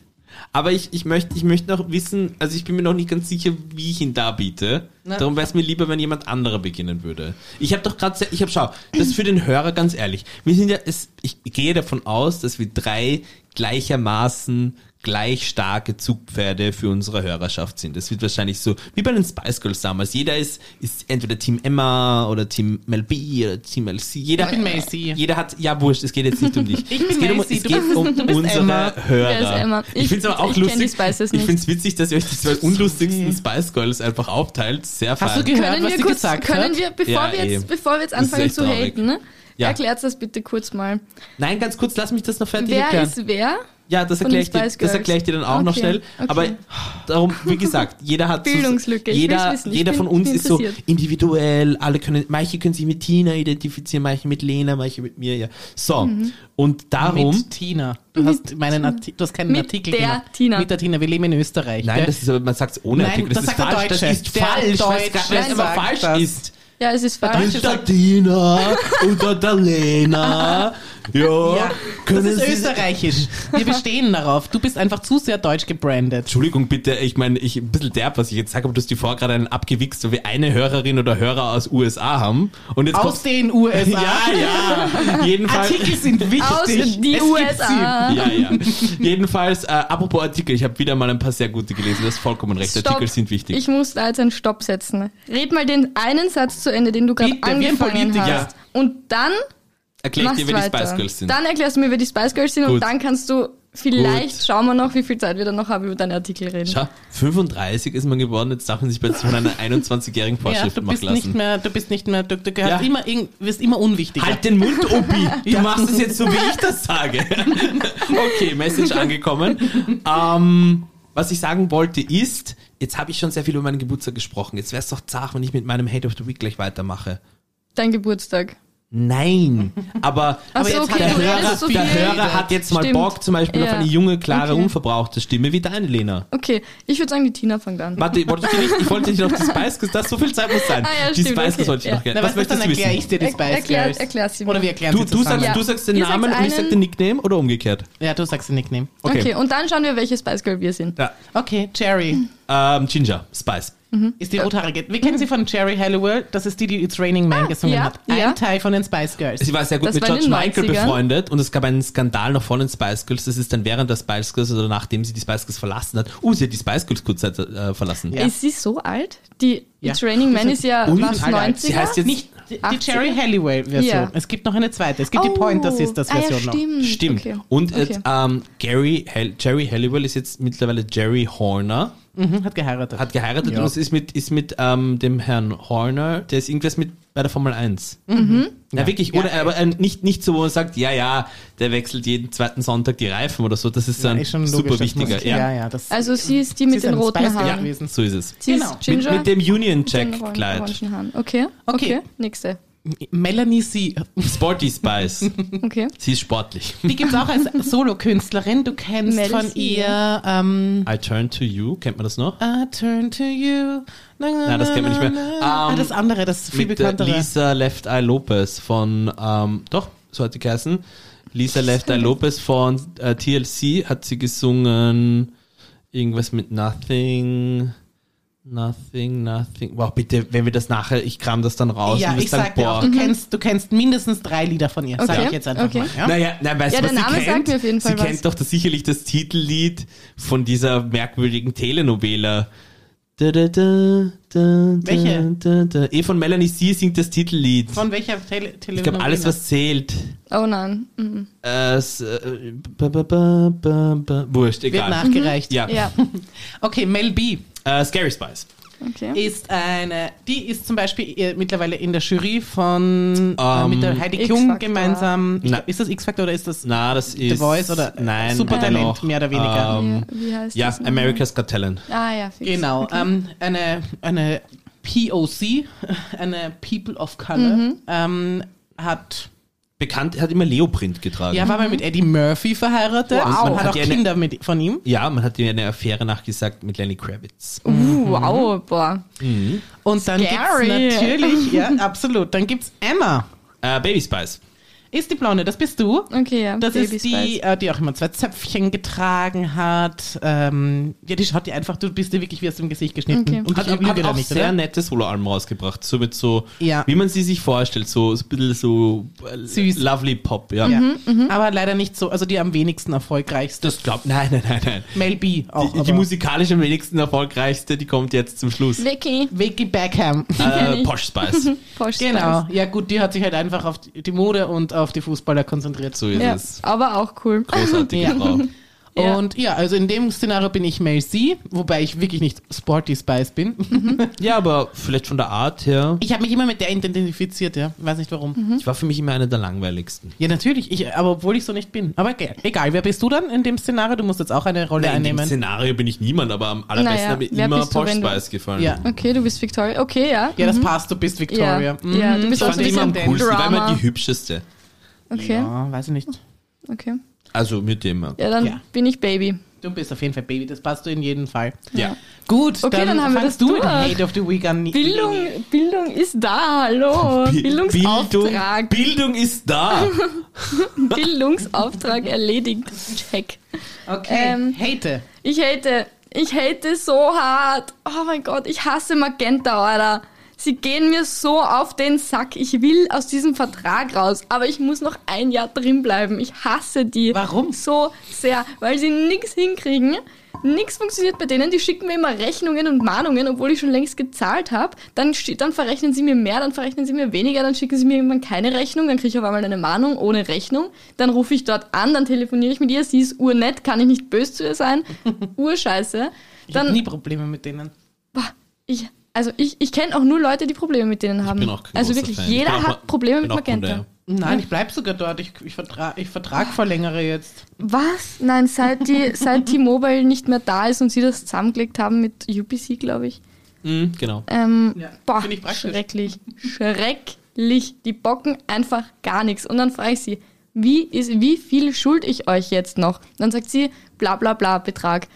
Speaker 2: Aber ich, ich, möchte, ich möchte noch wissen, also ich bin mir noch nicht ganz sicher, wie ich ihn darbiete.
Speaker 1: Na.
Speaker 2: Darum wäre es mir lieber, wenn jemand anderer beginnen würde. Ich habe doch gerade, ich habe, schau, das ist für den Hörer ganz ehrlich. Wir sind ja, es, ich gehe davon aus, dass wir drei gleichermaßen gleich starke Zugpferde für unsere Hörerschaft sind. Das wird wahrscheinlich so wie bei den Spice Girls damals. Jeder ist, ist entweder Team Emma oder Team Mel B oder Team LC. Jeder,
Speaker 1: Ich bin Macy.
Speaker 2: Jeder hat, ja wurscht, es geht jetzt nicht um dich.
Speaker 1: Ich bin
Speaker 2: es geht um,
Speaker 1: Macy,
Speaker 2: es
Speaker 1: du
Speaker 2: geht
Speaker 1: bist-
Speaker 2: um
Speaker 1: du bist
Speaker 2: unsere
Speaker 1: Emma.
Speaker 2: Hörer.
Speaker 3: Wer ist Emma?
Speaker 2: Ich,
Speaker 3: Ich-
Speaker 2: finde es aber auch
Speaker 3: ich kenn die
Speaker 2: lustig.
Speaker 3: Spices
Speaker 2: ich
Speaker 3: nicht.
Speaker 2: finde es witzig, dass ihr euch die zwei unlustigsten Spice Girls einfach aufteilt. Sehr fein.
Speaker 1: Hast du gehört,
Speaker 3: Können
Speaker 1: was
Speaker 3: wir
Speaker 1: sie
Speaker 3: kurz,
Speaker 1: gesagt
Speaker 3: können
Speaker 1: hat?
Speaker 3: wir, bevor,
Speaker 2: Ja,
Speaker 3: wir
Speaker 2: eh.
Speaker 3: jetzt, bevor wir jetzt
Speaker 2: Das ist
Speaker 3: anfangen
Speaker 2: echt
Speaker 3: zu
Speaker 2: traurig.
Speaker 3: haten, ne?
Speaker 2: Ja.
Speaker 3: erklärt das bitte kurz mal.
Speaker 2: Nein, ganz kurz, lass mich das noch fertig
Speaker 3: Wer
Speaker 2: erklären.
Speaker 3: ist wer?
Speaker 2: Ja, das
Speaker 3: von den
Speaker 2: erkläre ich, dir-
Speaker 3: Spice
Speaker 2: das
Speaker 3: Girls?
Speaker 2: erklär ich dir dann auch noch
Speaker 3: Okay,
Speaker 2: schnell.
Speaker 3: okay.
Speaker 2: Aber darum, wie gesagt, jeder hat so-
Speaker 3: Bildungslücke, ich
Speaker 2: Jeder,
Speaker 3: will's wissen, ich
Speaker 2: jeder
Speaker 3: bin-
Speaker 2: von uns
Speaker 3: bin
Speaker 2: ist so
Speaker 3: interessiert.
Speaker 2: individuell. Alle können, manche können sich mit Tina identifizieren, manche mit Lena, manche mit mir. Ja. So
Speaker 3: Mhm.
Speaker 2: und darum.
Speaker 1: Mit Tina. Du hast, meinen Arti du hast keinen
Speaker 3: Mit
Speaker 1: Artikel
Speaker 3: der
Speaker 1: gemacht.
Speaker 3: Tina.
Speaker 1: Mit der Tina. Wir leben in Österreich.
Speaker 2: Nein,
Speaker 1: gell?
Speaker 2: das ist aber, man sagt es ohne
Speaker 1: Nein,
Speaker 2: Artikel. Das,
Speaker 1: das
Speaker 2: ist
Speaker 1: sagt der
Speaker 2: falsch.
Speaker 1: Deutsche.
Speaker 2: Das ist
Speaker 1: Der
Speaker 2: falsch.
Speaker 1: Deutsche
Speaker 2: was gar- was immer
Speaker 1: sagt
Speaker 2: falsch
Speaker 1: das.
Speaker 2: ist.
Speaker 3: Ja, es ist falsch.
Speaker 1: Deutsche-
Speaker 2: Mit der Tina und der, der Lena. Ja,
Speaker 1: ja, das
Speaker 2: können
Speaker 1: ist
Speaker 2: Sie-
Speaker 1: österreichisch. Wir bestehen darauf. Du bist einfach zu sehr deutsch gebrandet.
Speaker 2: Entschuldigung bitte, ich meine, ich ein bisschen derb, was ich jetzt sage, aber du hast die vorher gerade einen abgewichst, weil wir eine Hörerin oder Hörer aus USA haben. Und jetzt
Speaker 1: Aus
Speaker 2: kommst
Speaker 1: den USA.
Speaker 2: Ja, ja. Jedenfalls.
Speaker 1: Artikel sind wichtig.
Speaker 3: Aus die
Speaker 1: es
Speaker 3: USA.
Speaker 2: Ja, ja. Jedenfalls, äh, apropos Artikel, ich habe wieder mal ein paar sehr gute gelesen, du hast vollkommen recht.
Speaker 3: Stopp.
Speaker 2: Artikel sind wichtig.
Speaker 3: Ich muss da jetzt einen Stopp setzen. Red mal den einen Satz zu Ende, den du gerade
Speaker 1: Bitte, wie ein
Speaker 3: angefangen
Speaker 1: Politiker.
Speaker 3: hast. Und dann
Speaker 2: Erklär
Speaker 3: machst
Speaker 2: dir, wer die
Speaker 3: weiter.
Speaker 2: Spice Girls sind.
Speaker 3: Dann erklärst du mir, wer die Spice Girls sind
Speaker 2: Gut.
Speaker 3: und dann kannst du vielleicht,
Speaker 2: Gut.
Speaker 3: schauen wir noch, wie viel Zeit wir dann noch haben, über deinen Artikel reden.
Speaker 2: Schau, 35 ist man geworden, jetzt darf man sich plötzlich von einer 21-jährigen
Speaker 1: Ja,
Speaker 2: Vorschrift
Speaker 1: du
Speaker 2: machen
Speaker 1: bist
Speaker 2: lassen.
Speaker 1: nicht mehr, du bist nicht mehr, du, du gehörst
Speaker 2: Ja.
Speaker 1: immer, irgend- wirst immer unwichtiger.
Speaker 2: Halt den Mund, Obi. Du
Speaker 1: Ja.
Speaker 2: machst es jetzt so, wie ich das sage. Okay, Message angekommen. Ähm, was ich sagen wollte ist, jetzt habe ich schon sehr viel über meinen Geburtstag gesprochen. Jetzt wäre es doch zart, wenn ich mit meinem Hate of the Week gleich weitermache.
Speaker 3: Dein Geburtstag.
Speaker 2: Nein, aber
Speaker 3: Ach so,
Speaker 1: jetzt
Speaker 3: okay,
Speaker 1: hat
Speaker 2: der,
Speaker 3: du
Speaker 2: Hörer,
Speaker 3: redest so
Speaker 2: der
Speaker 3: viel.
Speaker 2: Hörer hat jetzt mal
Speaker 3: Stimmt.
Speaker 2: Bock zum Beispiel auf
Speaker 3: Ja.
Speaker 2: eine junge, klare,
Speaker 3: Okay.
Speaker 2: unverbrauchte Stimme wie deine, Lena.
Speaker 3: Okay, ich würde sagen, die Tina fängt an.
Speaker 2: Warte, wolltest du nicht, ich wollte dich noch die Spice Girls, das so viel Zeit muss sein.
Speaker 3: Ah, ja,
Speaker 2: die
Speaker 3: stimmt,
Speaker 2: Spice Girls
Speaker 3: okay,
Speaker 2: wollte ich
Speaker 3: ja.
Speaker 2: noch gerne.
Speaker 1: Na,
Speaker 2: Was
Speaker 1: was ist,
Speaker 2: möchtest
Speaker 1: dann
Speaker 2: du
Speaker 1: erkläre
Speaker 2: wissen?
Speaker 1: ich dir die
Speaker 3: Er-
Speaker 1: Spice
Speaker 3: erklär-
Speaker 1: Girls.
Speaker 3: erklär sie mir.
Speaker 1: Oder wir erklären
Speaker 2: Du,
Speaker 1: sie
Speaker 2: du,
Speaker 1: zusammen.
Speaker 2: sagst,
Speaker 3: Ja.
Speaker 2: du sagst den
Speaker 3: Ihr sagt
Speaker 2: Namen und ich sag
Speaker 3: einen-
Speaker 2: den Nickname oder umgekehrt?
Speaker 1: ja, du sagst den Nickname.
Speaker 2: Okay.
Speaker 3: okay, und dann schauen wir, welche Spice Girl wir sind.
Speaker 2: Ja.
Speaker 1: Okay, Jerry.
Speaker 2: Ähm, Ginger, Spice.
Speaker 1: Ist die rothaarige. Wir kennen sie von Jerry Halliwell. Das ist die, die It's Raining Man
Speaker 3: Ah,
Speaker 1: gesungen
Speaker 3: ja,
Speaker 1: hat. Ein
Speaker 3: ja.
Speaker 1: Teil von den Spice Girls.
Speaker 2: Sie war sehr gut
Speaker 3: Das
Speaker 2: mit
Speaker 3: war in
Speaker 2: George
Speaker 3: den
Speaker 2: Michael
Speaker 3: 90ern.
Speaker 2: befreundet und es gab einen Skandal noch vor den Spice Girls. Das ist dann während der Spice Girls oder nachdem sie die Spice Girls verlassen hat. Uh, sie hat die Spice Girls kurzzeitig äh, verlassen.
Speaker 1: Ja.
Speaker 3: Ist sie so alt? Die
Speaker 1: Ja.
Speaker 3: It's Raining Man ist ja
Speaker 2: Und?
Speaker 3: was,
Speaker 2: Alter,
Speaker 3: 90er?
Speaker 2: sie heißt jetzt-
Speaker 1: nicht die, die
Speaker 3: 80er?
Speaker 1: Jerry Halliwell-Version.
Speaker 3: Ja. Oh.
Speaker 1: Es gibt noch eine zweite. Es gibt die Pointer
Speaker 3: ah, ja,
Speaker 1: Sisters-Version noch.
Speaker 3: stimmt.
Speaker 2: Stimmt.
Speaker 3: Okay.
Speaker 2: Und
Speaker 3: Okay.
Speaker 2: jetzt, ähm, Gary Hall- Jerry Halliwell ist jetzt mittlerweile Jerry Horner,
Speaker 1: Mhm, hat geheiratet.
Speaker 2: hat geheiratet
Speaker 1: Ja.
Speaker 2: und es ist mit, ist mit ähm, dem Herrn Horner, der ist irgendwas mit bei der Formel 1. Na wirklich,
Speaker 1: Ja.
Speaker 2: oder aber ähm, nicht, nicht so, wo man sagt, ja, ja, der wechselt jeden zweiten Sonntag die Reifen oder so. Das ist dann
Speaker 1: Ist schon logisch,
Speaker 2: super
Speaker 1: das
Speaker 2: wichtiger.
Speaker 1: muss-
Speaker 2: Ja.
Speaker 1: ja, ja, das
Speaker 3: Also sie ist die
Speaker 1: sie
Speaker 3: mit
Speaker 1: ist
Speaker 3: den
Speaker 1: eine
Speaker 3: roten
Speaker 1: Spice Girl
Speaker 3: Haaren.
Speaker 1: gewesen.
Speaker 2: So ist es.
Speaker 3: Sie
Speaker 1: Genau.
Speaker 3: ist Ginger
Speaker 2: mit, mit dem Union
Speaker 3: den orangen-
Speaker 2: Jack-Kleid.
Speaker 3: orangen Haaren. Okay.
Speaker 1: Okay.
Speaker 3: okay. Nächste.
Speaker 1: Melanie C.
Speaker 2: Sporty Spice.
Speaker 3: Okay.
Speaker 2: Sie ist sportlich.
Speaker 1: Die gibt es auch als Solokünstlerin. Du kennst
Speaker 3: Melanie
Speaker 1: von
Speaker 3: C.
Speaker 1: ihr ähm,
Speaker 2: I turn to you. Kennt man das noch?
Speaker 1: I turn to you. Na, na,
Speaker 2: Na, das kennt man nicht mehr.
Speaker 1: na, na.
Speaker 2: Ähm,
Speaker 1: ah, das andere, das viel
Speaker 2: Mit der
Speaker 1: bekanntere.
Speaker 2: Lisa Left Eye Lopez von, ähm, doch, so hat sie geheißen. Lisa Left Eye Lopez von äh, TLC hat sie gesungen. Irgendwas mit Nothing. Nothing, nothing. Wow, bitte, wenn wir das nachher, ich kram das dann raus.
Speaker 1: ja,
Speaker 2: und wir
Speaker 1: ich
Speaker 2: sagen,
Speaker 1: sag dir auch, mhm. du kennst, du kennst mindestens drei Lieder von ihr, sag
Speaker 3: Mhm. Okay,
Speaker 1: ich jetzt einfach
Speaker 3: okay.
Speaker 1: mal. Ja?
Speaker 2: Naja, na, weißt
Speaker 3: Ja,
Speaker 2: du, was
Speaker 3: der
Speaker 2: sie
Speaker 3: Name
Speaker 2: kennt?
Speaker 3: sagt mir auf jeden Fall
Speaker 2: sie
Speaker 3: was.
Speaker 2: kennt doch das, sicherlich das Titellied von dieser merkwürdigen Telenovela. Da, da, da, da, da,
Speaker 1: Welche?
Speaker 2: Da, da. Eh von Melanie C. singt das Titellied.
Speaker 1: Von welcher Tele Telenovela?
Speaker 2: ich glaube, alles, was zählt.
Speaker 3: Oh nein. Mhm.
Speaker 2: Äh, s- äh, ba, ba, ba, ba, ba. Wurscht,
Speaker 1: wird
Speaker 3: Mhm.
Speaker 2: egal.
Speaker 1: nachgereicht.
Speaker 2: Ja.
Speaker 3: Ja.
Speaker 1: Okay, Mel B.
Speaker 2: Äh, Scary Spice.
Speaker 3: Okay.
Speaker 1: ist eine, die ist zum Beispiel äh, mittlerweile in der Jury von äh, mit
Speaker 2: Ähm,
Speaker 1: der Heidi Klum
Speaker 3: X-Factor.
Speaker 1: gemeinsam. Ich
Speaker 2: Na.
Speaker 1: glaub, ist das X-Factor oder ist das
Speaker 2: Na, das ist.
Speaker 1: Voice oder, äh,
Speaker 2: nein,
Speaker 1: Supertalent,
Speaker 2: noch,
Speaker 1: mehr oder weniger.
Speaker 2: Ähm,
Speaker 3: Ja, wie heißt
Speaker 2: ja,
Speaker 3: das? nochmal?
Speaker 2: America's Got Talent.
Speaker 3: Ah ja, fix.
Speaker 1: genau ähm, eine eine POC, eine People of Color ähm, hat
Speaker 2: Bekannt, hat immer Leoprint getragen.
Speaker 1: ja war mal mit Eddie Murphy verheiratet
Speaker 2: Wow.
Speaker 1: und
Speaker 2: Man
Speaker 1: hat
Speaker 2: hat
Speaker 1: auch
Speaker 2: ja eine-
Speaker 1: Kinder mit von ihm.
Speaker 2: Ja, man hat ihr eine Affäre nachgesagt mit Lenny Kravitz.
Speaker 1: Mhm.
Speaker 3: Uh, wow, boah.
Speaker 1: Und dann
Speaker 3: Scary.
Speaker 1: gibt's natürlich ja absolut. Dann gibt's Emma.
Speaker 2: Äh, Baby Spice.
Speaker 1: Ist die Blonde, das bist du.
Speaker 3: Okay, ja.
Speaker 1: Das
Speaker 3: Baby
Speaker 1: ist die,
Speaker 3: Spice.
Speaker 1: äh, die auch immer zwei Zöpfchen getragen hat. Ähm, ja, die schaut dir einfach, du bist dir wirklich wie aus dem Gesicht geschnitten.
Speaker 3: Okay.
Speaker 1: Und
Speaker 2: Hat,
Speaker 1: ich
Speaker 2: hat,
Speaker 1: lüge
Speaker 2: hat
Speaker 1: da
Speaker 2: auch
Speaker 1: nicht,
Speaker 2: sehr
Speaker 1: oder?
Speaker 2: nette Soloalben rausgebracht. So mit so,
Speaker 1: Ja.
Speaker 2: wie man sie sich vorstellt, so, so ein bisschen so äh,
Speaker 1: Süß. Mhm.
Speaker 2: lovely Pop. Ja.
Speaker 1: Ja.
Speaker 3: Mhm,
Speaker 1: Aber leider nicht so, also die am wenigsten erfolgreichste.
Speaker 2: Das glaubt, nein, nein, nein, nein.
Speaker 1: Mel B auch.
Speaker 2: die, die
Speaker 1: aber.
Speaker 2: musikalisch am wenigsten erfolgreichste, die kommt jetzt zum Schluss.
Speaker 3: Vicky.
Speaker 1: Vicky Beckham.
Speaker 2: Äh, Posh Spice.
Speaker 3: Posh
Speaker 1: Genau, ja gut, die hat sich halt einfach auf die die Mode und auf die Fußballer konzentriert.
Speaker 2: So ist
Speaker 3: Spice.
Speaker 2: es.
Speaker 3: Ja, aber auch cool.
Speaker 2: Großartige
Speaker 1: Ja.
Speaker 2: Frau.
Speaker 3: Ja.
Speaker 1: Und ja, also in dem Szenario bin ich Mel C, wobei ich wirklich nicht Sporty Spice bin.
Speaker 2: Ja, aber vielleicht von der Art her.
Speaker 1: Ich habe mich immer mit der identifiziert, ja, weiß nicht warum.
Speaker 3: Mhm.
Speaker 2: Ich war für mich immer eine der langweiligsten.
Speaker 1: Ja, natürlich, ich, aber obwohl ich so nicht bin. Aber ge- egal, wer bist du dann in dem Szenario? Du musst jetzt auch eine Rolle
Speaker 2: in dem
Speaker 1: einnehmen.
Speaker 2: Szenario bin ich niemand, aber am allerbesten
Speaker 3: Naja,
Speaker 2: hat mir
Speaker 3: wer
Speaker 2: immer
Speaker 3: bist du,
Speaker 2: Posh
Speaker 3: wenn du-
Speaker 2: Spice gefallen.
Speaker 1: Ja.
Speaker 3: Okay, du bist Victoria. Okay, ja.
Speaker 1: Ja, das passt, du bist Victoria.
Speaker 3: Mhm.
Speaker 1: Mhm.
Speaker 3: Ja. Ja, du
Speaker 2: Ich
Speaker 3: bist auch
Speaker 2: fand
Speaker 3: so ein
Speaker 2: die immer am
Speaker 3: bisschen
Speaker 2: coolsten, die war immer
Speaker 3: Drama.
Speaker 2: die hübscheste.
Speaker 3: Okay,
Speaker 1: Ja, Ah, weiß ich nicht.
Speaker 3: okay.
Speaker 2: Also mit dem. Ja.
Speaker 3: Ja, dann
Speaker 1: Ja.
Speaker 3: bin ich Baby.
Speaker 1: Du bist auf jeden Fall Baby, das passt du in jedem Fall.
Speaker 2: ja.
Speaker 1: Gut,
Speaker 3: Okay,
Speaker 1: dann,
Speaker 3: dann haben wir
Speaker 1: fangst
Speaker 3: das
Speaker 1: du mit
Speaker 3: durch.
Speaker 1: Hate of the Week an.
Speaker 3: Bildung, Bildung ist da, hallo. Bildungsauftrag.
Speaker 2: Bildung, Bildung ist da.
Speaker 3: Bildungsauftrag erledigt. Check.
Speaker 1: Okay,
Speaker 3: Ähm,
Speaker 1: Hate.
Speaker 3: Ich hate, ich hate so hart. Oh mein Gott, ich hasse Magenta, Alter. Sie gehen mir so auf den Sack. Ich will aus diesem Vertrag raus, aber ich muss noch ein Jahr drin bleiben. Ich hasse die.
Speaker 1: Warum?
Speaker 3: So sehr, weil sie nichts hinkriegen. Nichts funktioniert bei denen. Die schicken mir immer Rechnungen und Mahnungen, obwohl ich schon längst gezahlt habe. Dann, steht- dann verrechnen sie mir mehr, dann verrechnen sie mir weniger, dann schicken sie mir irgendwann keine Rechnung, dann kriege ich auf einmal eine Mahnung ohne Rechnung. Dann rufe ich dort an, dann telefoniere ich mit ihr. Sie ist urnett, kann ich nicht böse zu ihr sein. Urscheiße.
Speaker 1: Ich habe
Speaker 3: Dann,
Speaker 1: nie Probleme mit denen.
Speaker 3: boah, ich, also ich, ich kenne auch nur Leute, die Probleme mit denen haben.
Speaker 2: bin auch kein
Speaker 3: also
Speaker 2: großer
Speaker 3: wirklich,
Speaker 2: Fan. Ich
Speaker 3: jeder
Speaker 2: bin auch mal-
Speaker 3: hat Probleme
Speaker 2: bin
Speaker 3: mit
Speaker 2: auch von
Speaker 3: Magenta.
Speaker 1: Nein, ich bleib sogar dort. Ich, ich, vertra ich Vertrag verlängere jetzt.
Speaker 3: Was? Nein, seit die seit T-Mobile nicht mehr da ist und sie das zusammengelegt haben mit UPC, glaube ich.
Speaker 2: der- Mhm, genau.
Speaker 3: Ähm,
Speaker 1: Ja,
Speaker 3: boah,
Speaker 1: find ich praktisch.
Speaker 3: schrecklich. Schrecklich. Die bocken einfach gar nichts. Und dann frage ich sie, wie, ist, wie viel schuld ich euch jetzt noch? Dann sagt sie, bla bla bla Betrag.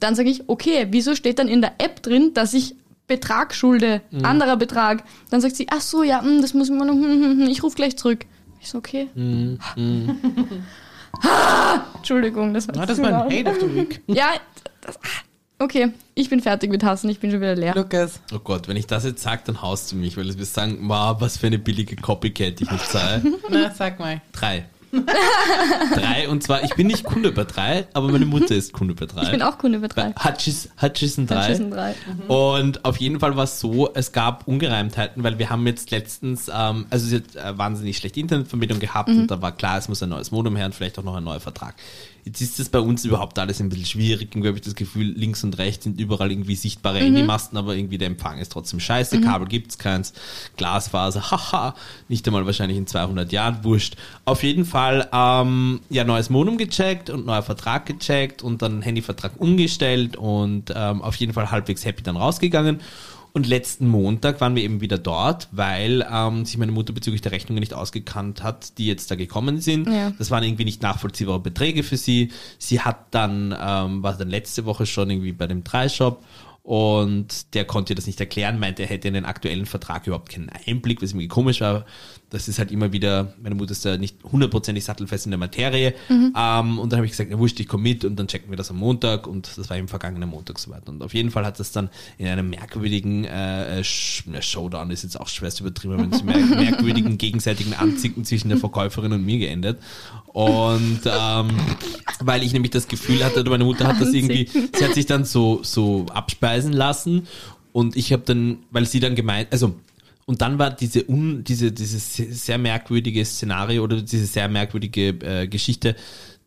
Speaker 3: Dann sage ich, okay, wieso steht dann in der App drin, dass ich Betrag schulde, anderer Betrag? Dann sagt sie, ach so, ja, hm, das muss ich mal noch, hm, hm, hm, ich rufe gleich zurück. Ich so, okay. Ah, Entschuldigung, das war
Speaker 1: Na,
Speaker 3: jetzt
Speaker 1: das
Speaker 3: zu
Speaker 1: war
Speaker 3: laut.
Speaker 1: ein Hate of the Week.
Speaker 3: Ja, das, ah, Okay, ich bin fertig mit Hassen, ich bin schon wieder leer.
Speaker 1: Lukas.
Speaker 2: Oh Gott, wenn ich das jetzt sage, dann haust du mich, weil wir sagen, wow, was für eine billige Copycat ich nicht sei.
Speaker 1: Na, sag mal.
Speaker 2: Drei. drei, und zwar, ich bin nicht Kunde bei drei, aber meine Mutter ist Kunde bei drei.
Speaker 3: Mhm. Ich bin auch Kunde bei
Speaker 2: bei
Speaker 3: drei.
Speaker 2: Hutchis, Hutchison 3.
Speaker 3: Hutchison drei. Mhm.
Speaker 2: Und auf jeden Fall war es so, es gab Ungereimtheiten, weil wir haben jetzt letztens, ähm, also sie hat äh, wahnsinnig schlechte Internetverbindung gehabt
Speaker 3: Mhm.
Speaker 2: und da war klar, es muss ein neues Modem her und vielleicht auch noch ein neuer Vertrag. Jetzt ist das bei uns überhaupt alles ein bisschen schwierig. Irgendwie habe ich das Gefühl, links und rechts sind überall irgendwie
Speaker 3: Mhm.
Speaker 2: sichtbare Handymasten, aber irgendwie der Empfang ist trotzdem scheiße. Kabel gibt's keins. Glasfaser, haha, nicht einmal wahrscheinlich in 200 Jahren, wurscht. Auf jeden Fall, ähm, ja, neues Modem gecheckt und neuer Vertrag gecheckt und dann Handyvertrag umgestellt und ähm, auf jeden Fall halbwegs happy dann rausgegangen. Und letzten Montag waren wir eben wieder dort, weil ähm, sich meine Mutter bezüglich der Rechnungen nicht ausgekannt hat, die jetzt da gekommen sind.
Speaker 3: Ja.
Speaker 2: Das waren irgendwie nicht nachvollziehbare Beträge für sie. Sie hat dann, ähm, war dann letzte Woche schon irgendwie bei dem Dreishop und der konnte ihr das nicht erklären, meinte, er hätte in den aktuellen Vertrag überhaupt keinen Einblick, was irgendwie komisch war. Das ist halt immer wieder, meine Mutter ist da nicht hundertprozentig sattelfest in der Materie. Ähm, und dann habe ich gesagt, na wurscht, ich komme mit und dann checken wir das am Montag und das war eben vergangenen Montag soweit. Und auf jeden Fall hat das dann in einem merkwürdigen äh, Sh- na, Showdown, ist jetzt auch schwerst übertrieben, aber in einem mer- merkwürdigen gegenseitigen Anzinken zwischen der Verkäuferin und mir geendet. Und ähm, weil ich nämlich das Gefühl hatte, oder meine Mutter hat das irgendwie, sie hat sich dann so, so abspeisen lassen und ich habe dann, weil sie dann gemeint, also und dann war diese un, diese dieses se- sehr merkwürdige Szenario oder diese sehr merkwürdige äh, Geschichte,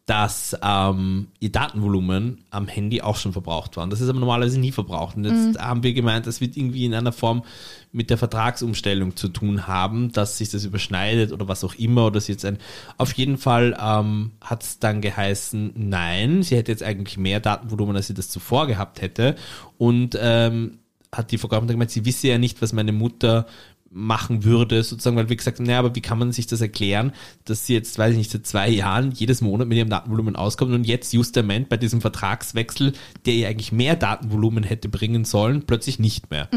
Speaker 2: dass ähm, ihr Datenvolumen am Handy auch schon verbraucht war. Und das ist aber normalerweise nie verbraucht. Und jetzt haben wir gemeint, das wird irgendwie in einer Form mit der Vertragsumstellung zu tun haben, dass sich das überschneidet oder was auch immer oder dass jetzt ein. Auf jeden Fall ähm, hat es dann geheißen, nein, sie hätte jetzt eigentlich mehr Datenvolumen, als sie das zuvor gehabt hätte. Und ähm, hat die Verkäuferin dann gemeint, sie wisse ja nicht, was meine Mutter machen würde, sozusagen, weil wir gesagt haben, naja, aber wie kann man sich das erklären, dass sie jetzt, weiß ich nicht, seit zwei Jahren jedes Monat mit ihrem Datenvolumen auskommt und jetzt justament bei diesem Vertragswechsel, der ihr eigentlich mehr Datenvolumen hätte bringen sollen, plötzlich nicht mehr.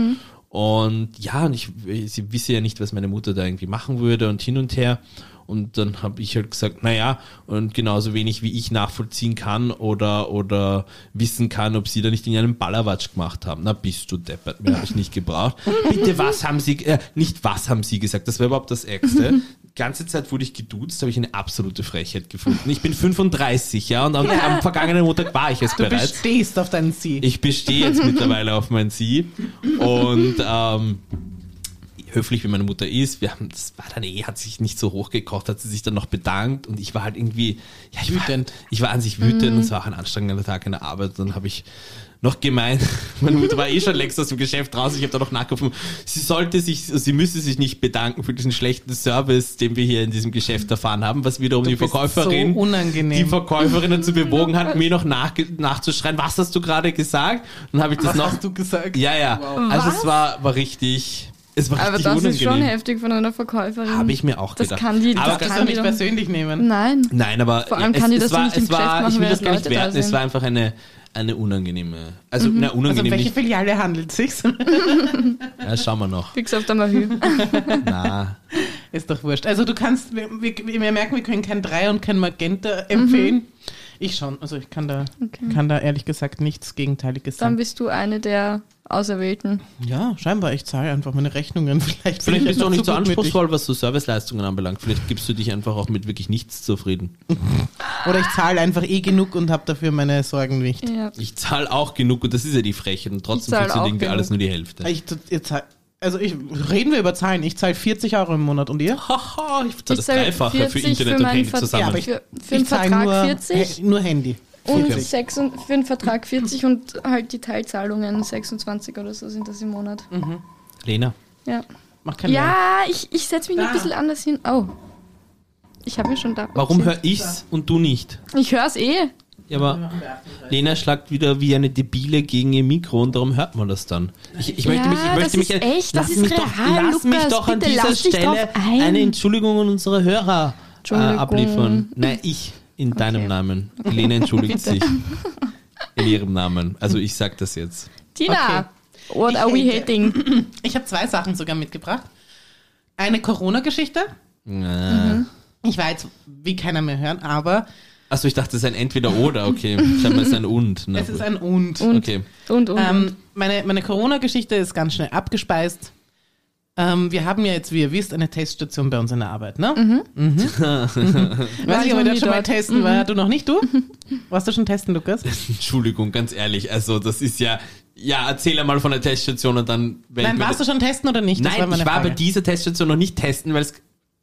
Speaker 2: Und ja, und ich, sie wisse ja nicht, was meine Mutter da irgendwie machen würde und hin und her. Und dann habe ich halt gesagt, naja, und genauso wenig wie ich nachvollziehen kann oder, oder wissen kann, ob sie da nicht in einem Ballerwatsch gemacht haben. Na, bist du deppert, mehr habe ich nicht gebraucht. Bitte, was haben sie, äh, nicht was haben sie gesagt, das wäre überhaupt das Ärgste. Ganze Zeit wurde ich geduzt, habe ich eine absolute Frechheit gefunden. Ich bin 35, ja, und am, am vergangenen Montag war ich es
Speaker 1: Du
Speaker 2: bereits.
Speaker 1: bestehst auf deinen Sieg.
Speaker 2: Ich bestehe jetzt mittlerweile auf mein Sie und ähm, höflich wie meine Mutter ist, wir haben, das war dann eh, hat sich nicht so hochgekocht, hat sie sich dann noch bedankt und ich war halt irgendwie ja, ich
Speaker 1: Wütend. Mhm.
Speaker 2: War, ich war an sich wütend und es war auch ein anstrengender Tag in der Arbeit. Dann habe ich noch gemeint, meine Mutter war eh schon längst aus dem Geschäft raus, ich habe da noch nachgerufen, sie sollte sich, sie müsste sich nicht bedanken für diesen schlechten Service, den wir hier in diesem Geschäft erfahren haben, was wiederum
Speaker 1: Du
Speaker 2: die
Speaker 1: bist
Speaker 2: Verkäuferin,
Speaker 1: so unangenehm.
Speaker 2: die Verkäuferin dazu bewogen hat, mir noch nach, nachzuschreien, was hast du gerade gesagt? Dann habe ich das
Speaker 1: Was
Speaker 2: noch,
Speaker 1: hast du gesagt?
Speaker 2: ja, ja.
Speaker 1: Wow.
Speaker 2: Also
Speaker 3: Was?
Speaker 2: es war, war richtig. Es war
Speaker 3: Aber
Speaker 2: richtig
Speaker 3: das ist schon
Speaker 2: unangenehm.
Speaker 3: heftig von einer Verkäuferin.
Speaker 2: Habe ich mir auch
Speaker 3: Das
Speaker 2: gedacht.
Speaker 3: kann die-
Speaker 2: aber
Speaker 1: Das
Speaker 3: das
Speaker 2: ganz-
Speaker 1: kannst du
Speaker 3: Kann die
Speaker 1: nicht
Speaker 3: doch-
Speaker 1: persönlich Hm. nehmen.
Speaker 3: Nein.
Speaker 2: Nein, aber
Speaker 3: Vor allem kann die das
Speaker 2: war,
Speaker 3: nicht im
Speaker 2: es war,
Speaker 3: Geschäft machen,
Speaker 2: ich will
Speaker 3: wenn
Speaker 2: das gar nicht
Speaker 3: Leute da
Speaker 2: werten. Es
Speaker 3: sind. Mhm.
Speaker 2: war einfach eine, eine unangenehme. Also, na,
Speaker 1: Also um
Speaker 2: unangenehm
Speaker 1: welche
Speaker 2: nicht.
Speaker 1: Filiale handelt es sich?
Speaker 2: Ja, schauen wir noch.
Speaker 3: Fix auf der Mahü.
Speaker 2: Na,
Speaker 1: Ist doch wurscht. Also du kannst, wir, wir, wir merken, wir können kein 3 und kein Magenta
Speaker 3: Mhm.
Speaker 1: empfehlen. Ich schon. Also ich kann da, kann da ehrlich gesagt nichts Gegenteiliges
Speaker 3: Dann
Speaker 1: sagen.
Speaker 3: bist du eine der Auserwählten.
Speaker 1: Ja, scheinbar. Ich zahle einfach meine Rechnungen. Vielleicht, bin
Speaker 2: vielleicht
Speaker 1: ich
Speaker 2: bist du auch
Speaker 1: einfach
Speaker 2: nicht so
Speaker 1: gutmütig.
Speaker 2: anspruchsvoll, was so Serviceleistungen anbelangt. Vielleicht gibst du dich einfach auch mit wirklich nichts zufrieden.
Speaker 1: Oder ich zahle einfach eh genug und habe dafür meine Sorgen nicht.
Speaker 3: Ja.
Speaker 2: Ich zahle auch genug und das ist ja die Frechheit und trotzdem
Speaker 3: zahl
Speaker 2: funktioniert
Speaker 3: auch
Speaker 2: irgendwie
Speaker 3: genug.
Speaker 2: alles nur die Hälfte.
Speaker 1: Ich, ihr zahl- also ich, reden wir über Zahlen. Ich zahle 40 Euro im Monat und ihr?
Speaker 2: Haha, ich zahle das
Speaker 3: zahl
Speaker 2: Dreifache für
Speaker 3: 40
Speaker 2: Internet
Speaker 3: für
Speaker 2: und
Speaker 3: meinen
Speaker 2: Handy
Speaker 3: Ver-
Speaker 1: Ja,
Speaker 2: zusammen.
Speaker 1: aber ich-
Speaker 3: Für, für einen
Speaker 1: ich zahl
Speaker 3: Vertrag
Speaker 1: nur,
Speaker 3: 40
Speaker 1: Hä- nur Handy.
Speaker 3: und
Speaker 1: 40.
Speaker 3: sechs und für einen Vertrag 40 und halt die Teilzahlungen 26 oder so sind das im Monat.
Speaker 1: Hm.
Speaker 2: Lena,
Speaker 3: Ja,
Speaker 1: Mach keinen Lärm.
Speaker 3: ja ich, ich setze mich noch
Speaker 1: Da.
Speaker 3: ein bisschen anders hin. Oh. Ich habe ja schon da.
Speaker 2: warum
Speaker 3: Shit.
Speaker 2: höre ich's und du nicht?
Speaker 3: Ich höre es eh.
Speaker 2: Ja, aber. Lena schlagt wieder wie eine Debile gegen ihr Mikro und darum hört man das dann. Ich, ich möchte
Speaker 3: Ja,
Speaker 2: mich, ich möchte
Speaker 3: das
Speaker 2: mich,
Speaker 3: ist echt, das
Speaker 2: lass
Speaker 3: ist
Speaker 2: mich doch,
Speaker 3: real,
Speaker 2: lass mich
Speaker 3: Lukas,
Speaker 2: doch an
Speaker 3: bitte
Speaker 2: dieser
Speaker 3: lass dich
Speaker 2: Stelle
Speaker 3: drauf ein.
Speaker 2: eine Entschuldigung an unsere Hörer äh,
Speaker 3: Entschuldigung.
Speaker 2: abliefern. Nein, ich in deinem Namen. Lena entschuldigt sich in ihrem Namen. Also ich sag das jetzt.
Speaker 3: Tina, what
Speaker 1: Ich
Speaker 3: are we
Speaker 1: hate.
Speaker 3: hating?
Speaker 1: Ich habe zwei Sachen sogar mitgebracht. Eine Corona-Geschichte.
Speaker 2: Na,
Speaker 3: Mhm.
Speaker 1: Ich weiß, wie keiner mehr hören, aber
Speaker 2: Achso, ich dachte, es ist ein Entweder-Oder, okay. Scheinbar ist es ein Und. Na,
Speaker 1: Es ist ein Und.
Speaker 3: Und,
Speaker 2: Okay.
Speaker 3: und, und.
Speaker 1: Ähm, meine meine Corona-Geschichte ist ganz schnell abgespeist. Ähm, wir haben ja jetzt, wie ihr wisst, eine Teststation bei uns in der Arbeit, ne? Mhm. Mhm. Weiß ich, ob
Speaker 3: ich noch
Speaker 1: ich das
Speaker 3: nie
Speaker 1: schon mal
Speaker 3: dort. Mhm.
Speaker 1: testen war. Du noch nicht, du? Warst du schon testen, Lukas?
Speaker 2: Entschuldigung, ganz ehrlich, also das ist ja. Ja, erzähl einmal von der Teststation und dann. wenn ich
Speaker 1: Nein,
Speaker 2: mir
Speaker 1: warst du
Speaker 2: das-
Speaker 1: schon testen oder nicht? Das
Speaker 2: Nein,
Speaker 1: meine
Speaker 2: ich war bei
Speaker 1: Frage.
Speaker 2: dieser Teststation noch nicht testen, weil es.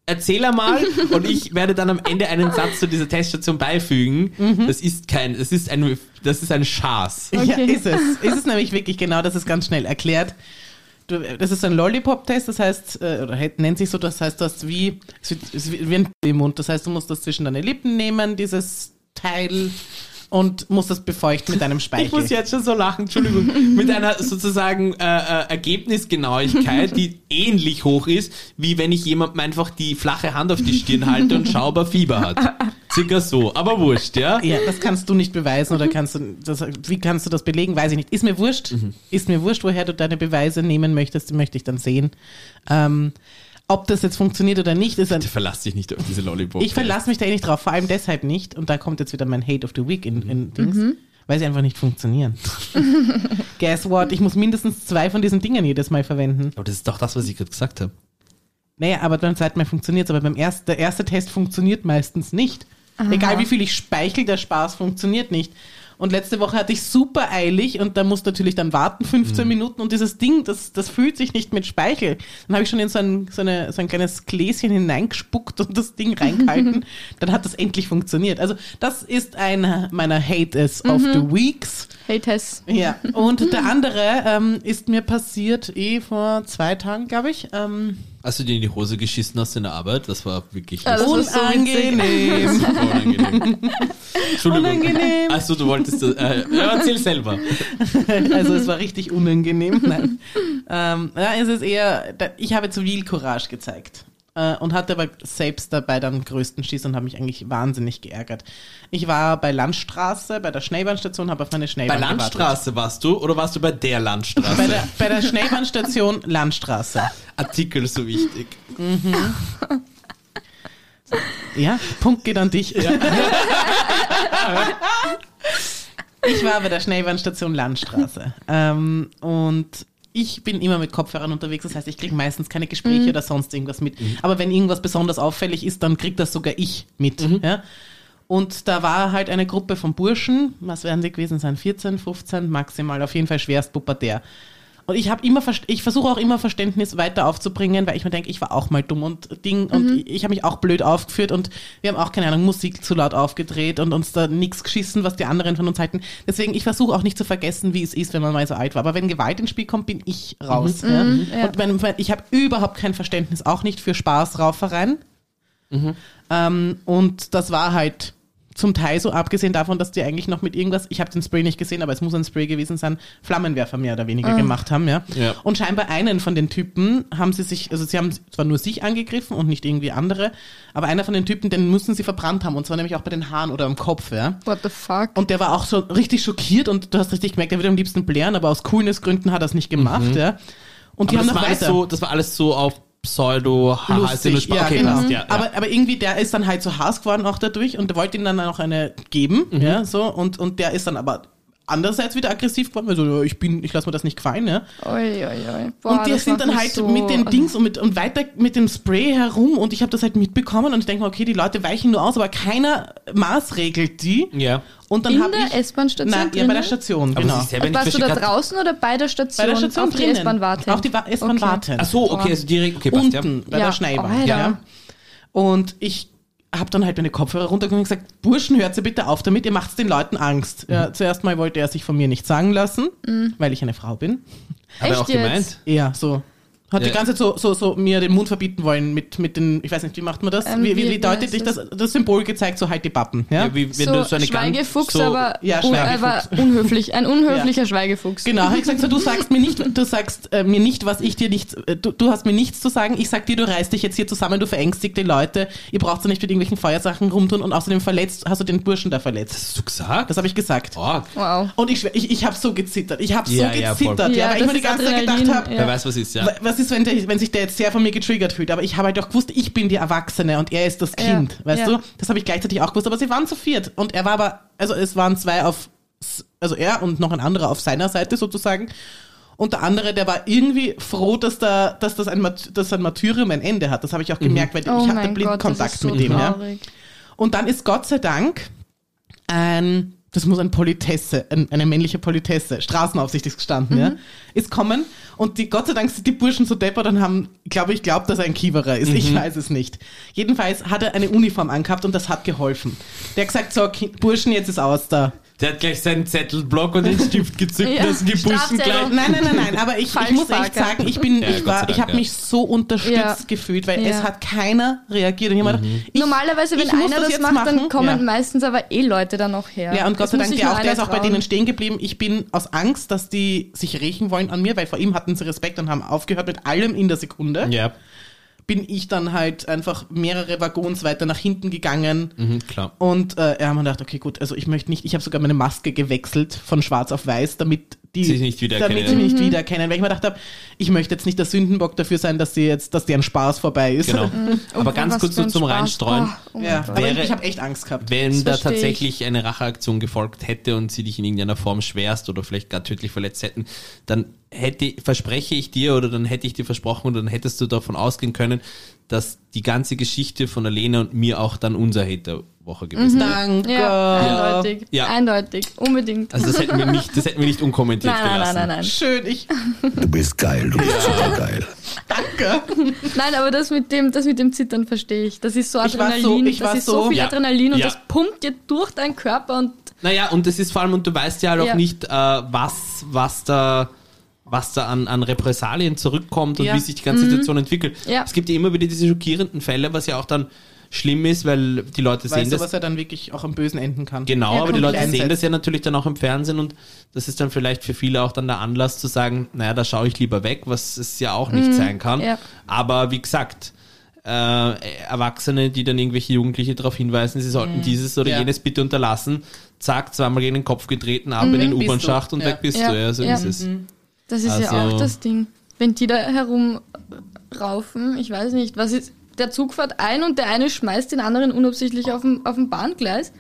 Speaker 2: Erzähl einmal und ich werde dann am Ende einen Satz zu dieser Teststation beifügen.
Speaker 1: Mhm.
Speaker 2: Das ist kein, das ist ein, das ist ein Schaß.
Speaker 1: Ja,
Speaker 3: Okay.
Speaker 1: ist es. Ist es nämlich wirklich genau, das ist ganz schnell erklärt. Du, das ist ein Lollipop-Test, das heißt, äh, oder hält- nennt sich so, das heißt, du hast wie, es wird- es wird wie ein im Mund. Das heißt, du musst das zwischen deine Lippen nehmen, dieses Teil, und musst das befeuchten mit deinem Speichel.
Speaker 2: Ich muss jetzt schon so lachen, Entschuldigung. Mit einer sozusagen äh, äh, Ergebnisgenauigkeit, die ähnlich hoch ist, wie wenn ich jemandem einfach die flache Hand auf die Stirn halte und schaue, ob er Fieber hat. Circa so, aber wurscht, ja?
Speaker 1: Ja, das kannst du nicht beweisen
Speaker 2: Mhm.
Speaker 1: oder kannst du, das, wie kannst du das belegen, weiß ich nicht. Ist mir wurscht,
Speaker 2: Mhm.
Speaker 1: ist mir wurscht, woher du deine Beweise nehmen möchtest, die möchte ich dann sehen. Ähm, ob das jetzt funktioniert oder nicht, ist ein,
Speaker 2: Verlass dich nicht auf diese Lollipop.
Speaker 1: ich verlasse mich da eh nicht drauf, vor allem deshalb nicht, und da kommt jetzt wieder mein Hate of the Week in, in Dings, weil sie einfach nicht funktionieren. Guess what, ich muss mindestens zwei von diesen Dingen jedes Mal verwenden.
Speaker 2: Aber das ist doch das, was ich gerade gesagt habe.
Speaker 1: Naja, aber beim zweiten Mal funktioniert es, aber beim ersten, der erste Test funktioniert meistens nicht. Egal wie viel ich speichel, der Spaß funktioniert nicht. Und letzte Woche hatte ich super eilig und da musst du natürlich dann warten 15 Minuten und dieses Ding, das, das fühlt sich nicht mit Speichel. Dann habe ich schon in so ein, so, eine, so ein kleines Gläschen hineingespuckt und das Ding reingehalten. dann hat das endlich funktioniert. Also das ist einer meiner Hates of the Weeks.
Speaker 3: hey Tess.
Speaker 1: Ja, und der andere ähm, ist mir passiert eh vor zwei Tagen, glaube ich. Ähm,
Speaker 2: Als du dir in die Hose geschissen hast in der Arbeit, das war wirklich
Speaker 3: Also- Das war so
Speaker 1: unangenehm.
Speaker 2: super unangenehm. Entschuldigung.
Speaker 1: Unangenehm.
Speaker 2: Achso, du wolltest, äh, ja, erzähl selber.
Speaker 1: also es war richtig unangenehm. Nein. ähm, ja, es ist eher, da- ich habe Zivilcourage gezeigt. Äh, und hatte aber selbst dabei dann größten Schiss und habe mich eigentlich wahnsinnig geärgert. Ich war bei Landstraße, bei der Schnellbahnstation, habe auf meine
Speaker 2: Bei
Speaker 1: Schnellbahn gewartet.
Speaker 2: Landstraße warst du oder warst du bei der Landstraße?
Speaker 1: Bei der, bei der Schnellbahnstation Landstraße.
Speaker 2: Artikel so wichtig.
Speaker 1: Ja, Punkt geht an dich. ich war bei der Schnellbahnstation Landstraße. Ähm, und ich bin immer mit Kopfhörern unterwegs, das heißt, ich kriege meistens keine Gespräche oder sonst irgendwas mit. Aber wenn irgendwas besonders auffällig ist, dann kriegt das sogar ich mit. Ja? Und da war halt eine Gruppe von Burschen, was werden die gewesen sein, 14, 15 maximal, auf jeden Fall schwerst pubertär. Und ich habe immer, verst- ich versuche auch immer Verständnis weiter aufzubringen, weil ich mir denke, ich war auch mal dumm und Ding und ich, ich habe mich auch blöd aufgeführt und wir haben auch keine Ahnung Musik zu laut aufgedreht und uns da nichts geschissen, was die anderen von uns halten. Deswegen ich versuche auch nicht zu vergessen, wie es ist, wenn man mal so alt war. Aber wenn Gewalt ins Spiel kommt, bin ich raus. Ja?
Speaker 3: ja.
Speaker 1: Und wenn, wenn, ich habe überhaupt kein Verständnis, auch nicht für Spaß Raufereien. Ähm, und das war halt zum Teil so, abgesehen davon, dass die eigentlich noch mit irgendwas, ich habe den Spray nicht gesehen, aber es muss ein Spray gewesen sein, Flammenwerfer mehr oder weniger gemacht haben, ja?
Speaker 2: Ja.
Speaker 1: Und scheinbar einen von den Typen haben sie sich, also sie haben zwar nur sich angegriffen und nicht irgendwie andere, aber einer von den Typen, den müssen sie verbrannt haben, und zwar nämlich auch bei den Haaren oder am Kopf, ja.
Speaker 3: What the fuck?
Speaker 1: Und der war auch so richtig schockiert und du hast richtig gemerkt, er würde am liebsten blären, aber aus Coolness-Gründen hat er es nicht gemacht, ja. Und die
Speaker 2: Mhm. Aber
Speaker 1: haben
Speaker 2: das
Speaker 1: noch
Speaker 2: war, alles
Speaker 1: weiter
Speaker 2: so, das war alles so auf Pseudo, haha, ist ja nur
Speaker 1: lustig.
Speaker 2: Spaß.
Speaker 1: Ja,
Speaker 2: okay,
Speaker 1: genau.
Speaker 2: passt, ja, ja.
Speaker 1: aber, aber irgendwie, der ist dann halt so Hass geworden auch dadurch und wollte ihm dann auch eine geben,
Speaker 2: Mhm.
Speaker 1: ja, so, und, und der ist dann aber andererseits wieder aggressiv geworden, weil so, ja, ich bin, ich lasse mir das nicht gefallen, ja.
Speaker 3: Oi, oi, oi. Boah,
Speaker 1: Und die
Speaker 3: das
Speaker 1: sind
Speaker 3: macht
Speaker 1: dann
Speaker 3: mich
Speaker 1: halt
Speaker 3: so-
Speaker 1: mit den Dings und, mit, und weiter mit dem Spray herum und ich habe das halt mitbekommen und ich denke mir, okay, die Leute weichen nur aus, aber keiner maßregelt die.
Speaker 2: ja.
Speaker 1: Und dann
Speaker 3: In
Speaker 1: habe
Speaker 3: der
Speaker 1: ich...
Speaker 3: S-Bahn-Station
Speaker 1: Nein, ja, bei der
Speaker 3: drinnen?
Speaker 1: Station,
Speaker 2: Aber
Speaker 1: genau.
Speaker 2: es ist ja, wenn ich
Speaker 3: Warst du da
Speaker 2: verstehe grad-
Speaker 3: draußen oder bei der Station?
Speaker 1: Bei der Station
Speaker 3: Auf die
Speaker 1: drinnen.
Speaker 3: S-Bahn warten.
Speaker 1: Auf die Wa- S-Bahn
Speaker 3: Okay.
Speaker 1: warten.
Speaker 2: Ach so, okay, also direkt, okay, passt, ja.
Speaker 1: unten bei
Speaker 3: Ja,
Speaker 1: der Schnellbahn.
Speaker 3: Alter.
Speaker 1: Ja. Und ich habe dann halt meine Kopfhörer runtergenommen und gesagt, Burschen, hört sie bitte auf damit, ihr macht den Leuten Angst. Ja, zuerst mal wollte er sich von mir nicht sagen lassen, weil ich eine Frau bin.
Speaker 2: Hat er
Speaker 3: Echt
Speaker 2: auch gemeint?
Speaker 3: jetzt?
Speaker 1: Ja, so. Hat
Speaker 2: Ja.
Speaker 1: die ganze Zeit so, so, so mir den Mund verbieten wollen mit, mit den, ich weiß nicht, wie macht man das?
Speaker 3: Ähm,
Speaker 1: wie,
Speaker 3: wie-
Speaker 1: wie,
Speaker 3: wie
Speaker 1: wie deutet
Speaker 3: heißt
Speaker 1: dich
Speaker 3: das?
Speaker 1: das, das Symbol gezeigt, so halt die Pappen. Ja?
Speaker 2: Ja, wie wenn
Speaker 3: so,
Speaker 2: du so eine
Speaker 3: Schweigefuchs,
Speaker 2: ganz, so,
Speaker 3: aber,
Speaker 1: Ja,
Speaker 3: un-
Speaker 1: Schweigefuchs.
Speaker 3: aber unhöflich. Ein unhöflicher Schweigefuchs.
Speaker 1: Genau, hab ich gesagt, so, du sagst mir nicht, du sagst äh, mir nicht, was ich dir nicht, äh, du, du hast mir nichts zu sagen, ich sag dir, du reißt dich jetzt hier zusammen, du verängstigst die Leute, ihr braucht so nicht mit irgendwelchen Feuersachen rumtun und außerdem verletzt, hast du den Burschen da verletzt.
Speaker 2: Hast du gesagt?
Speaker 1: Das habe ich gesagt.
Speaker 2: Org.
Speaker 3: Wow.
Speaker 1: Und ich, schwör, ich, ich habe so gezittert, ich habe
Speaker 2: Ja,
Speaker 1: so
Speaker 2: Genau. ja, voll.
Speaker 1: gezittert, ja,
Speaker 3: Ja,
Speaker 1: weil
Speaker 3: das
Speaker 1: ich mir die
Speaker 3: ist
Speaker 1: ganze Zeit gedacht
Speaker 3: Adrenalin,
Speaker 1: habe,
Speaker 3: ja.
Speaker 2: Wer weiß, was ist, ja.
Speaker 1: was ist, wenn, der, wenn sich der jetzt sehr von mir getriggert fühlt. Aber ich habe halt auch gewusst, ich bin die Erwachsene und er ist das
Speaker 3: Ja.
Speaker 1: Kind. Weißt
Speaker 3: Ja.
Speaker 1: du? Das habe ich gleichzeitig auch gewusst. Aber sie waren zu viert. Und er war aber, also es waren zwei auf, s- also er und noch ein anderer auf seiner Seite sozusagen. Und der andere, der war irgendwie froh, dass, da, dass das ein, Mat- dass ein Martyrium ein Ende hat. Das habe ich auch gemerkt, weil
Speaker 3: Oh
Speaker 1: ich hatte
Speaker 3: mein
Speaker 1: blind
Speaker 3: Gott, das
Speaker 1: Kontakt
Speaker 3: ist so
Speaker 1: mit dem. Ja.
Speaker 3: traurig.
Speaker 1: Und dann ist Gott sei Dank ein, das muss ein Politesse, ein, eine männliche Politesse, Straßenaufsicht ist gestanden,
Speaker 3: Mhm.
Speaker 1: ja, ist kommen und die, Gott sei Dank sind die Burschen so deppert und haben, glaube ich, glaubt, dass er ein Kiewerer ist,
Speaker 3: Mhm.
Speaker 1: ich weiß es nicht. Jedenfalls hat er eine Uniform angehabt und das hat geholfen. Der hat gesagt, so, Ki- Burschen, jetzt ist aus da.
Speaker 2: Der hat gleich seinen Zettelblock und den Stift gezückt,
Speaker 3: Ja,
Speaker 2: das gebuschen
Speaker 3: Strafzettel.
Speaker 2: gleich.
Speaker 1: Nein, nein, nein, nein, aber ich, ich
Speaker 3: Falsch
Speaker 1: muss echt
Speaker 3: parken.
Speaker 1: sagen, ich bin,
Speaker 2: Ja,
Speaker 1: ich
Speaker 2: Gott
Speaker 1: war,
Speaker 2: sei Dank,
Speaker 1: ich habe
Speaker 2: ja.
Speaker 1: mich so unterstützt
Speaker 3: Ja.
Speaker 1: gefühlt, weil
Speaker 3: Ja.
Speaker 1: es hat keiner reagiert und jemand mhm. ich,
Speaker 3: Normalerweise, wenn
Speaker 1: ich muss
Speaker 3: einer das,
Speaker 1: jetzt
Speaker 3: macht, dann
Speaker 1: machen. Ja.
Speaker 3: kommen meistens aber eh Leute dann noch her.
Speaker 1: Ja, und Gott
Speaker 3: Das
Speaker 1: sei
Speaker 3: muss
Speaker 1: Dank,
Speaker 3: sich
Speaker 1: der,
Speaker 3: nur
Speaker 1: auch, der
Speaker 3: einer
Speaker 1: ist auch bei
Speaker 3: trauen.
Speaker 1: denen stehen geblieben. Ich bin aus Angst, dass die sich rächen wollen an mir, weil vor ihm hatten sie Respekt und haben aufgehört mit allem in der Sekunde.
Speaker 2: Ja,
Speaker 1: Bin ich dann halt einfach mehrere Waggons weiter nach hinten gegangen.
Speaker 2: mhm, klar.
Speaker 1: Und äh, ja, man dachte, okay, gut, also ich möchte nicht, ich habe sogar meine Maske gewechselt von schwarz auf weiß, damit die
Speaker 2: Sie sich nicht wiedererkennen.
Speaker 1: damit sie mich
Speaker 3: Mhm.
Speaker 1: nicht wiedererkennen. Weil ich mir gedacht habe, ich möchte jetzt nicht der Sündenbock dafür sein, dass sie jetzt, dass deren Spaß vorbei ist.
Speaker 2: Genau. Aber
Speaker 3: Mhm. Und
Speaker 2: ganz
Speaker 3: was
Speaker 2: kurz
Speaker 3: für
Speaker 2: nur
Speaker 3: ein
Speaker 2: zum
Speaker 3: Spaß.
Speaker 2: Reinstreuen.
Speaker 3: Ah, oh mein
Speaker 1: Ja,
Speaker 3: Gott.
Speaker 1: aber ich,
Speaker 2: Wäre-
Speaker 1: ich habe echt Angst gehabt.
Speaker 2: Wenn da
Speaker 3: verstehe ich.
Speaker 2: tatsächlich eine Racheaktion gefolgt hätte und sie dich in irgendeiner Form schwerst oder vielleicht gar tödlich verletzt hätten, dann hätte, verspreche ich dir oder dann hätte ich dir versprochen und dann hättest du davon ausgehen können, dass die ganze Geschichte von Alena und mir auch dann unser Hate der Woche
Speaker 3: Mhm.
Speaker 2: gewesen wäre.
Speaker 1: Danke.
Speaker 3: Ja, eindeutig.
Speaker 2: Ja.
Speaker 3: Eindeutig. Unbedingt.
Speaker 2: Also das hätten wir nicht, das hätten wir nicht unkommentiert
Speaker 3: nein, nein,
Speaker 2: gelassen.
Speaker 3: nein, nein,
Speaker 1: Schön, ich
Speaker 4: Du bist geil, du bist super geil.
Speaker 1: danke.
Speaker 3: nein. Nein, aber das mit dem, das mit dem Zittern verstehe ich. Das ist so
Speaker 1: Ich war
Speaker 3: Adrenalin.
Speaker 1: so- ich war
Speaker 3: das ist so,
Speaker 1: so-
Speaker 3: viel
Speaker 2: Ja.
Speaker 3: Adrenalin und
Speaker 2: Ja.
Speaker 3: das pumpt dir durch deinen Körper und
Speaker 2: Naja, und das ist vor allem, und du weißt ja halt auch
Speaker 3: Ja.
Speaker 2: nicht, äh, was, was da was da an, an Repressalien zurückkommt und
Speaker 1: Ja.
Speaker 2: wie sich die ganze Situation entwickelt.
Speaker 3: Mhm. Ja.
Speaker 2: Es gibt ja immer wieder diese schockierenden Fälle, was ja auch dann schlimm ist, weil die Leute sehen
Speaker 1: Weißt du,
Speaker 2: das.
Speaker 1: was er dann wirklich auch am Bösen enden kann.
Speaker 2: Genau,
Speaker 3: Ja,
Speaker 2: aber die Leute
Speaker 1: komplett.
Speaker 2: sehen das ja natürlich dann auch im Fernsehen und das ist dann vielleicht für viele auch dann der Anlass zu sagen, naja, da schaue ich lieber weg, was es ja auch nicht sein kann.
Speaker 3: ja.
Speaker 2: Aber wie gesagt, äh, Erwachsene, die dann irgendwelche Jugendliche darauf hinweisen, sie sollten dieses oder
Speaker 1: Ja.
Speaker 2: jenes bitte unterlassen, zack, zweimal gegen den Kopf getreten, ab in den
Speaker 1: Bist
Speaker 2: U-Bahn-Schacht
Speaker 1: du.
Speaker 2: und
Speaker 1: Ja.
Speaker 2: weg bist
Speaker 3: Ja.
Speaker 2: du. Ja, so
Speaker 3: Ja.
Speaker 2: ist es.
Speaker 3: Das ist ja
Speaker 2: Also-
Speaker 3: auch das Ding. Wenn die da herumraufen, ich weiß nicht, was ist. Der Zug fährt ein und der eine schmeißt den anderen unabsichtlich auf dem, auf dem Bahngleis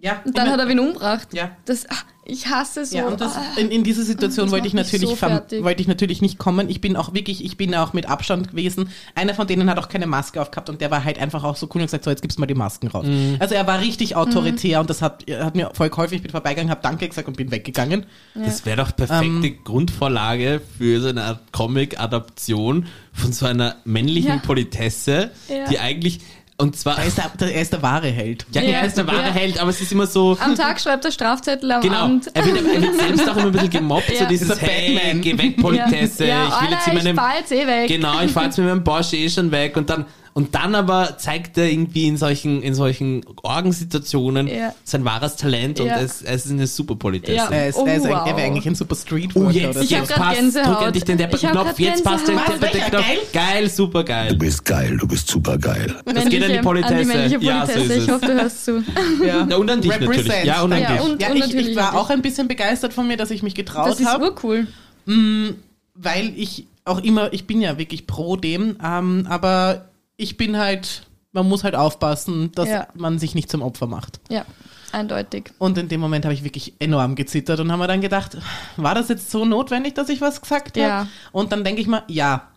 Speaker 1: Ja.
Speaker 3: und dann hat er wen umgebracht.
Speaker 1: Ja.
Speaker 3: Das, ah, ich hasse so.
Speaker 1: Ja, und das,
Speaker 3: ah.
Speaker 1: in, in diese Situation
Speaker 3: das
Speaker 1: wollte ich,
Speaker 3: macht mich
Speaker 1: natürlich
Speaker 3: so
Speaker 1: verm-
Speaker 3: fertig.
Speaker 1: wollte ich natürlich nicht kommen. Ich bin auch wirklich, ich bin auch mit Abstand gewesen. Einer von denen hat auch keine Maske aufgehabt und der war halt einfach auch so cool und gesagt, so jetzt gibst mal die Masken raus.
Speaker 2: Mhm.
Speaker 1: Also er war richtig
Speaker 3: Mhm.
Speaker 1: autoritär und das hat, hat mir voll geholfen. Ich bin vorbeigegangen, habe Danke gesagt und bin weggegangen.
Speaker 2: Das wäre doch perfekte Grundvorlage für so eine Art Comic-Adaption von so einer männlichen
Speaker 3: Ja.
Speaker 2: Politesse,
Speaker 3: Ja.
Speaker 2: die eigentlich, und zwar,
Speaker 1: Er ist der, der, er ist der wahre Held.
Speaker 2: ja,
Speaker 3: Ja.
Speaker 2: er ist der wahre
Speaker 3: Ja.
Speaker 2: Held, aber es ist immer so,
Speaker 3: Am Tag schreibt er Strafzettel, am
Speaker 2: Genau.
Speaker 3: Abend.
Speaker 2: Er wird, er wird selbst auch immer ein bisschen gemobbt, so
Speaker 3: Ja.
Speaker 2: dieses
Speaker 1: Ist er
Speaker 2: hey,
Speaker 1: Batman?
Speaker 2: geh weg, Politesse.
Speaker 3: Ja.
Speaker 2: ich will
Speaker 3: Alter,
Speaker 2: jetzt in
Speaker 3: ich
Speaker 2: meinem.
Speaker 3: fahr jetzt eh weg.
Speaker 2: Genau, ich fahr jetzt mit meinem Porsche eh schon weg. Und dann, und dann aber zeigt er irgendwie in solchen, in solchen Orgensituationen
Speaker 3: Ja.
Speaker 2: sein wahres Talent und
Speaker 3: Ja.
Speaker 2: es, es ist eine super Politesse.
Speaker 3: Ja.
Speaker 1: Er, ist, er, ist
Speaker 3: Oh,
Speaker 1: ein, er wäre
Speaker 3: wow.
Speaker 1: eigentlich ein super Street
Speaker 2: Oh,
Speaker 1: Worker oder
Speaker 2: jetzt,
Speaker 1: so.
Speaker 3: hab
Speaker 2: jetzt
Speaker 3: grad
Speaker 2: passt,
Speaker 3: Gänsehaut.
Speaker 2: drück endlich den
Speaker 3: Ich hab
Speaker 2: Depperknopf,
Speaker 3: grad
Speaker 2: jetzt passt der
Speaker 3: Gänsehaut.
Speaker 1: Was,
Speaker 2: Depperknopf.
Speaker 1: welcher?
Speaker 2: Geil, super geil.
Speaker 4: Du bist geil, du bist super geil.
Speaker 2: Das geht an die Politesse.
Speaker 3: An die männliche
Speaker 2: Ja, so
Speaker 3: Politesse.
Speaker 2: ist
Speaker 3: ich
Speaker 2: es.
Speaker 3: hoffe, du hörst zu.
Speaker 1: Ja.
Speaker 2: Ja, und an dich
Speaker 1: Represent.
Speaker 2: natürlich. Ja, und an
Speaker 3: Ja,
Speaker 2: dich.
Speaker 3: und-
Speaker 1: Ja, ich,
Speaker 3: natürlich
Speaker 1: ich war
Speaker 3: natürlich.
Speaker 1: auch ein bisschen begeistert von mir, dass ich mich
Speaker 3: Das
Speaker 1: getraut
Speaker 3: ist
Speaker 1: habe.
Speaker 3: urcool.
Speaker 1: weil ich auch immer, ich bin ja wirklich pro dem, ähm, aber ich bin halt, man muss halt aufpassen, dass
Speaker 3: Ja.
Speaker 1: man sich nicht zum Opfer macht.
Speaker 3: Ja, eindeutig.
Speaker 1: Und in dem Moment habe ich wirklich enorm gezittert und haben wir dann gedacht, war das jetzt so notwendig, dass ich was gesagt habe?
Speaker 3: Ja.
Speaker 1: Und dann denke ich mal, ja.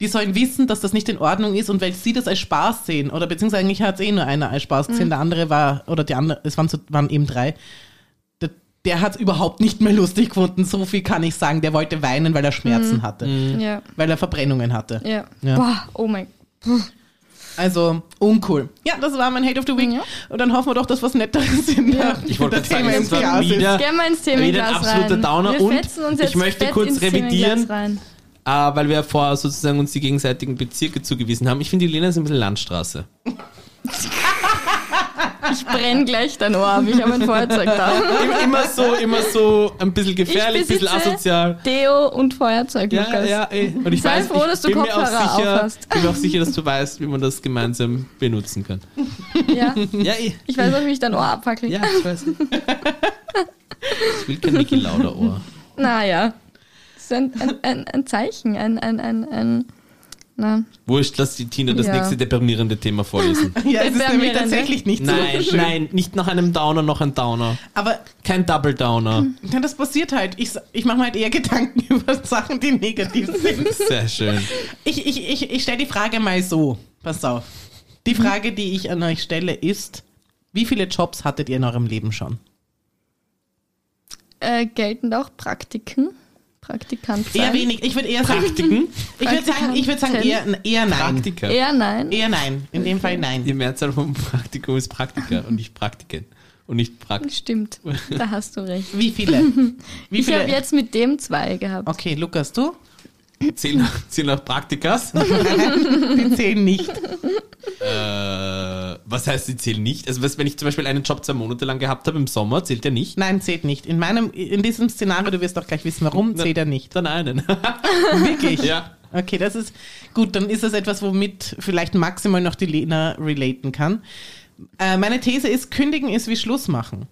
Speaker 1: Die sollen wissen, dass das nicht in Ordnung ist und weil sie das als Spaß sehen, oder beziehungsweise eigentlich hat es eh nur einer als Spaß
Speaker 3: Mhm.
Speaker 1: gesehen, der andere war, oder die andere, es waren, so, waren eben drei, der, der hat es überhaupt nicht mehr lustig gefunden, so viel kann ich sagen, der wollte weinen, weil er Schmerzen
Speaker 3: Mhm.
Speaker 1: hatte
Speaker 2: Mhm.
Speaker 3: Ja,
Speaker 1: weil er Verbrennungen hatte.
Speaker 3: ja.
Speaker 1: Ja.
Speaker 3: Boah, oh mein Gott.
Speaker 1: Also uncool. Ja, das war mein Hate of the Week.
Speaker 3: Ja.
Speaker 1: Und dann hoffen wir doch, dass was Netteres in
Speaker 3: Ja.
Speaker 1: der,
Speaker 2: Ich wollte
Speaker 1: in der
Speaker 2: gerade sagen,
Speaker 1: Thema
Speaker 2: es war
Speaker 1: im Glas ist.
Speaker 2: wieder-
Speaker 3: Gehen wir ins
Speaker 2: Wieder ein
Speaker 3: Themenglas
Speaker 2: absoluter
Speaker 3: rein.
Speaker 2: Downer
Speaker 3: wir
Speaker 2: und
Speaker 3: fetzen uns jetzt
Speaker 2: ich möchte
Speaker 3: fett
Speaker 2: kurz
Speaker 3: ins
Speaker 2: revidieren.
Speaker 3: Themenglas Rein.
Speaker 2: äh, weil wir vorher sozusagen uns die gegenseitigen Bezirke zugewiesen haben. Ich finde, die Lena ist ein bisschen Landstraße.
Speaker 3: Ich brenne gleich dein Ohr, ab, ich habe ein Feuerzeug da.
Speaker 2: Im- immer so, immer so ein bisschen gefährlich, ein
Speaker 3: Ich besitze-
Speaker 2: bisschen asozial.
Speaker 3: Deo und Feuerzeug,
Speaker 2: Ja,
Speaker 3: Lukas.
Speaker 2: ja, ey. Und ich
Speaker 3: Sei
Speaker 2: weiß,
Speaker 3: froh,
Speaker 2: ich
Speaker 3: dass du
Speaker 2: bin mir auch
Speaker 3: Kopfhörer
Speaker 2: sicher,
Speaker 3: aufhast.
Speaker 2: bin mir auch sicher, dass du weißt, wie man das gemeinsam benutzen kann.
Speaker 3: Ja.
Speaker 2: Ja, ey.
Speaker 3: Ich weiß auch, wie ich dein Ohr abfackle.
Speaker 2: ja ich weiß. Ich will kein Niki Lauder Ohr.
Speaker 3: Naja. so ein, ein, ein, ein Zeichen, ein, ein, ein, ein na,
Speaker 2: Wurscht, lass die Tina das
Speaker 3: Ja.
Speaker 2: nächste deprimierende Thema vorlesen.
Speaker 1: Ja, es ist
Speaker 3: Deprimierende.
Speaker 1: nämlich tatsächlich nicht
Speaker 2: nein,
Speaker 1: so schön.
Speaker 2: nein, nicht nach einem Downer noch ein Downer.
Speaker 1: Aber
Speaker 2: Kein Double Downer.
Speaker 1: ja, das passiert halt. Ich, sa- ich mache mir halt eher Gedanken über Sachen, die negativ sind.
Speaker 2: Sehr schön.
Speaker 1: Ich, ich, ich, ich stelle die Frage mal so. Pass auf. Die Frage, die ich an euch stelle, ist, wie viele Jobs hattet ihr in eurem Leben schon?
Speaker 3: äh, gelten auch Praktiken, Praktikanten.
Speaker 1: Eher wenig. Ich würde eher sagen,
Speaker 2: Praktiken?
Speaker 1: ich würde sagen, ich würd sagen eher, eher nein.
Speaker 2: Praktika.
Speaker 3: Eher nein.
Speaker 1: Eher nein. In dem Fall
Speaker 2: Die
Speaker 1: nein.
Speaker 2: Mehrzahl vom Praktikum ist Praktika und nicht Praktiken. Und nicht Praktik.
Speaker 3: Stimmt, da hast du recht.
Speaker 1: Wie viele? Wie
Speaker 3: Ich
Speaker 1: viele?
Speaker 3: habe jetzt mit dem zwei gehabt.
Speaker 1: okay, Lukas, du?
Speaker 2: Zähl nach, zähl nach Praktikas.
Speaker 1: Die zählen nicht.
Speaker 2: Äh, was heißt, sie zählen nicht? Also, was, wenn ich zum Beispiel einen Job zwei Monate lang gehabt habe im Sommer, zählt der nicht?
Speaker 1: Nein, zählt nicht. In meinem, in diesem Szenario, du wirst doch gleich wissen, warum, zählt er nicht.
Speaker 2: Dann einen.
Speaker 1: Wirklich?
Speaker 2: ja.
Speaker 1: Okay, das ist gut. Dann ist das etwas, womit vielleicht maximal noch die Lena relaten kann. Äh, meine These ist, kündigen ist wie Schluss machen.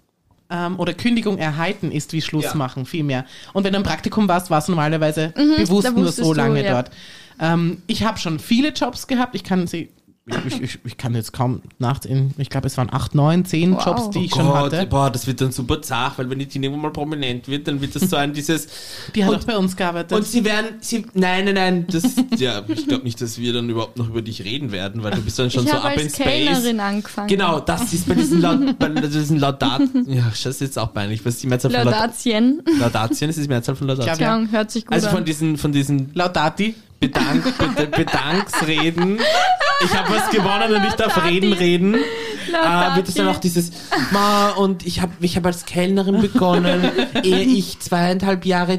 Speaker 1: Ähm, oder Kündigung erhalten ist wie Schluss
Speaker 2: Ja.
Speaker 1: machen, vielmehr. Und wenn du im Praktikum warst, warst du normalerweise bewusst
Speaker 3: Mhm, da
Speaker 1: nur
Speaker 3: wusstest
Speaker 1: so
Speaker 3: du,
Speaker 1: lange
Speaker 3: ja.
Speaker 1: dort. Ähm, ich habe schon viele Jobs gehabt. Ich kann sie. Ich, ich, ich kann jetzt kaum nachzählen. Ich glaube, es waren acht, neun, zehn
Speaker 3: Wow.
Speaker 1: Jobs, die ich schon
Speaker 2: Oh Gott,
Speaker 1: hatte.
Speaker 2: boah, das wird dann super zart, weil wenn die Tina irgendwann mal prominent wird, dann wird das so ein dieses.
Speaker 1: Die hat
Speaker 2: und-
Speaker 1: auch bei uns gearbeitet.
Speaker 2: Und sie werden, sie, nein, nein, nein, das, ja, ich glaube nicht, dass wir dann überhaupt noch über dich reden werden, weil du bist dann schon
Speaker 3: ich
Speaker 2: so
Speaker 3: habe
Speaker 2: up in
Speaker 3: als
Speaker 2: space.
Speaker 3: Kellnerin angefangen.
Speaker 2: Genau, das ist bei diesen, Laud, bei diesen Laudat, ja, das ist jetzt auch peinlich, was ist die Mehrzahl von Laudat
Speaker 3: Laudatien.
Speaker 2: Laudatien, das ist die Mehrzahl von
Speaker 1: Ich
Speaker 2: Laudatien.
Speaker 1: glaub, ja.
Speaker 3: Ja. Hört sich gut
Speaker 2: Also
Speaker 3: an.
Speaker 2: von diesen, von diesen
Speaker 1: Laudati.
Speaker 2: Bedank, Bed- Bedanksreden. Ich habe was gewonnen und ich darf
Speaker 3: Laudati.
Speaker 2: reden, reden.
Speaker 3: Laudati.
Speaker 2: Äh, wird es dann auch dieses Ma und ich habe ich hab als Kellnerin begonnen, ehe ich zweieinhalb Jahre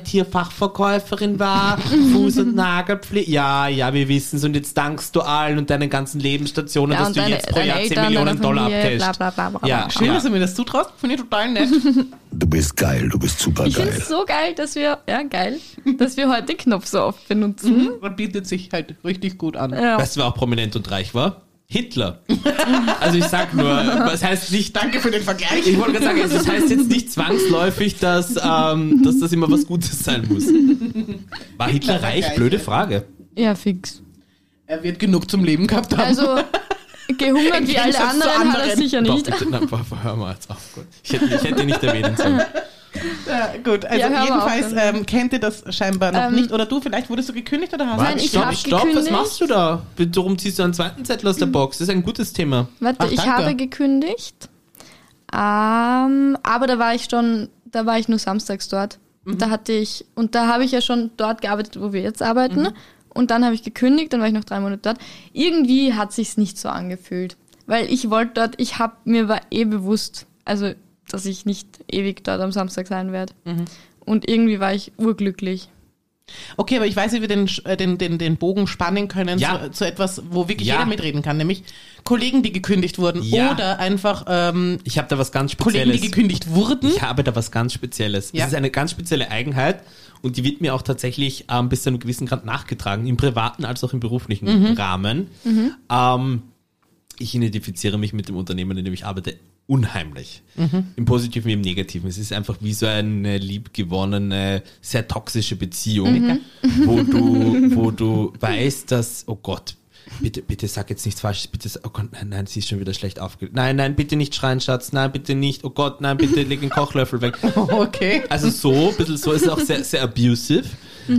Speaker 2: Tierfachverkäuferin war, Fuß- und Nagelpflege. Ja, ja, wir wissen's und jetzt dankst du allen und deinen ganzen Lebensstationen,
Speaker 3: ja,
Speaker 2: dass
Speaker 3: und
Speaker 2: du
Speaker 3: deine,
Speaker 2: jetzt pro
Speaker 3: deine
Speaker 2: Jahr 10
Speaker 3: Eltern,
Speaker 2: Millionen
Speaker 3: deine
Speaker 2: Dollar
Speaker 3: Familie,
Speaker 2: abcashst.
Speaker 3: Bla, bla, bla, bla,
Speaker 2: Ja,
Speaker 3: bla.
Speaker 1: Schön,
Speaker 2: ja.
Speaker 1: dass du mir Also das zutraust. Finde ich total nett.
Speaker 4: Du bist geil, du bist super
Speaker 3: Ich finde
Speaker 4: geil.
Speaker 3: es so geil, dass wir, ja geil, dass wir heute den Knopf so oft benutzen.
Speaker 2: Mhm.
Speaker 1: Man bietet sich halt richtig gut an.
Speaker 3: Ja.
Speaker 2: Weißt du, wer auch prominent und reich war? Hitler. Also ich sag nur, das heißt nicht,
Speaker 1: Danke für den Vergleich.
Speaker 2: ich wollte gerade sagen, also das heißt jetzt nicht zwangsläufig, dass, ähm, dass das immer was Gutes sein muss. War Hitler reich? Blöde Frage.
Speaker 3: ja, fix.
Speaker 1: Er wird genug zum Leben gehabt haben.
Speaker 3: Also gehungert wie alle
Speaker 1: Gegensatz zu
Speaker 3: anderen, hat er
Speaker 1: anderen.
Speaker 3: sicher
Speaker 2: Doch,
Speaker 3: nicht.
Speaker 2: bitte, na, boah, hör mal jetzt auf. Gott. Ich hätte, ich hätte ihn nicht erwähnen sollen.
Speaker 1: ja, gut, also
Speaker 3: Ja, hör mal
Speaker 1: jedenfalls
Speaker 3: auf dann.
Speaker 1: ähm, kennt ihr das scheinbar noch
Speaker 3: Ähm,
Speaker 1: nicht. Oder du, vielleicht wurdest du gekündigt oder hast
Speaker 3: Nein,
Speaker 1: du...
Speaker 3: ich
Speaker 2: stopp,
Speaker 3: hab
Speaker 2: stopp, was
Speaker 3: gekündigt.
Speaker 2: machst du da? Warum ziehst du einen zweiten Zettel aus der Box? Das ist ein gutes Thema.
Speaker 3: Warte,
Speaker 1: Ach,
Speaker 3: ich
Speaker 1: danke.
Speaker 3: habe gekündigt. Ähm, aber da war ich schon, da war ich nur samstags dort.
Speaker 1: Mhm.
Speaker 3: Da hatte ich, und da habe ich ja schon dort gearbeitet, wo wir jetzt arbeiten.
Speaker 1: Mhm.
Speaker 3: Und dann habe ich gekündigt, dann war ich noch drei Monate dort. Irgendwie hat sich's nicht so angefühlt. Weil ich wollte dort, ich habe mir war eh bewusst, also dass ich nicht ewig dort am Samstag sein werde.
Speaker 1: Mhm.
Speaker 3: Und irgendwie war ich urglücklich.
Speaker 1: Okay, aber ich weiß, wie wir den, äh, den, den, den Bogen spannen können
Speaker 2: Ja.
Speaker 1: zu, zu etwas, wo wirklich
Speaker 2: Ja.
Speaker 1: jeder mitreden kann, nämlich Kollegen, die gekündigt wurden
Speaker 2: Ja.
Speaker 1: oder einfach ähm,
Speaker 2: Ich habe da was ganz Spezielles.
Speaker 1: Kollegen, die gekündigt wurden.
Speaker 2: Ich habe da was ganz Spezielles.
Speaker 1: Ja.
Speaker 2: Das ist eine ganz spezielle Eigenheit und die wird mir auch tatsächlich ähm, bis zu einem gewissen Grad nachgetragen, im privaten als auch im beruflichen Rahmen. Ähm, ich identifiziere mich mit dem Unternehmen, in dem ich arbeite, unheimlich. Im Positiven wie im Negativen. Es ist einfach wie so eine liebgewonnene, sehr toxische Beziehung, wo, du, wo du weißt, dass, oh Gott, bitte, bitte sag jetzt nichts Falsches, bitte, sa- oh Gott, nein, nein, sie ist schon wieder schlecht aufgelegt. Nein, nein, bitte nicht schreien, Schatz, nein, bitte nicht, oh Gott, nein, bitte leg den Kochlöffel weg.
Speaker 1: Okay.
Speaker 2: Also so, ein bisschen so ist es auch sehr, sehr abusive.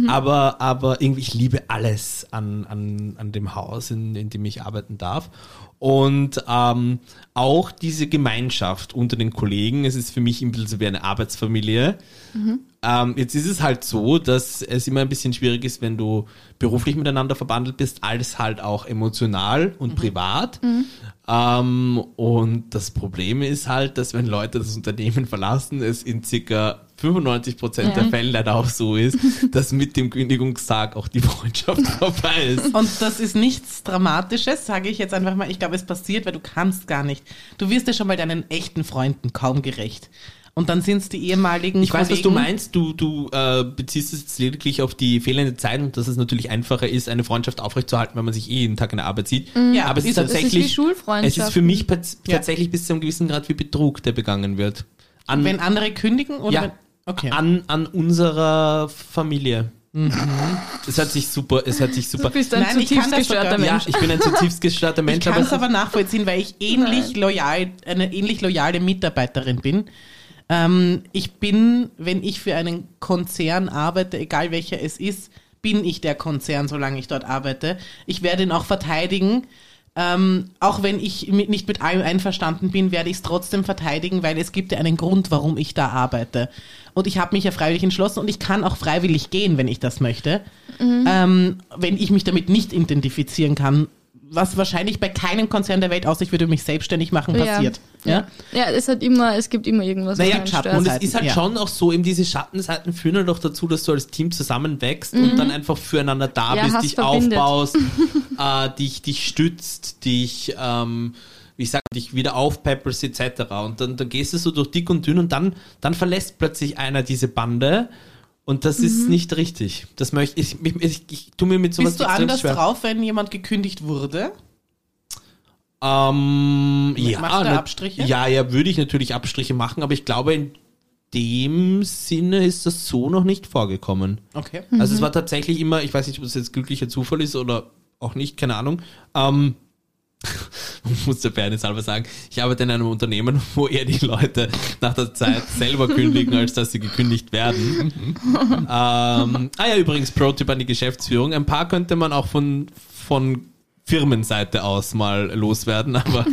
Speaker 2: Aber, aber irgendwie, ich liebe alles an, an, an dem Haus, in, in dem ich arbeiten darf. Und ähm, auch diese Gemeinschaft unter den Kollegen, es ist für mich ein bisschen so wie eine Arbeitsfamilie. Ähm, jetzt ist es halt so, dass es immer ein bisschen schwierig ist, wenn du beruflich miteinander verbandelt bist, als halt auch emotional und privat. Ähm, und das Problem ist halt, dass wenn Leute das Unternehmen verlassen, es in circa 95 Prozent der
Speaker 3: Ja.
Speaker 2: Fälle leider auch so ist, dass mit dem Kündigungstag auch die Freundschaft vorbei ist.
Speaker 1: Und das ist nichts Dramatisches, sage ich jetzt einfach mal. Ich glaube, es passiert, weil du kannst gar nicht. Du wirst ja schon mal deinen echten Freunden kaum gerecht. Und dann sind es die ehemaligen
Speaker 2: Ich weiß, was du
Speaker 1: Kollegen.
Speaker 2: meinst. Du, du äh, beziehst es jetzt lediglich auf die fehlende Zeit und dass es natürlich einfacher ist, eine Freundschaft aufrechtzuerhalten, wenn man sich eh jeden Tag in der Arbeit sieht.
Speaker 1: Ja,
Speaker 2: aber es
Speaker 1: ist
Speaker 2: ist
Speaker 1: es. Es ist wie
Speaker 2: tatsächlich.
Speaker 3: Schulfreundschaft.
Speaker 2: Es ist für mich paz-
Speaker 1: Ja.
Speaker 2: tatsächlich bis zu einem gewissen Grad wie Betrug, der begangen wird. An,
Speaker 1: Wenn andere kündigen oder
Speaker 2: ja,
Speaker 1: wenn, okay.
Speaker 2: an, an unserer Familie. Es hat sich super, es hat sich
Speaker 3: Du
Speaker 2: super.
Speaker 3: bist ein
Speaker 1: Nein, ich kann
Speaker 3: zutiefst
Speaker 1: das
Speaker 3: gestörter
Speaker 1: sogar.
Speaker 2: Ja,
Speaker 3: Mensch.
Speaker 2: ich bin ein zutiefst gestörter
Speaker 1: Ich
Speaker 2: Mensch, aber
Speaker 1: kann
Speaker 2: es
Speaker 1: es aber nachvollziehen, weil
Speaker 3: eh
Speaker 1: ich ähnlich loyal, eine ähnlich loyale Mitarbeiterin bin. Ähm, ich bin, wenn ich für einen Konzern arbeite, egal welcher es ist, bin ich der Konzern, solange ich dort arbeite. Ich werde ihn auch verteidigen. Ähm, auch wenn ich mit, nicht mit allem einverstanden bin, werde ich es trotzdem verteidigen, weil es gibt ja einen Grund, warum ich da arbeite. Und ich habe mich ja freiwillig entschlossen und ich kann auch freiwillig gehen, wenn ich das möchte.
Speaker 3: Mhm.
Speaker 1: Ähm, wenn ich mich damit nicht identifizieren kann, was wahrscheinlich bei keinem Konzern der Welt, außer ich würde mich selbstständig machen,
Speaker 3: Ja.
Speaker 1: passiert. Ja?
Speaker 3: Ja. ja, es hat immer, es gibt immer irgendwas,
Speaker 2: Naja,
Speaker 1: einen
Speaker 3: einen
Speaker 1: Schatten.
Speaker 3: stört.
Speaker 2: Und es ist halt
Speaker 1: Ja.
Speaker 2: schon auch so, eben diese Schattenseiten führen halt auch dazu, dass du als Team zusammenwächst und dann einfach füreinander da
Speaker 3: Mhm. Ja,
Speaker 2: bist,
Speaker 3: Hass
Speaker 2: dich
Speaker 3: verbindet.
Speaker 2: aufbaust, äh, dich, dich stützt, dich, ähm, wie ich sag, dich wieder aufpepperst etc. Und dann, dann gehst du so durch dick und dünn und dann, dann verlässt plötzlich einer diese Bande und das
Speaker 3: Mhm.
Speaker 2: ist nicht richtig. Das möchte ich, ich, ich, ich tu mir mit sowas
Speaker 1: Bist du
Speaker 2: extrem
Speaker 1: anders
Speaker 2: schwer.
Speaker 1: drauf, wenn jemand gekündigt wurde?
Speaker 2: Ähm,
Speaker 1: Machst
Speaker 2: ja,
Speaker 1: du da
Speaker 2: na-
Speaker 1: Abstriche?
Speaker 2: Ja, ja, würde ich natürlich Abstriche machen, aber ich glaube, in dem Sinne ist das so noch nicht vorgekommen.
Speaker 1: Okay.
Speaker 2: Also es war tatsächlich immer, ich weiß nicht, ob es jetzt glücklicher Zufall ist oder auch nicht, keine Ahnung. Ähm, muss der Fairness halber sagen, ich arbeite in einem Unternehmen, wo eher die Leute nach der Zeit selber kündigen, als dass sie gekündigt werden. ähm, ah ja, übrigens, Pro-Tipp an die Geschäftsführung. Ein paar könnte man auch von, von Firmenseite aus mal loswerden, aber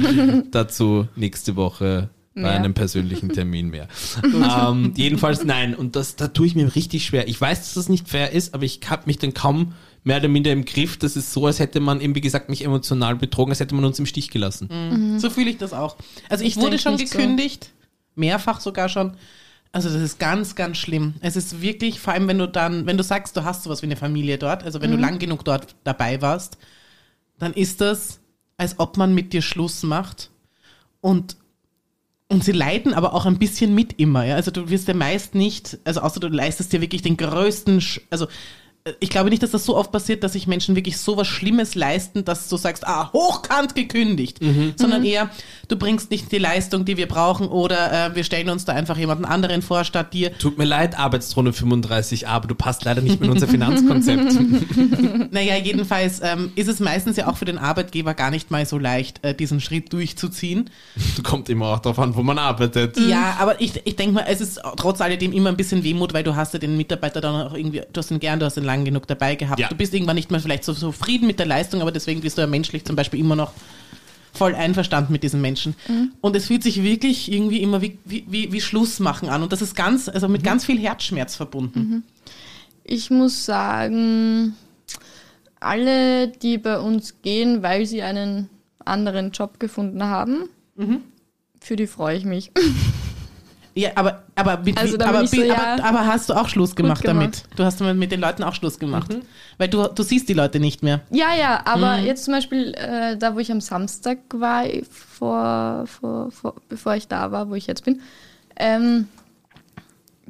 Speaker 2: dazu nächste Woche bei
Speaker 3: Mehr.
Speaker 2: einem persönlichen Termin mehr. ähm, jedenfalls nein, und das, da tue ich mir richtig schwer. Ich weiß, dass das nicht fair ist, aber ich habe mich dann kaum mehr oder minder im Griff. Das ist so, als hätte man eben, wie gesagt, mich emotional betrogen, als hätte man uns im Stich gelassen.
Speaker 1: So fühle ich das auch. Also ich,
Speaker 3: Ich
Speaker 1: wurde
Speaker 3: denk
Speaker 1: schon
Speaker 3: nicht so.
Speaker 1: gekündigt, mehrfach sogar schon. Also das ist ganz, ganz schlimm. Es ist wirklich, vor allem wenn du dann, wenn du sagst, du hast sowas wie eine Familie dort, also
Speaker 3: Mhm.
Speaker 1: wenn du lang genug dort dabei warst, dann ist das, als ob man mit dir Schluss macht und und sie leiden aber auch ein bisschen mit immer, ja. Also du wirst ja meist nicht, also außer du leistest dir wirklich den größten, Sch also äh, ich glaube nicht, dass das so oft passiert, dass sich Menschen wirklich so was Schlimmes leisten, dass du sagst, ah, hochkant gekündigt, sondern eher, du bringst nicht die Leistung, die wir brauchen oder äh, wir stellen uns da einfach jemanden anderen vor statt dir.
Speaker 2: Tut mir leid, Arbeitszone 35, aber du passt leider nicht mit unser Finanzkonzept.
Speaker 1: Naja, jedenfalls ähm, ist es meistens ja auch für den Arbeitgeber gar nicht mal so leicht, äh, diesen Schritt durchzuziehen.
Speaker 2: Kommt immer auch darauf an, wo man arbeitet.
Speaker 1: Ja, aber ich, ich denke mal, es ist trotz alledem immer ein bisschen Wehmut, weil du hast ja den Mitarbeiter dann auch irgendwie, du hast ihn gern, du hast ihn lang genug dabei gehabt.
Speaker 2: Ja.
Speaker 1: Du bist irgendwann nicht mehr vielleicht so so zufrieden mit der Leistung, aber deswegen bist du ja menschlich zum Beispiel immer noch voll einverstanden mit diesen Menschen. Und es fühlt sich wirklich irgendwie immer wie, wie, wie, wie Schluss machen an. Und das ist ganz, also mit ganz viel Herzschmerz verbunden.
Speaker 3: Ich muss sagen, alle, die bei uns gehen, weil sie einen anderen Job gefunden haben,
Speaker 1: Mhm.
Speaker 3: für die freue ich mich.
Speaker 1: Ja, aber, aber, mit,
Speaker 3: Also da bin
Speaker 1: aber,
Speaker 3: ich so,
Speaker 1: bi-
Speaker 3: ja,
Speaker 1: aber, aber hast du auch Schluss gemacht, damit?
Speaker 3: gemacht. Mhm.
Speaker 1: Du hast mit mit den Leuten auch Schluss gemacht. Weil du, du siehst die Leute nicht mehr.
Speaker 3: Ja, ja, aber
Speaker 1: Mhm.
Speaker 3: jetzt zum Beispiel, äh, da wo ich am Samstag war, vor, vor, vor, bevor ich da war, wo ich jetzt bin, ähm,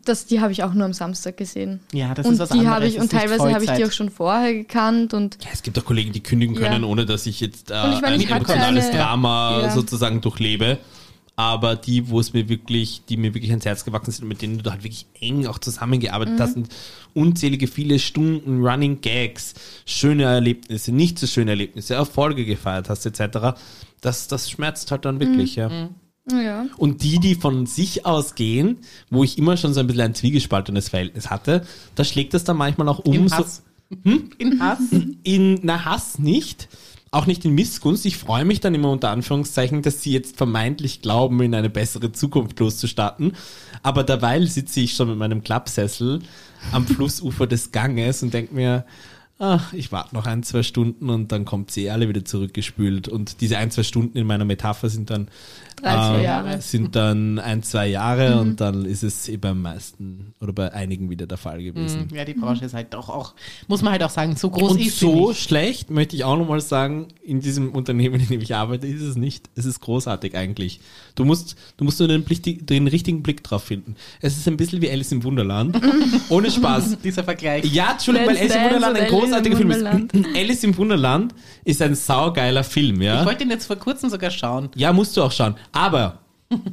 Speaker 3: das, die habe ich auch nur am Samstag gesehen.
Speaker 1: Ja, das
Speaker 3: und
Speaker 1: ist was
Speaker 3: die
Speaker 1: anderes.
Speaker 3: habe ich,
Speaker 1: Das
Speaker 3: und
Speaker 1: ist nicht
Speaker 3: teilweise habe ich die
Speaker 1: Vollzeit.
Speaker 3: auch schon vorher gekannt und
Speaker 2: Ja, es gibt auch Kollegen, die kündigen
Speaker 3: Ja.
Speaker 2: können, ohne dass ich jetzt äh,
Speaker 3: Und ich meine,
Speaker 2: ein
Speaker 3: ich hatte
Speaker 2: emotionales
Speaker 3: eine-
Speaker 2: Drama
Speaker 3: Ja.
Speaker 2: sozusagen durchlebe. Aber die, wo es mir wirklich, die mir wirklich ans Herz gewachsen sind, mit denen du halt wirklich eng auch zusammengearbeitet
Speaker 3: Mhm.
Speaker 2: hast und unzählige viele Stunden Running Gags, schöne Erlebnisse, nicht so schöne Erlebnisse, Erfolge gefeiert hast, etc., das, das schmerzt halt dann wirklich,
Speaker 3: Mhm.
Speaker 2: ja.
Speaker 3: ja.
Speaker 2: Und die, die von sich aus gehen, wo ich immer schon so ein bisschen ein zwiegespaltenes Verhältnis hatte, da schlägt das dann manchmal auch um.
Speaker 1: In
Speaker 2: so-
Speaker 1: Hass.
Speaker 2: Hm?
Speaker 1: In Hass.
Speaker 2: in na Hass nicht, auch nicht in Missgunst. Ich freue mich dann immer unter Anführungszeichen, dass sie jetzt vermeintlich glauben, in eine bessere Zukunft loszustarten. Aber dabei sitze ich schon mit meinem Klappsessel am Flussufer des Ganges und denke mir, ach, ich warte noch ein, zwei Stunden und dann kommt sie eh alle wieder zurückgespült. Und diese ein, zwei Stunden in meiner Metapher sind dann,
Speaker 3: Drei, vier
Speaker 1: Ah.
Speaker 2: ähm,
Speaker 3: Jahre. Mhm.
Speaker 2: sind dann ein, zwei Jahre und dann ist es eh beim meisten oder bei einigen wieder der Fall gewesen.
Speaker 3: Mhm.
Speaker 1: Ja, die Branche ist halt doch auch, muss man halt auch sagen, so groß
Speaker 2: Und
Speaker 1: ist sie
Speaker 2: so
Speaker 1: nicht.
Speaker 2: schlecht, möchte ich auch nochmal sagen, in diesem Unternehmen, in dem ich arbeite, ist es nicht. Es ist großartig eigentlich. Du musst, du musst nur den, Blick, den richtigen Blick drauf finden. Es ist ein bisschen wie Alice im Wunderland. Ohne Spaß.
Speaker 1: dieser Vergleich.
Speaker 2: Ja, Entschuldigung, weil
Speaker 3: Let's
Speaker 2: Alice im
Speaker 3: Dance
Speaker 2: Wunderland
Speaker 3: und
Speaker 2: ein großartiger
Speaker 3: Alice im
Speaker 2: Film ist. Alice im Wunderland ist ein saugeiler Film, ja.
Speaker 1: Ich wollte ihn jetzt vor kurzem sogar schauen.
Speaker 2: Ja, musst du auch schauen. Aber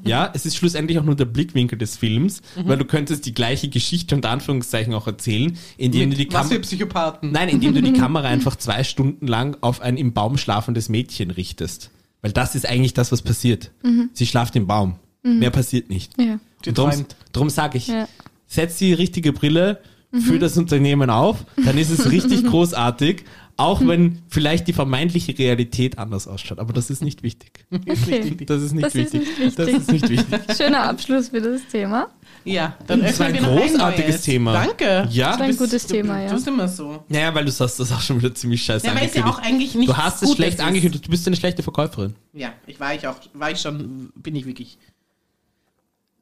Speaker 2: Ja, es ist schlussendlich auch nur der Blickwinkel des Films,
Speaker 1: Mhm.
Speaker 2: weil du könntest die gleiche Geschichte unter Anführungszeichen auch erzählen, indem du die
Speaker 1: was für
Speaker 2: Kamera.
Speaker 1: Psychopathen.
Speaker 2: Nein, indem du die Kamera einfach zwei Stunden lang auf ein im Baum schlafendes Mädchen richtest. Weil das ist eigentlich das, was passiert.
Speaker 1: Mhm.
Speaker 2: Sie schlaft im Baum. Mehr passiert nicht.
Speaker 3: Ja.
Speaker 1: Die
Speaker 2: Und drum,
Speaker 1: Mhm. träumt.
Speaker 2: drum sage ich,
Speaker 3: Ja.
Speaker 2: setz die richtige Brille
Speaker 1: Mhm.
Speaker 2: für das Unternehmen auf, dann ist es richtig großartig, auch wenn vielleicht die vermeintliche Realität anders ausschaut. Aber das ist nicht wichtig.
Speaker 3: Okay.
Speaker 2: Das ist nicht,
Speaker 3: Das ist
Speaker 2: wichtig.
Speaker 3: nicht wichtig.
Speaker 2: Das ist nicht wichtig.
Speaker 3: Schöner Abschluss für das Thema.
Speaker 1: Ja, dann
Speaker 2: Das war
Speaker 1: öffnen
Speaker 2: ein
Speaker 1: wir noch ein
Speaker 2: großartiges
Speaker 1: neues.
Speaker 2: Thema.
Speaker 1: Danke.
Speaker 3: Das
Speaker 2: Ja?
Speaker 3: war ein
Speaker 1: Bist-
Speaker 3: gutes
Speaker 1: du,
Speaker 3: Thema,
Speaker 1: du
Speaker 3: ja.
Speaker 1: bist immer so.
Speaker 2: Naja, weil du hast das auch schon wieder ziemlich scheiße
Speaker 1: Ja, weil es ja auch
Speaker 2: angekündigt.
Speaker 1: eigentlich nicht
Speaker 2: Du hast es schlecht
Speaker 1: angehört.
Speaker 2: angekündigt, du bist eine schlechte Verkäuferin.
Speaker 1: Ja, ich war ich auch, war ich schon, bin ich wirklich.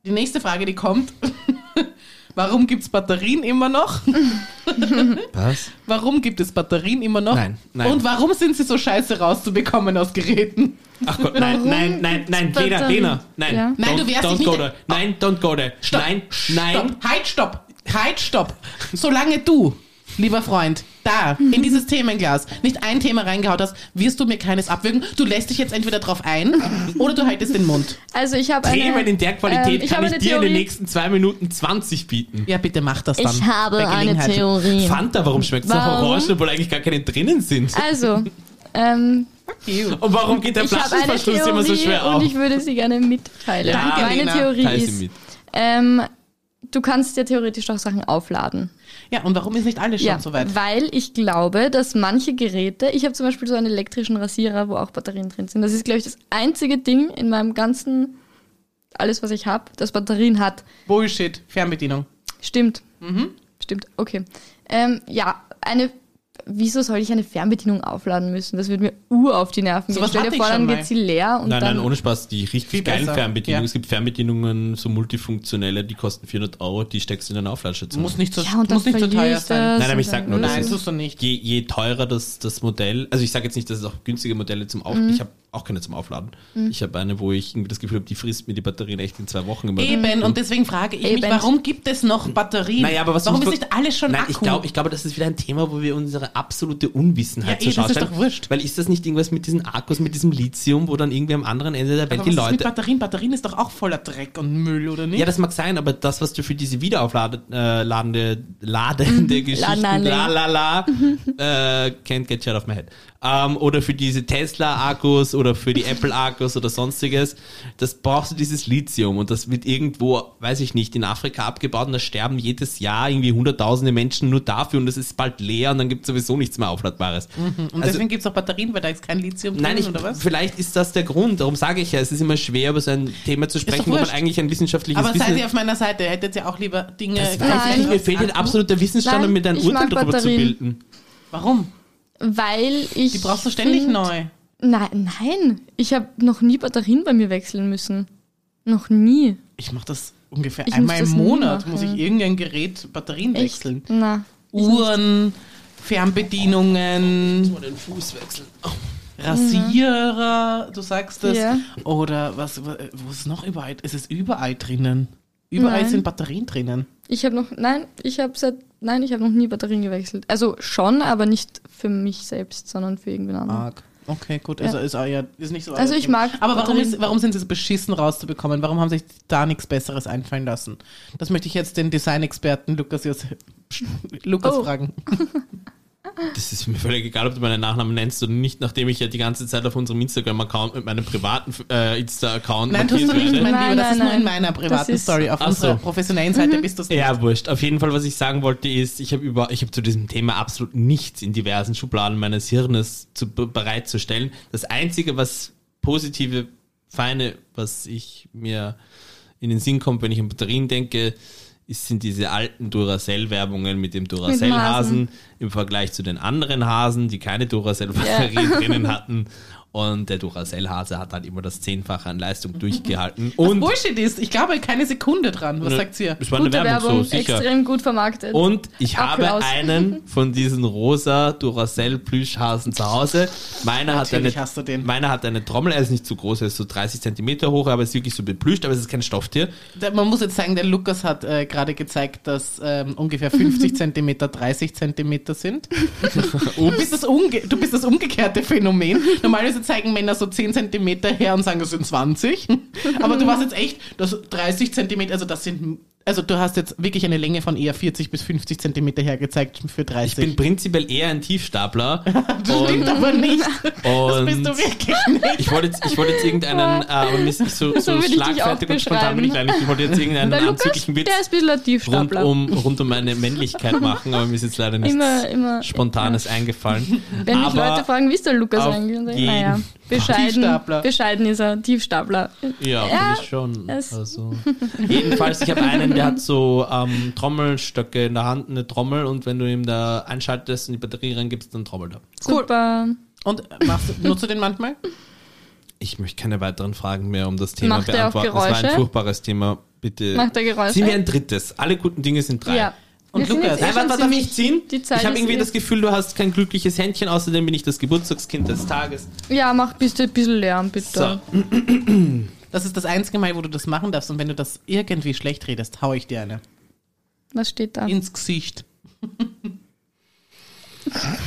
Speaker 1: Die nächste Frage, die kommt. Warum gibt es Batterien immer noch?
Speaker 2: Was?
Speaker 1: Warum gibt es Batterien immer noch?
Speaker 2: Nein, nein.
Speaker 1: Und warum sind sie so scheiße rauszubekommen aus Geräten?
Speaker 2: Ach Gott, nein,
Speaker 3: Warum
Speaker 2: nein, nein, nein, Lena,
Speaker 3: Batterien?
Speaker 2: Lena, nein.
Speaker 3: Ja.
Speaker 1: Nein, du
Speaker 2: Don't-
Speaker 1: wärst
Speaker 2: don't
Speaker 1: nicht
Speaker 2: go
Speaker 1: mit-
Speaker 2: there. Nein, don't go there.
Speaker 1: Stopp.
Speaker 2: Nein, nein.
Speaker 1: Stopp. Halt, stopp. Halt, stopp. Solange du, lieber Freund, da in dieses Themenglas nicht ein Thema reingehaut hast, wirst du mir keines abwürgen. Du lässt dich jetzt entweder drauf ein oder du haltest den Mund.
Speaker 3: Also ich habe eine...
Speaker 2: Themen in der Qualität
Speaker 3: ähm, ich
Speaker 2: kann
Speaker 3: habe
Speaker 2: ich
Speaker 3: eine
Speaker 2: dir in den
Speaker 3: Theorie.
Speaker 2: nächsten zwei Minuten 20 bieten.
Speaker 1: Ja, bitte mach das dann.
Speaker 3: Ich habe
Speaker 1: bei
Speaker 3: eine
Speaker 1: Gelegenheit.
Speaker 3: Theorie.
Speaker 2: Fanta, warum schmeckt es nach
Speaker 3: Warum?
Speaker 2: Orange, obwohl eigentlich gar keine drinnen sind?
Speaker 3: Also, ähm,
Speaker 1: Ew.
Speaker 2: Und warum geht der
Speaker 3: ich habe eine
Speaker 2: Flaschenverschluss immer so schwer
Speaker 3: Theorie und
Speaker 2: auf?
Speaker 3: ich würde sie gerne mitteilen.
Speaker 2: Ja,
Speaker 3: Danke, Meine
Speaker 1: Lena.
Speaker 3: Theorie
Speaker 2: Teil sie
Speaker 3: ist,
Speaker 2: mit.
Speaker 3: ähm, du kannst ja theoretisch auch Sachen aufladen.
Speaker 1: Ja, und warum ist nicht alles schon so weit?
Speaker 3: Weil ich glaube, dass manche Geräte, ich habe zum Beispiel so einen elektrischen Rasierer, wo auch Batterien drin sind. Das ist, glaube ich, das einzige Ding in meinem ganzen, alles, was ich habe, das Batterien hat.
Speaker 1: Bullshit, Fernbedienung.
Speaker 3: Stimmt.
Speaker 1: Mhm.
Speaker 3: Stimmt, okay. Ähm, ja, eine. Wieso soll ich eine Fernbedienung aufladen müssen? Das wird mir ur auf die
Speaker 1: So
Speaker 3: Nerven gehen.
Speaker 1: was
Speaker 3: Stell
Speaker 1: hatte
Speaker 3: dir
Speaker 1: ich
Speaker 3: vor,
Speaker 1: schon
Speaker 3: dann
Speaker 1: mal.
Speaker 3: geht sie leer und
Speaker 2: Nein,
Speaker 3: dann.
Speaker 2: nein, ohne Spaß, die
Speaker 1: Viel
Speaker 2: richtig geilen
Speaker 1: besser,
Speaker 2: Fernbedienungen.
Speaker 1: ja.
Speaker 2: Es gibt Fernbedienungen, so multifunktionelle, die kosten 400 Euro, die steckst du in deine Aufladestation.
Speaker 1: Muss nicht so,
Speaker 3: ja, Ah, und dann
Speaker 1: muss nicht so
Speaker 3: verliere
Speaker 1: teuer
Speaker 3: ich
Speaker 1: sein.
Speaker 3: das
Speaker 2: Nein, aber
Speaker 3: und
Speaker 2: ich sag
Speaker 3: dann-
Speaker 2: nur, das
Speaker 1: Nein,
Speaker 2: ist-
Speaker 1: tust du nicht.
Speaker 2: Je, je teurer das, das Modell, also ich sage jetzt nicht, dass es auch günstige Modelle zum
Speaker 1: Mhm.
Speaker 2: Aufladen, ich habe auch keine zum Aufladen. Ich habe eine, wo ich irgendwie das Gefühl habe, die frisst mir die Batterien echt in zwei Wochen immer.
Speaker 1: Eben, und deswegen frage ich mich,
Speaker 3: Eben.
Speaker 1: warum gibt es noch Batterien?
Speaker 2: Hm. Naja, aber was
Speaker 1: warum
Speaker 2: uns-
Speaker 1: ist nicht alles schon
Speaker 2: Nein,
Speaker 1: Akku?
Speaker 2: ich glaube, ich glaube, das ist wieder ein Thema, wo wir unsere absolute Unwissenheit
Speaker 1: Ja, eh,
Speaker 2: zur Schau
Speaker 1: das ist
Speaker 2: stellen.
Speaker 1: doch wurscht.
Speaker 2: Weil ist das nicht irgendwas mit diesen Akkus, mit diesem Lithium, wo dann irgendwie am anderen Ende der Welt
Speaker 1: aber
Speaker 2: die
Speaker 1: was ist mit
Speaker 2: Leute.
Speaker 1: Batterien? Batterien ist doch auch voller Dreck und Müll, oder nicht?
Speaker 2: Ja, das mag sein, aber das, was du für diese wiederaufladende äh, ladende, ladende
Speaker 1: Mhm.
Speaker 2: Geschichten, la
Speaker 3: Lanale.
Speaker 2: la la, äh, can't get shut off my head. Ähm, oder für diese Tesla-Akkus oder für die Apple-Akkus oder sonstiges, das brauchst du dieses Lithium und das wird irgendwo, weiß ich nicht, in Afrika abgebaut und da sterben jedes Jahr irgendwie hunderttausende Menschen nur dafür und das ist bald leer und dann gibt es sowieso nichts mehr Aufladbares.
Speaker 1: Mhm. und
Speaker 2: also-
Speaker 1: deswegen gibt es auch Batterien, weil da ist kein Lithium drin,
Speaker 2: Nein, ich,
Speaker 1: oder was?
Speaker 2: vielleicht ist das der Grund. Darum sage ich ja, es ist immer schwer, über so ein Thema zu
Speaker 1: doch
Speaker 2: sprechen, wo man
Speaker 1: wurscht.
Speaker 2: eigentlich ein wissenschaftliches
Speaker 1: Aber
Speaker 2: Wissen
Speaker 1: seid ihr auf meiner Seite, hättet ihr auch lieber Dinge...
Speaker 2: Das weiß ich
Speaker 3: Nein.
Speaker 2: nicht. Mir fehlt ein absoluter Wissensstand,
Speaker 3: Nein,
Speaker 2: um mir dein
Speaker 3: ich
Speaker 2: Urteil
Speaker 3: mag
Speaker 2: darüber zu
Speaker 3: Batterien.
Speaker 2: bilden.
Speaker 1: Warum?
Speaker 3: Weil ich.
Speaker 1: Die brauchst du ständig
Speaker 3: find-
Speaker 1: neu.
Speaker 3: Nein, nein. Ich habe noch nie Batterien bei mir wechseln müssen. Noch nie.
Speaker 1: Ich mache das ungefähr
Speaker 3: Ich muss
Speaker 1: einmal im
Speaker 3: das nie
Speaker 1: Monat,
Speaker 3: machen.
Speaker 1: muss
Speaker 5: Mhm.
Speaker 1: ich irgendein Gerät Batterien wechseln.
Speaker 3: Echt? Na.
Speaker 1: Uhren,
Speaker 3: Mhm.
Speaker 1: Fernbedienungen...
Speaker 2: Mal den Fuß wechseln.
Speaker 1: Rasierer, du sagst es.
Speaker 3: Ja.
Speaker 1: Oder was, wo ist noch überall? Es ist überall drinnen. Überall
Speaker 3: Nein.
Speaker 1: sind Batterien drinnen.
Speaker 3: Ich habe noch. Nein, ich habe seit. Nein, ich habe noch nie Batterien gewechselt. Also schon, aber nicht für mich selbst, sondern für irgendwen anderen.
Speaker 1: Okay, gut. Also ist, auch ja, ist nicht so.
Speaker 3: Also
Speaker 1: euer
Speaker 3: ich
Speaker 1: Thema.
Speaker 3: mag
Speaker 1: Aber warum,
Speaker 3: Batterien.
Speaker 1: ist, warum sind sie so beschissen rauszubekommen? Warum haben sich da nichts Besseres einfallen lassen? Das möchte ich jetzt den Designexperten Lukas, Josef, Lukas
Speaker 3: Oh.
Speaker 1: fragen.
Speaker 2: Das ist mir völlig egal, ob du meinen Nachnamen nennst oder nicht, nachdem ich ja die ganze Zeit auf unserem Instagram-Account mit meinem privaten äh, Insta-Account
Speaker 1: Nein, tust
Speaker 2: markiert
Speaker 1: du nicht, mein
Speaker 2: werde.
Speaker 3: Nein,
Speaker 1: Lieber. Das
Speaker 3: nein,
Speaker 1: ist nur in
Speaker 3: nein.
Speaker 1: meiner privaten
Speaker 3: ist- Mhm.
Speaker 1: Story. Auf
Speaker 2: Ach
Speaker 1: unserer
Speaker 2: so.
Speaker 1: professionellen Seite bist du es nicht.
Speaker 2: Ja, wurscht. Auf jeden Fall, was ich sagen wollte, ist, ich habe über, ich habe zu diesem Thema absolut nichts in diversen Schubladen meines Hirnes zu, be- bereitzustellen. Das einzige, was positive, feine, was ich mir in den Sinn kommt, wenn ich an Batterien denke, ist, sind diese alten Duracell-Werbungen mit dem Duracell-Hasen im Vergleich zu den anderen Hasen, die keine Duracell-Batterien drinnen hatten. Und der Duracell-Hase hat halt immer das Zehnfache an Leistung durchgehalten. Und
Speaker 1: Bullshit ist, ich glaube keine Sekunde dran. Was sagt ihr?
Speaker 2: Es war eine Werbung, so sicher.
Speaker 3: extrem gut vermarktet.
Speaker 2: Und ich
Speaker 3: Applaus.
Speaker 2: habe einen von diesen rosa Duracell Plüschhasen zu Hause. Meiner hat, eine,
Speaker 1: Natürlich hast du den.
Speaker 2: meiner hat eine Trommel, er ist nicht zu groß, er ist so 30 Zentimeter hoch, aber ist wirklich so beplüscht, aber es ist kein Stofftier.
Speaker 1: Da- Man muss jetzt sagen, der Lukas hat äh, gerade gezeigt, dass ähm, ungefähr 50 cm 30 cm sind. du, bist das umge du bist das umgekehrte Phänomen. Normalerweise
Speaker 5: zeigen Männer so 10 Zentimeter her und sagen, das sind 20. Aber du warst jetzt echt, das 30 Zentimeter, also das sind, also du hast jetzt wirklich eine Länge von eher 40 bis 50 Zentimeter hergezeigt für
Speaker 2: Ich bin
Speaker 5: 30.
Speaker 2: prinzipiell eher ein Tiefstapler.
Speaker 5: das stimmt aber nicht. Das
Speaker 2: und
Speaker 5: bist du wirklich nicht.
Speaker 2: ich wollte jetzt, ich wollte jetzt irgendeinen, äh, aber mir ist nicht so,
Speaker 3: So
Speaker 2: so
Speaker 3: will Also ich dich
Speaker 2: schlagfertig und spontan bin ich leider nicht. Ich wollte jetzt irgendeinen
Speaker 3: Der Lukas,
Speaker 2: anzüglichen Witz
Speaker 3: der ist ein bisschen ein
Speaker 2: rund
Speaker 3: Tiefstapler.
Speaker 2: um, rund um meine Männlichkeit machen, aber mir ist jetzt leider nichts
Speaker 3: Immer- immer-
Speaker 2: Spontanes eingefallen.
Speaker 3: Wenn mich
Speaker 2: aber,
Speaker 3: Leute fragen, wie ist der Lukas
Speaker 2: auf
Speaker 3: eigentlich? Und ich,
Speaker 2: jeden
Speaker 3: naja, bescheiden,
Speaker 5: Tiefstapler.
Speaker 3: bescheiden ist er, Tiefstapler.
Speaker 2: Ja,
Speaker 3: Ja,
Speaker 2: finde ich schon.
Speaker 3: es-
Speaker 2: Also, jedenfalls, ich habe einen, der hat so ähm, Trommelstöcke in der Hand, eine Trommel und wenn du ihm da einschaltest und die Batterie reingibst, dann trommelt er.
Speaker 5: Cool.
Speaker 3: Super.
Speaker 5: Und machst, du- nutzt du den manchmal?
Speaker 2: Ich möchte keine weiteren Fragen mehr um das Thema
Speaker 3: Macht er auch
Speaker 2: beantworten. Das war ein
Speaker 3: Geräusche?
Speaker 2: furchtbares Thema. Bitte.
Speaker 3: Macht er Geräusche?
Speaker 2: Zieh mir ein drittes. Alle guten Dinge sind drei.
Speaker 3: Ja.
Speaker 5: Und
Speaker 3: Wir sind jetzt
Speaker 5: Lukas,
Speaker 3: eh
Speaker 2: Nein,
Speaker 3: schon
Speaker 2: warte, darf
Speaker 3: ziemlich-
Speaker 2: ich ziehen?
Speaker 3: Die Zeit
Speaker 2: ich habe
Speaker 3: ist
Speaker 2: irgendwie
Speaker 3: eh-
Speaker 2: das Gefühl, du hast kein glückliches Händchen, außerdem bin ich das Geburtstagskind des Tages.
Speaker 3: Ja, mach bitte ein bisschen Lärm,
Speaker 2: So.
Speaker 3: bitte.
Speaker 5: Das ist das einzige Mal, wo du das machen darfst. Und wenn du das irgendwie schlecht redest, hau ich dir eine.
Speaker 3: Was steht da?
Speaker 5: Ins Gesicht. Na,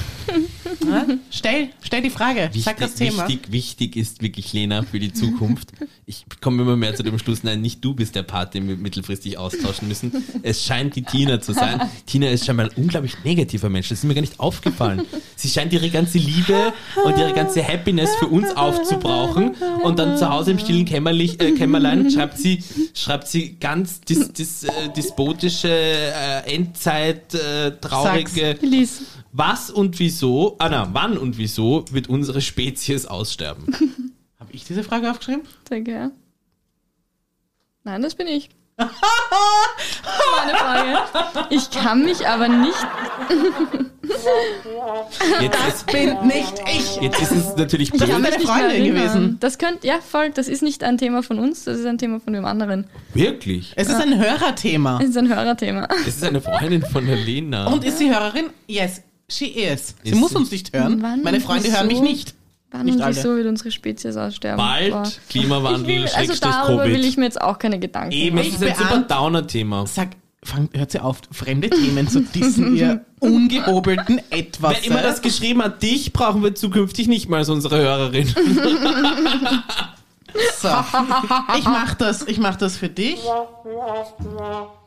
Speaker 5: Ah, stell, stell die Frage. Sag das Thema.
Speaker 2: Wichtig, wichtig ist wirklich Lena für die Zukunft. Ich komme immer mehr zu dem Schluss, nein, nicht du bist der Part, den wir mittelfristig austauschen müssen. Es scheint die Tina zu sein. Tina ist scheinbar ein unglaublich negativer Mensch. Das ist mir gar nicht aufgefallen. Sie scheint ihre ganze Liebe und ihre ganze Happiness für uns aufzubrauchen. Und dann zu Hause im stillen Kämmerlich, äh, Kämmerlein schreibt sie, schreibt sie ganz dis, dis, äh, despotische äh, Endzeit äh, traurige.
Speaker 3: Lies.
Speaker 2: Was und wieso, ah na, wann und wieso wird unsere Spezies aussterben?
Speaker 5: Habe ich diese Frage aufgeschrieben?
Speaker 3: Danke, ja. Nein, das bin ich. Meine Frage. Ich kann mich aber nicht.
Speaker 2: Jetzt ist,
Speaker 5: Bin nicht ich.
Speaker 2: jetzt ist es natürlich
Speaker 3: Ich kann
Speaker 2: blöd.
Speaker 5: deine
Speaker 3: mich nicht mehr
Speaker 5: Freundin
Speaker 3: erinnern.
Speaker 5: gewesen.
Speaker 3: Das könnte, ja, voll. Das ist nicht ein Thema von uns, das ist ein Thema von dem anderen.
Speaker 2: Wirklich?
Speaker 5: Es ist ein Hörerthema.
Speaker 3: Das ist ein Hörerthema.
Speaker 2: Es ist eine Freundin von der Lena.
Speaker 5: Und ist sie Hörerin? Yes, she is. Sie
Speaker 2: Ist
Speaker 5: muss
Speaker 2: sie.
Speaker 5: uns nicht hören.
Speaker 3: Wann
Speaker 5: Meine
Speaker 3: und
Speaker 5: Freunde
Speaker 3: wieso?
Speaker 5: hören mich nicht.
Speaker 3: Wann
Speaker 5: Nicht
Speaker 3: und
Speaker 5: alle.
Speaker 3: wieso wird unsere Spezies aussterben? Boah.
Speaker 2: Bald
Speaker 3: Ich will,
Speaker 2: Klimawandel,
Speaker 3: also
Speaker 2: Schrägstrich
Speaker 3: darüber will ich
Speaker 2: Covid.
Speaker 3: mir jetzt auch keine Gedanken
Speaker 2: Eben, es
Speaker 5: Ich
Speaker 2: ist ein super
Speaker 5: beant-
Speaker 2: Downer-Thema.
Speaker 5: Sag, fang, hört sie auf, fremde Themen zu dissen, ihr ungehobelten Etwas.
Speaker 2: Wer immer das geschrieben hat, dich brauchen wir zukünftig nicht mal als unsere Hörerin.
Speaker 5: So. Ich mach das, ich mach das für dich.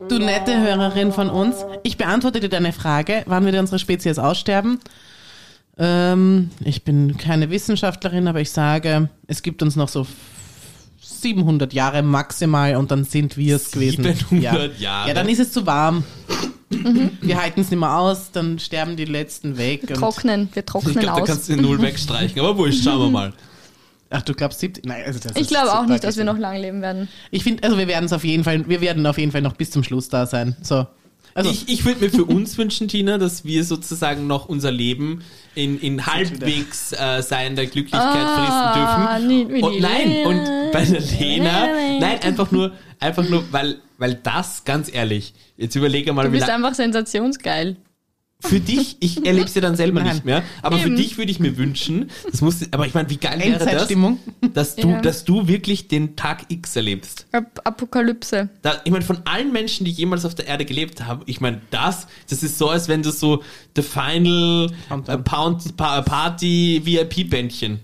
Speaker 5: Du nette Hörerin von uns. Ich beantworte dir deine Frage, wann wird unsere Spezies aussterben? Ähm, ich bin keine Wissenschaftlerin, aber ich sage, es gibt uns noch so 700 Jahre maximal und dann sind wir es gewesen.
Speaker 2: 700
Speaker 5: ja.
Speaker 2: Jahre.
Speaker 5: Ja, dann ist es zu warm. wir halten es nicht mehr aus, dann sterben die Letzten weg. und-
Speaker 3: Trocknen, wir trocknen
Speaker 2: Ich glaube, da
Speaker 3: aus.
Speaker 2: kannst du den Null wegstreichen. Aber wurscht, schauen wir mal.
Speaker 5: Ach, du glaubst 70? Nein, also das
Speaker 3: ich
Speaker 5: ist
Speaker 3: glaube auch
Speaker 5: super
Speaker 3: nicht, dass wir
Speaker 5: gesehen.
Speaker 3: noch lang leben werden.
Speaker 5: Ich finde, also wir werden es auf jeden Fall, wir werden auf jeden Fall noch bis zum Schluss da sein. So. Also,
Speaker 2: Ich, ich würde mir für uns wünschen, Tina, dass wir sozusagen noch unser Leben in, in halbwegs äh, sein der Glücklichkeit
Speaker 3: Ah,
Speaker 2: fließen dürfen.
Speaker 3: nicht wie die
Speaker 2: und nein,
Speaker 3: Lena.
Speaker 2: und bei der Lena,
Speaker 3: Lena.
Speaker 2: nein, einfach nur, einfach nur, weil, weil das, ganz ehrlich, jetzt überlege mal,
Speaker 3: Du
Speaker 2: wie
Speaker 3: bist
Speaker 2: lange.
Speaker 3: einfach sensationsgeil.
Speaker 2: Für dich, ich erlebe sie dann selber
Speaker 5: Nein.
Speaker 2: nicht mehr, aber für
Speaker 3: Eben.
Speaker 2: dich würde ich mir wünschen, das muss, aber ich meine, wie geil wäre das,
Speaker 5: Endzeitstimmung.
Speaker 2: dass du,
Speaker 3: Ja.
Speaker 2: dass du wirklich den Tag X erlebst.
Speaker 3: Ap Apokalypse.
Speaker 2: Da, ich meine, von allen Menschen, die jemals auf der Erde gelebt haben, ich meine, das, das ist so, als wenn du so The Final äh,
Speaker 5: Countdown.
Speaker 2: Pound, pa Party VIP-Bändchen.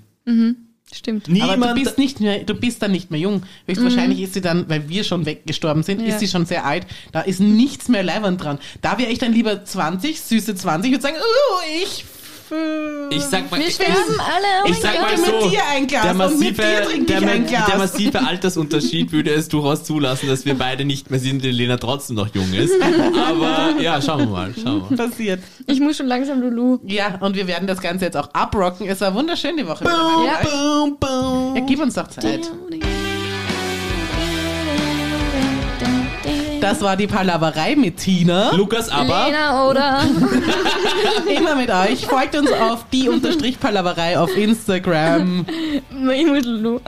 Speaker 3: Stimmt.
Speaker 5: Aber
Speaker 2: Niemand,
Speaker 5: du bist, nicht mehr, du bist dann nicht mehr jung. Höchstwahrscheinlich ist sie dann, weil wir schon weggestorben sind,
Speaker 3: Ja.
Speaker 5: ist sie schon sehr alt. Da ist nichts mehr leibend dran. Da wäre ich dann lieber 20, süße 20 und sagen, oh, ich. äh,
Speaker 2: ich sag mal,
Speaker 3: Wir sterben alle. Oh
Speaker 2: ich
Speaker 3: mein
Speaker 2: sag
Speaker 3: Gott.
Speaker 2: mal
Speaker 5: mit
Speaker 2: so,
Speaker 5: dir ein Glas
Speaker 2: der
Speaker 5: und mit
Speaker 2: massive,
Speaker 5: dir trink
Speaker 2: der,
Speaker 5: ich ein
Speaker 2: ma-
Speaker 5: Glas.
Speaker 2: der massive Altersunterschied würde es durchaus zulassen, dass wir beide nicht mehr sind, die Lena trotzdem noch jung ist. Aber ja, schauen wir mal, schauen wir mal.
Speaker 5: Passiert.
Speaker 3: Ich muss schon langsam Lulu.
Speaker 5: Ja, und wir werden das Ganze jetzt auch abrocken. Es war wunderschön die Woche. wieder.
Speaker 3: Ja.
Speaker 2: Boom, boom.
Speaker 5: Ja, gib uns doch Zeit. Das war die Palaverei mit Tina.
Speaker 2: Lukas aber.
Speaker 3: Lena oder?
Speaker 5: Immer mit euch. Folgt uns auf die-palaverei auf Instagram.
Speaker 3: Ich muss Lulu.